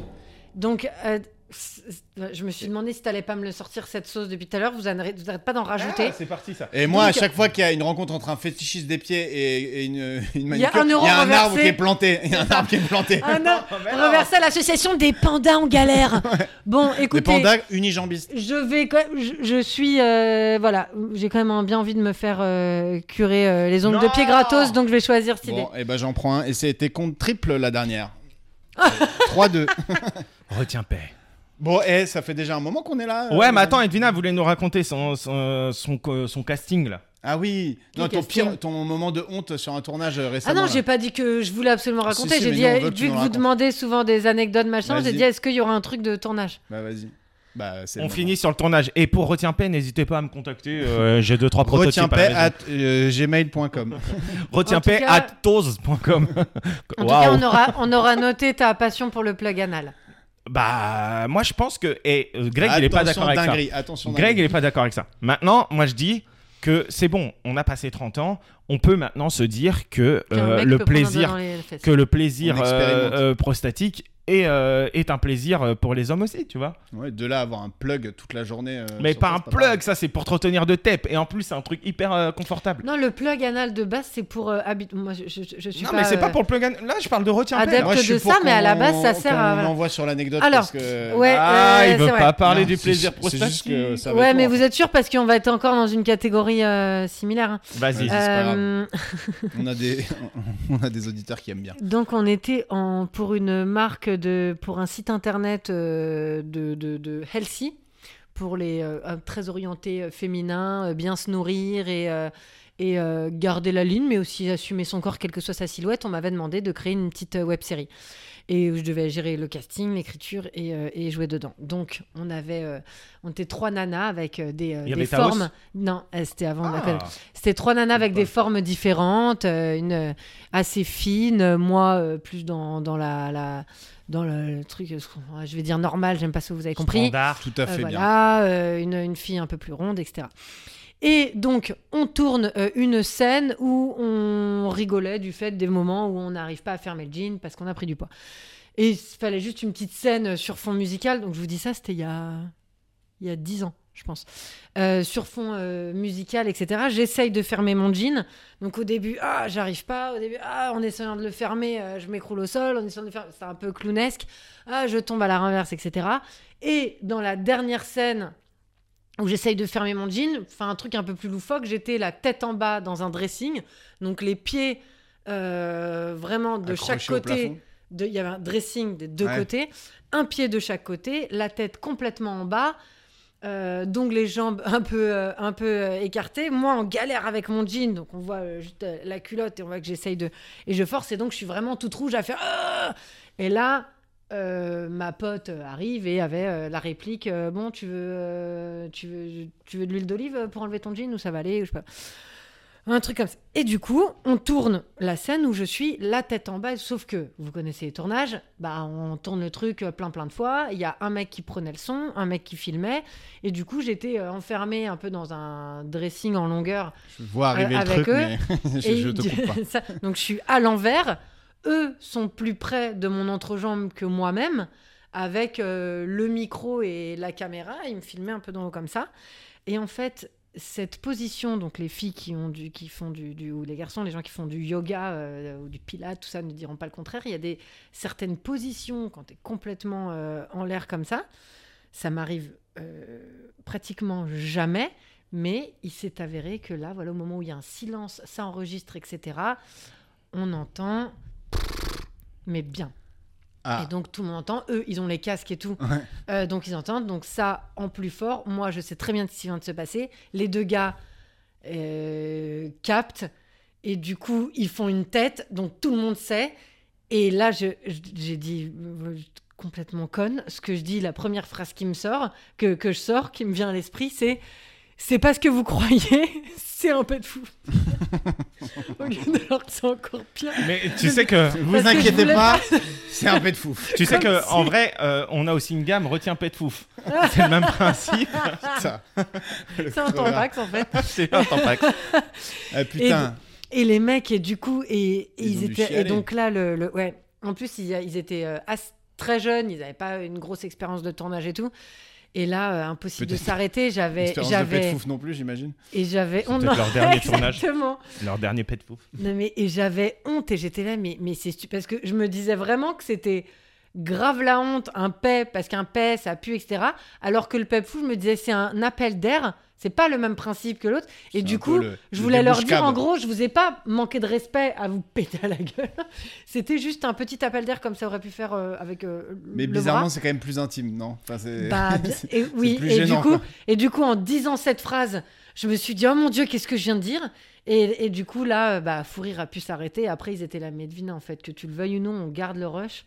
Donc, euh, c- c- je me suis demandé si t'allais pas me le sortir cette sauce depuis tout à l'heure. Vous n'arrêtez pas d'en rajouter.
Ah, c'est parti ça.
Et moi,
Donc-
à chaque fois qu'il y a une rencontre entre un fétichiste des pieds et, et une, une
Il y a
manucure,
un euro
arbre
renversé.
qui est planté. Il y a un arbre qui est planté.
Ah non,
mais non.
reverser à l'association des pandas en galère. Bon,
Des
écoutez,
pandas unijambistes.
je vais quand même- je, je suis euh, voilà, j'ai quand même un- bien envie de me faire euh, curer euh, les ongles de
Non.
pied gratos, donc je vais choisir cette idée.
Bon, et ben j'en prends un. Et c'était contre triple la dernière.
Ah.
3-2.
Retiens Paix.
Bon, et ça fait déjà un moment qu'on est là. euh,
Ouais, mais attends, Edwina voulait nous raconter son, son, son, son- son casting là.
Ah oui.
Qui
Non, ton,
casting
pire, ton moment de honte sur un tournage euh,
Ah
récemment.
non,
là.
j'ai pas dit que je voulais absolument
Si,
raconter.
si,
j'ai
mais
dit,
nous, on
eh,
veut que tu
vu que
nous
vous
racontes.
demandez souvent des anecdotes machin, j'ai
Vas-y.
dit est-ce qu'il y aura un truc de tournage
Bah vas-y. Bah, c'est le
On
moment.
finit sur le tournage. Et pour Retiens Paix, n'hésitez pas à me contacter. euh, J'ai deux, trois prototypes.
Retiens
à la
paix
maison.
at euh, gmail.com.
Retiens
En tout
paix
cas-
at tose.com.
En tout cas,
Waouh.
on aura, on aura noté ta passion pour le plug anal.
Bah, moi je pense que. Et euh, Greg, il est pas
Attention,
d'accord avec ça.
dinguerie, Attention,
Greg, il
dinguerie.
est pas d'accord avec ça. Maintenant, moi je dis que c'est bon, on a passé 30 ans, on peut maintenant se dire que
Qu'un
euh,
mec
le
peut prendre un doigt
plaisir
dans les fesses.
que le plaisir
On expérimente.
euh, euh, prostatique est, euh, est un plaisir euh, pour les hommes aussi, tu vois.
Ouais, de là à avoir un plug toute la journée. euh,
Mais
sur
pas
ça,
un
c'est
plug, ça c'est pour te retenir de tep. Et en plus, c'est un truc hyper euh, confortable.
Non, le plug anal de base, c'est pour euh, habit- Moi, je, je, je suis
Non,
pas.
mais c'est
euh,
pas pour le plug. and- Là, je parle de hein. retien
pareil.
paix.
Adepte
Moi, je suis
de
pour
ça, mais à la
qu'on-
base, ça sert à-
qu'on
voilà.
envoie sur l'anecdote
Alors,
parce que.
ouais,
Ah,
euh,
il veut
c'est vrai.
pas parler
Non,
du
c'est-
plaisir
c'est juste
prostatique.
que ça va
Ouais,
être
mais
lourd.
vous êtes sûr parce qu'on va être encore dans une catégorie euh, similaire. hein.
Vas-y.
Ouais. c'est pas grave.
Euh,
On a des, on a des auditeurs qui aiment bien.
donc on était en pour une marque de pour un site internet euh, de, de, de healthy pour les euh, euh, très orientés euh, féminins, euh, bien se nourrir et euh, et euh, garder la ligne, mais aussi assumer son corps, quelle que soit sa silhouette, on m'avait demandé de créer une petite euh, web série. Et je devais gérer le casting, l'écriture et, euh, et jouer dedans. Donc, on avait, euh, on était trois nanas avec euh, des, euh,
Il y
des
avait Taos
formes. Non, euh, c'était avant la
Ah.
c'était trois nanas avec des formes différentes, euh, une euh, assez fine, euh, moi euh, plus dans, dans la, la- dans le, le truc, euh, ce qu'on- je vais dire normal, j'aime pas ce que vous avez compris.
Standard.
Tout à fait
Euh,
bien.
voilà, euh, une, une fille un peu plus ronde, etc. Et donc, on tourne euh, une scène où on rigolait du fait des moments où on n'arrive pas à fermer le jean parce qu'on a pris du poids. Et il fallait juste une petite scène sur fond musical. Donc, je vous dis ça, c'était il y a il y a 10 ans, je pense. Euh, sur fond euh, musical, etc. J'essaye de fermer mon jean. Donc au début, ah, j'arrive pas. Au début, ah, en essayant de le fermer, euh, je m'écroule au sol. En essayant de le fermer, c'est un peu clownesque. Ah, je tombe à la renverse, etc. Et dans la dernière scène où j'essaye de fermer mon jean, enfin un truc un peu plus loufoque, j'étais la tête en bas dans un dressing. Donc les pieds euh, vraiment de chaque
Accroché au
côté
plafond.
de- il y avait un dressing des deux
Ouais.
côtés, un pied de chaque côté, la tête complètement en bas, euh, donc les jambes un peu, euh, un peu euh, écartées. Moi, en galère avec mon jean, donc on voit euh, juste euh, la culotte et on voit que j'essaye de et je force et donc je suis vraiment toute rouge à faire. Ah Et là. euh, ma pote euh, arrive et avait euh, la réplique euh, bon tu veux euh, tu veux tu veux de l'huile d'olive pour enlever ton jean ou ça va aller ou je sais pas un truc comme ça. Et du coup, on tourne la scène où je suis la tête en bas, sauf que, vous connaissez les tournages, bah on tourne le truc euh, plein plein de fois, il y a un mec qui prenait le son, un mec qui filmait, et du coup j'étais euh, enfermée un peu dans un dressing en longueur.
Je vois arriver
Euh,
le
avec
truc, mais je,
et
je te
du-
coupe pas.
ça- donc je suis à l'envers, eux sont plus près de mon entrejambe que moi-même, avec euh, le micro et la caméra, ils me filmaient un peu d'en haut comme ça, et en fait, cette position, donc les filles qui, ont du, qui font du, du- ou les garçons, les gens qui font du yoga euh, ou du pilate, tout ça ne diront pas le contraire. Il y a des certaines positions quand tu es complètement euh, en l'air comme ça. Ça m'arrive euh, pratiquement jamais, mais il s'est avéré que là, voilà, au moment où il y a un silence, ça enregistre, etc. On entend, mais bien.
Ah.
Et donc tout le monde entend. Eux, ils ont les casques et tout.
Ouais.
Euh, donc ils entendent. Donc ça, en plus fort, moi, je sais très bien ce qui vient de se passer. Les deux gars euh, captent. Et du coup, ils font une tête. Donc tout le monde sait. Et là, je- je- j'ai dit euh, complètement conne. Ce que je dis, la première phrase qui me sort, que, que je sors, qui me vient à l'esprit, c'est C'est pas ce que vous croyez, c'est un pet de fou. Au lieu de- alors que c'est encore pire.
Mais tu sais que.
Vous
Parce que je
inquiétez
voulais
pas, c'est un peu de fou.
Tu sais
Comme
que
si- Ah.
en vrai, euh, on a aussi une gamme retiens pet de fouf. C'est le même principe.
Ça.
C'est un
crevard.
tampax en fait.
C'est un tampax.
Ah, putain,
Et les mecs, et du coup, et, et
Ils ont
ils
dû
étaient. Et
chialer.
donc là, le, le- ouais. En plus, ils, ils étaient euh, as- très jeunes, ils n'avaient pas une grosse expérience de tournage et tout. Et là, euh, impossible de
Peut-être-
s'arrêter. J'avais,
expérience de pet
j'avais,
fouf non plus, j'imagine.
et j'avais.
C'est peut-être leur dernier tournage.
Exactement.
Leur dernier pet de fouf.
Non, mais et j'avais honte et j'étais là, mais, mais c'est stu- parce que je me disais vraiment que c'était grave la honte, un paix, parce qu'un paix, ça pue, etc. Alors que le pep fou, je me disais, c'est un appel d'air, c'est pas le même principe que l'autre.
C'est
Et
un
du
peu
coup,
le-
je
le
voulais leur
débouche-cab.
dire, en gros, je vous ai pas manqué de respect à vous péter à la gueule. C'était juste un petit appel d'air comme ça aurait pu faire euh, avec euh,
Mais
le
bizarrement,
bras.
c'est quand même plus intime, non Enfin, c'est-
Bah, bien-
c'est-
et oui,
plus
et
gênant,
du coup,
quoi.
et du coup, en disant cette phrase, je me suis dit oh mon dieu, qu'est-ce que je viens de dire et, et du coup là, euh, bah, Fou Rire a pu s'arrêter. Après, ils étaient là, mais devine en fait que tu le veuilles ou non, on garde le rush.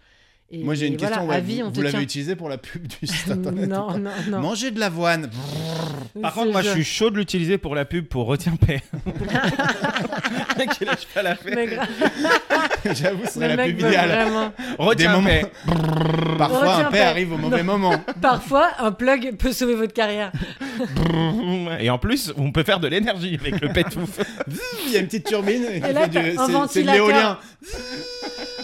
Et,
Moi, j'ai une
et voilà,
question.
à
ouais,
vie,
vous
on
vous
te
l'avez
tient.
utilisé pour la pub du site internet ou
non,
pas
non, non.
Manger de l'avoine.
Par contre, moi, je suis chaud de l'utiliser pour la pub pour retiens pet. Quel âge pas la faire
Mais grave,
J'avoue, ce
le
serait la
mec
pub
veut
idéale.
vraiment.
Retiens
moments-
pet.
Parfois, un
Retiens
paix
pas.
arrive au mauvais moment.
Parfois, un plug peut sauver votre carrière.
Et en plus, on peut faire de l'énergie avec le pet de fouf.
Il y a une petite turbine. et
là,
fait
t'as
du-
un
c'est- C'est de
ventilateur.
l'éolien.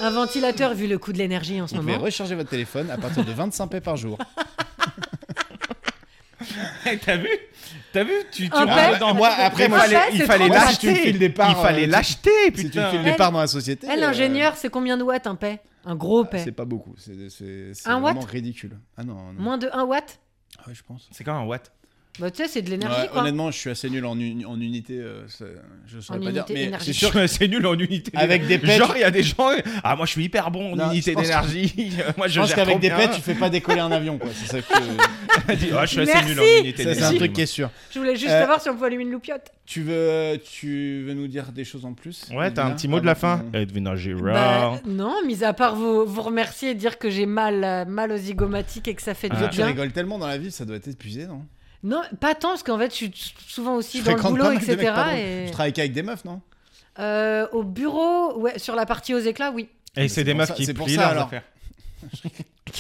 Un ventilateur, vu le coût de l'énergie en ce
Vous pouvez
moment.
recharger votre téléphone à partir de 25 paix par jour.
Hey, Eh, T'as vu T'as vu Tu, tu
Un
rentres
pet
dedans.
Moi, après,
Il
moi,
Ah, ça,
fallait, il
c'est
fallait
trop bien.
l'acheter.
Si tu me files des parts,
il fallait
euh,
l'acheter,
si tu me
putain.
files des
Elle-
parts dans la société.
Elle,
euh,
l'ingénieur, c'est combien de watts un paix Un gros paix
C'est pas beaucoup, c'est c'est- c'est
Un
vraiment
watt
ridicule. Ah non, non.
Moins de 1 watt
Ah ouais, je pense.
C'est quand un watt
Bah, tu sais, c'est de l'énergie,
Ouais,
quoi.
honnêtement, je suis assez nul en, uni- en unité. euh, ça- je ne saurais
En
pas dire.
unité
Mais
énergie.
c'est sûr que
c'est nul en unité.
Avec des pets,
Genre, il y a des gens. Ah, moi, je suis hyper bon en
Non,
unité
je pense que-
d'énergie. moi, je
je pense
gère
qu'avec
trop
des
bien.
pets, tu fais pas décoller un avion. quoi. C'est ça que-
Ah, je suis assez
Merci.
nul en unité
ça, c'est un
d'énergie,
truc
moi.
qui est sûr.
Je voulais juste
Euh,
savoir si on pouvait allumer une loupiote.
Tu veux, tu veux nous dire des choses en plus Ah
Ouais, t'as un
Edwina
petit mot de la fin.
Avant qu'on-
Edwina
Bah,
Girard.
non, mis à part vous, vous remercier et dire que j'ai mal, euh, mal aux zygomatiques et que ça fait
Ah.
du
Toi, tu
bien.
rigoles tellement dans la vie, ça doit être épuisé, non
Non, pas tant, parce qu'en fait, je suis t- souvent aussi
Je
dans le
fréquente pas
boulot,
mal de mecs
etc.
pas drôles.
et-
Je travaille qu'avec des meufs, non
Euh, au bureau, ouais, sur la partie aux éclats, oui.
Et c'est
Eh, c'est
des
pour
meufs
ça-
qui
c'est pour
plient
ça,
leurs
alors.
affaires.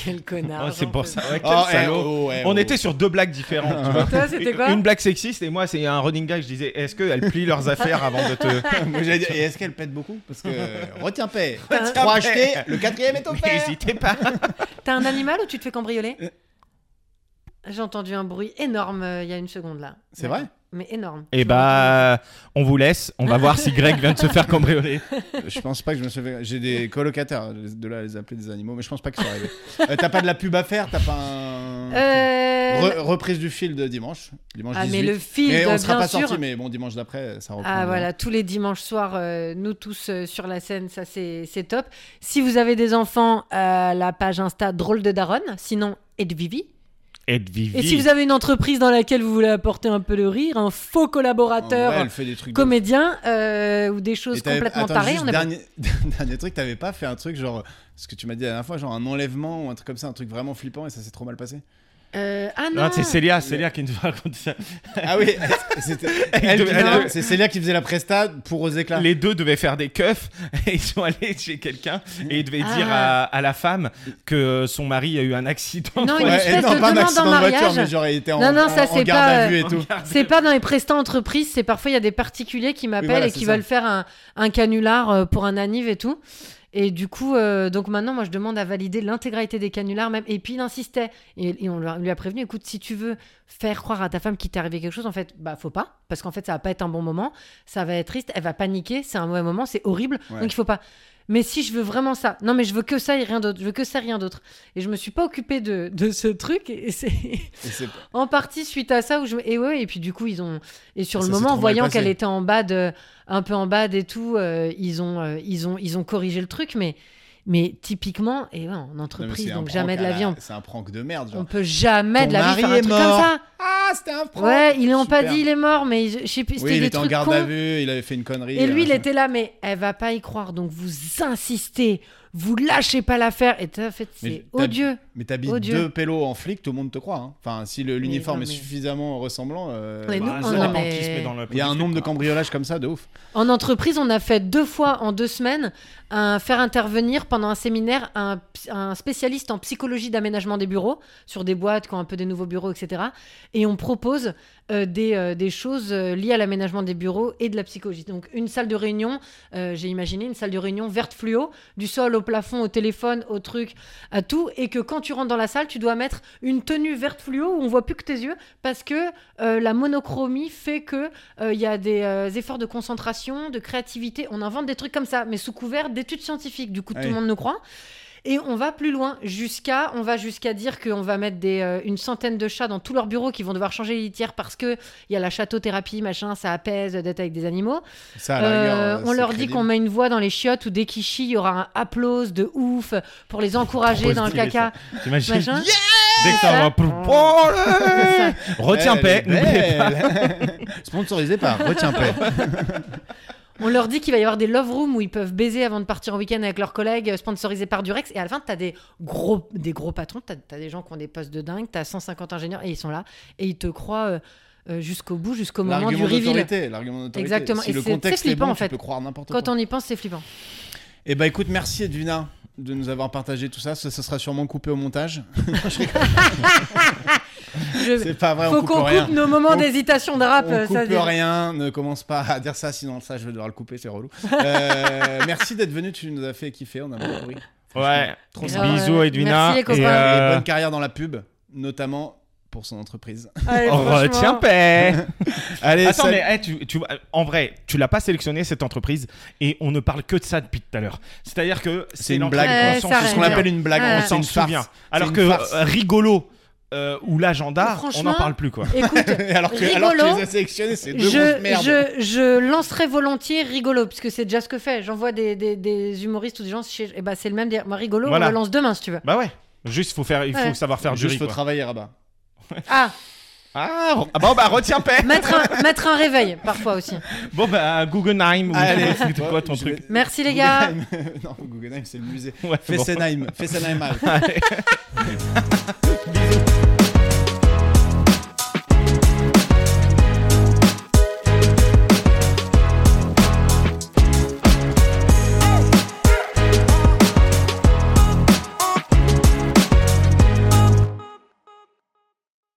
Quel connard.
Oh, C'est
j'en
pour
peux
ça.
plus.
Ouais,
Oh,
quel
eh,
salaud.
oh, eh,
On
oh.
était sur deux blagues différentes. tu vois.
Toi, c'était quoi
Une blague sexiste et moi, c'est un running gag. Je disais, est-ce qu'elles plient leurs affaires avant de te.
Moi, j'allais dire, et est-ce qu'elle pète beaucoup Parce que retiens paix. Trois achetés, le quatrième est offert.
N'hésitez pas.
T'as un animal ou tu te fais cambrioler
Euh.
J'ai entendu un bruit énorme euh, il y a une seconde là.
C'est vrai
Mais énorme.
Et bah, on vous laisse. On va voir si Greg vient de se faire cambrioler.
Je pense pas que je me suis fait- J'ai des colocataires, de là à les appeler des animaux, mais je pense pas qu'ils soient arrivés. Euh, t'as pas de la pub à faire T'as pas un.
Euh,
Re- reprise du fil de dimanche. dimanche
ah,
18.
mais le film,
Mais on
bien
sera pas
sûr.
sorti, mais bon, dimanche d'après, ça reprend.
Ah voilà, tous les dimanches soirs, euh, nous tous euh, sur la scène, ça c'est c'est top. Si vous avez des enfants, euh, la page Insta Drôle de Daronne, sinon Edvivi.
Ed
Et si vous avez une entreprise dans laquelle vous voulez apporter un peu le rire, un faux collaborateur,
Ouais, elle fait des trucs de
comédien euh, ou des choses
Et t'avais-
complètement
attends,
tarées,
juste
on est bon.
dernier, dernier truc, t'avais pas fait un truc genre ce que tu m'as dit la dernière fois, genre un enlèvement ou un truc comme ça, un truc vraiment flippant et ça s'est trop mal passé.
Euh, ah non,
Non, c'est Célia, Célia qui nous raconte ça.
Ah oui, c'était- elle
Elle
qui
devait-
faisait-
elle-
c'est Célia qui faisait la presta pour aux éclats.
Les deux devaient faire des keufs et ils sont allés chez quelqu'un et ils devaient
Ah.
dire à, à la femme que son mari a eu un accident.
Non,
Ouais,
une espèce
et non,
de
pas un
demande
accident
en
de voiture,
mariage.
mais genre il était en,
Non, non,
en-
ça,
en
c'est
garde
pas, euh,
à vue et
En
tout.
garde-
C'est pas dans les prestats entreprises, c'est parfois il y a des particuliers qui m'appellent
voilà,
et
c'est
qui
ça.
veulent faire un, un canular euh, pour un anniv et tout. Et du coup, euh, donc maintenant, moi, je demande à valider l'intégralité des canulars, même. Et puis, il insistait. Et, et on lui a- lui a prévenu écoute, si tu veux faire croire à ta femme qu'il t'est arrivé quelque chose, en fait, bah, faut pas. Parce qu'en fait, ça va pas être un bon moment. Ça va être triste. Elle va paniquer. C'est un mauvais moment. C'est horrible.
Ouais.
Donc, il faut pas. Mais si je veux vraiment ça, non, mais je veux que ça et rien d'autre. Je veux que ça, rien d'autre. Et je me suis pas occupée de, de ce truc. Et c'est.
Et c'est-
En partie suite à ça où je me- et ouais et puis du coup ils ont et sur
Ça
le
s'est trop
moment
mal
voyant
passé.
qu'elle était en bad euh, un peu en bad et tout euh, ils ont euh, ils ont ils ont corrigé le truc mais mais typiquement et ouais, en
non, mais
entreprise
c'est un
donc
prank
jamais de
à
la vie on,
C'est un prank de merde.
on
Genre.
peut jamais
Ton
de la vie
mari
faire un
est
truc
mort.
comme ça
Ah, c'était un prank.
ouais ils l'ont pas
Super.
dit il est mort mais ils- je sais plus c'était
Oui, il
des
était en
trucs
garde
cons.
à vue, il avait fait une connerie.
Et lui, il
euh,
était là, mais elle va pas y croire, donc vous insistez, vous lâchez pas l'affaire. Et en fait,
Mais
c'est
t'as-
odieux.
Mais t'habilles
Oh, Dieu.
deux pélos en flic, tout le monde te croit. hein. Enfin, si le- l'uniforme
non,
est
mais-
suffisamment ressemblant, euh,
Mais
bah,
nous,
Bah,
on
ça
en
dépend
est-
qui se met dans le
il y a un
hein.
nombre de cambriolages comme ça de ouf.
En entreprise, on a fait deux fois en deux semaines un, faire intervenir pendant un séminaire un, p- un spécialiste en psychologie d'aménagement des bureaux sur des boîtes qui ont un peu des nouveaux bureaux, etc. Et on propose euh, des, euh, des choses euh, liées à l'aménagement des bureaux et de la psychologie. Donc une salle de réunion, euh, j'ai imaginé une salle de réunion verte fluo, du sol au plafond, au téléphone, au truc, à tout, et que quand tu rentres dans la salle, tu dois mettre une tenue verte fluo où on voit plus que tes yeux parce que euh, la monochromie fait que euh, Il y a des euh, efforts de concentration, de créativité. On invente des trucs comme ça, mais sous couvert d'études scientifiques. Du coup,
Ouais.
tout le monde nous croit. Et on va plus loin, jusqu'à on va jusqu'à dire qu'on va mettre des, euh, une centaine de chats dans tous leurs bureaux qui vont devoir changer les litières parce que il y a la château-thérapie, machin, ça apaise d'être avec des animaux.
Ça, à la rigueur,
Euh,
euh,
on
c'est
leur dit
crédible.
qu'on met une voix dans les chiottes ou dès qu'ils chient, il y aura un applause de ouf pour les encourager dans le
Positif,
caca.
T'imagines
Machin.
Dès que t'as un- Oh là là Retiens
Elle
paix.
est belle. Sponsorisé par Retiens paix.
On leur dit qu'il va y avoir des love rooms où ils peuvent baiser avant de partir en week-end avec leurs collègues, euh, sponsorisés par Durex. Et à la fin, t'as des gros, des gros patrons, t'as as des gens qui ont des postes de dingue, t'as 150 ingénieurs et ils sont là et ils te croient euh, euh, jusqu'au bout, jusqu'au moment du
L'argument
reveal.
d'autorité, l'argument d'autorité.
Exactement.
Si
Et
le
c'est-
contexte
c'est
est bon,
flippant, en
tu
fait.
peux croire n'importe quoi.
Quand on y pense, c'est flippant.
Eh ben écoute, merci Edwina de nous avoir partagé tout ça. Ça, ça sera sûrement coupé au montage.
Je...
C'est pas vrai, on
Faut
coupe
qu'on
rien.
coupe nos moments
On-
d'hésitation de rap.
on
euh,
coupe
ça, c'est-
rien, ne commence pas à dire ça, sinon ça je vais devoir le couper, c'est relou. Euh, merci d'être venu, tu nous as fait kiffer, on a beaucoup ri.
Ouais.
Grave.
Bisous
Euh,
Edwina.
merci, les copains.
Et,
Et
euh,
bonne carrière dans la pub, notamment pour son entreprise.
Allez,
Oh, Retiens
franchement.
paix.
Allez,
Attends,
salut.
mais hey, tu, tu- en vrai, tu l'as pas sélectionné cette entreprise et on ne parle que de ça depuis tout à l'heure. C'est-à-dire que
c'est
c'est
une
l'entreprise
blague,
blague,
Ouais,
qu'on
ça
s'en
c'est ce qu'on
reste.
souvient.
appelle une blague,
Ouais.
on
On s'en
s'en
souvient.
farce.
Alors
une
que
farce.
euh, rigolo, euh, ou l'agenda,
Mais
on
franchement,
n'en parle plus quoi.
Écoute,
alors, que, alors que tu les as sélectionnés, c'est deux grosses merdes.
je, je, je lancerai volontiers rigolo, parce que c'est déjà ce que fait. J'envoie des, des, des humoristes ou des gens, chez... eh ben, c'est le même dire. Moi, rigolo,
Voilà.
on le lance demain si tu veux.
Bah ouais. Juste, faut faire, il faut
Ouais.
savoir faire du
Juste,
riz.
faut
quoi.
travailler là-bas.
Ah,
Ah, re- ah, bon, bah retiens paix.
mettre un, mettre un réveil parfois aussi.
Bon, bah Guggenheim, ou
Allez,
c'est quoi ton
je vais-
truc
Merci les gars.
non, Guggenheim, c'est le musée.
Ouais, bon.
Fessenheim, Fessenheim Hall.
Allez.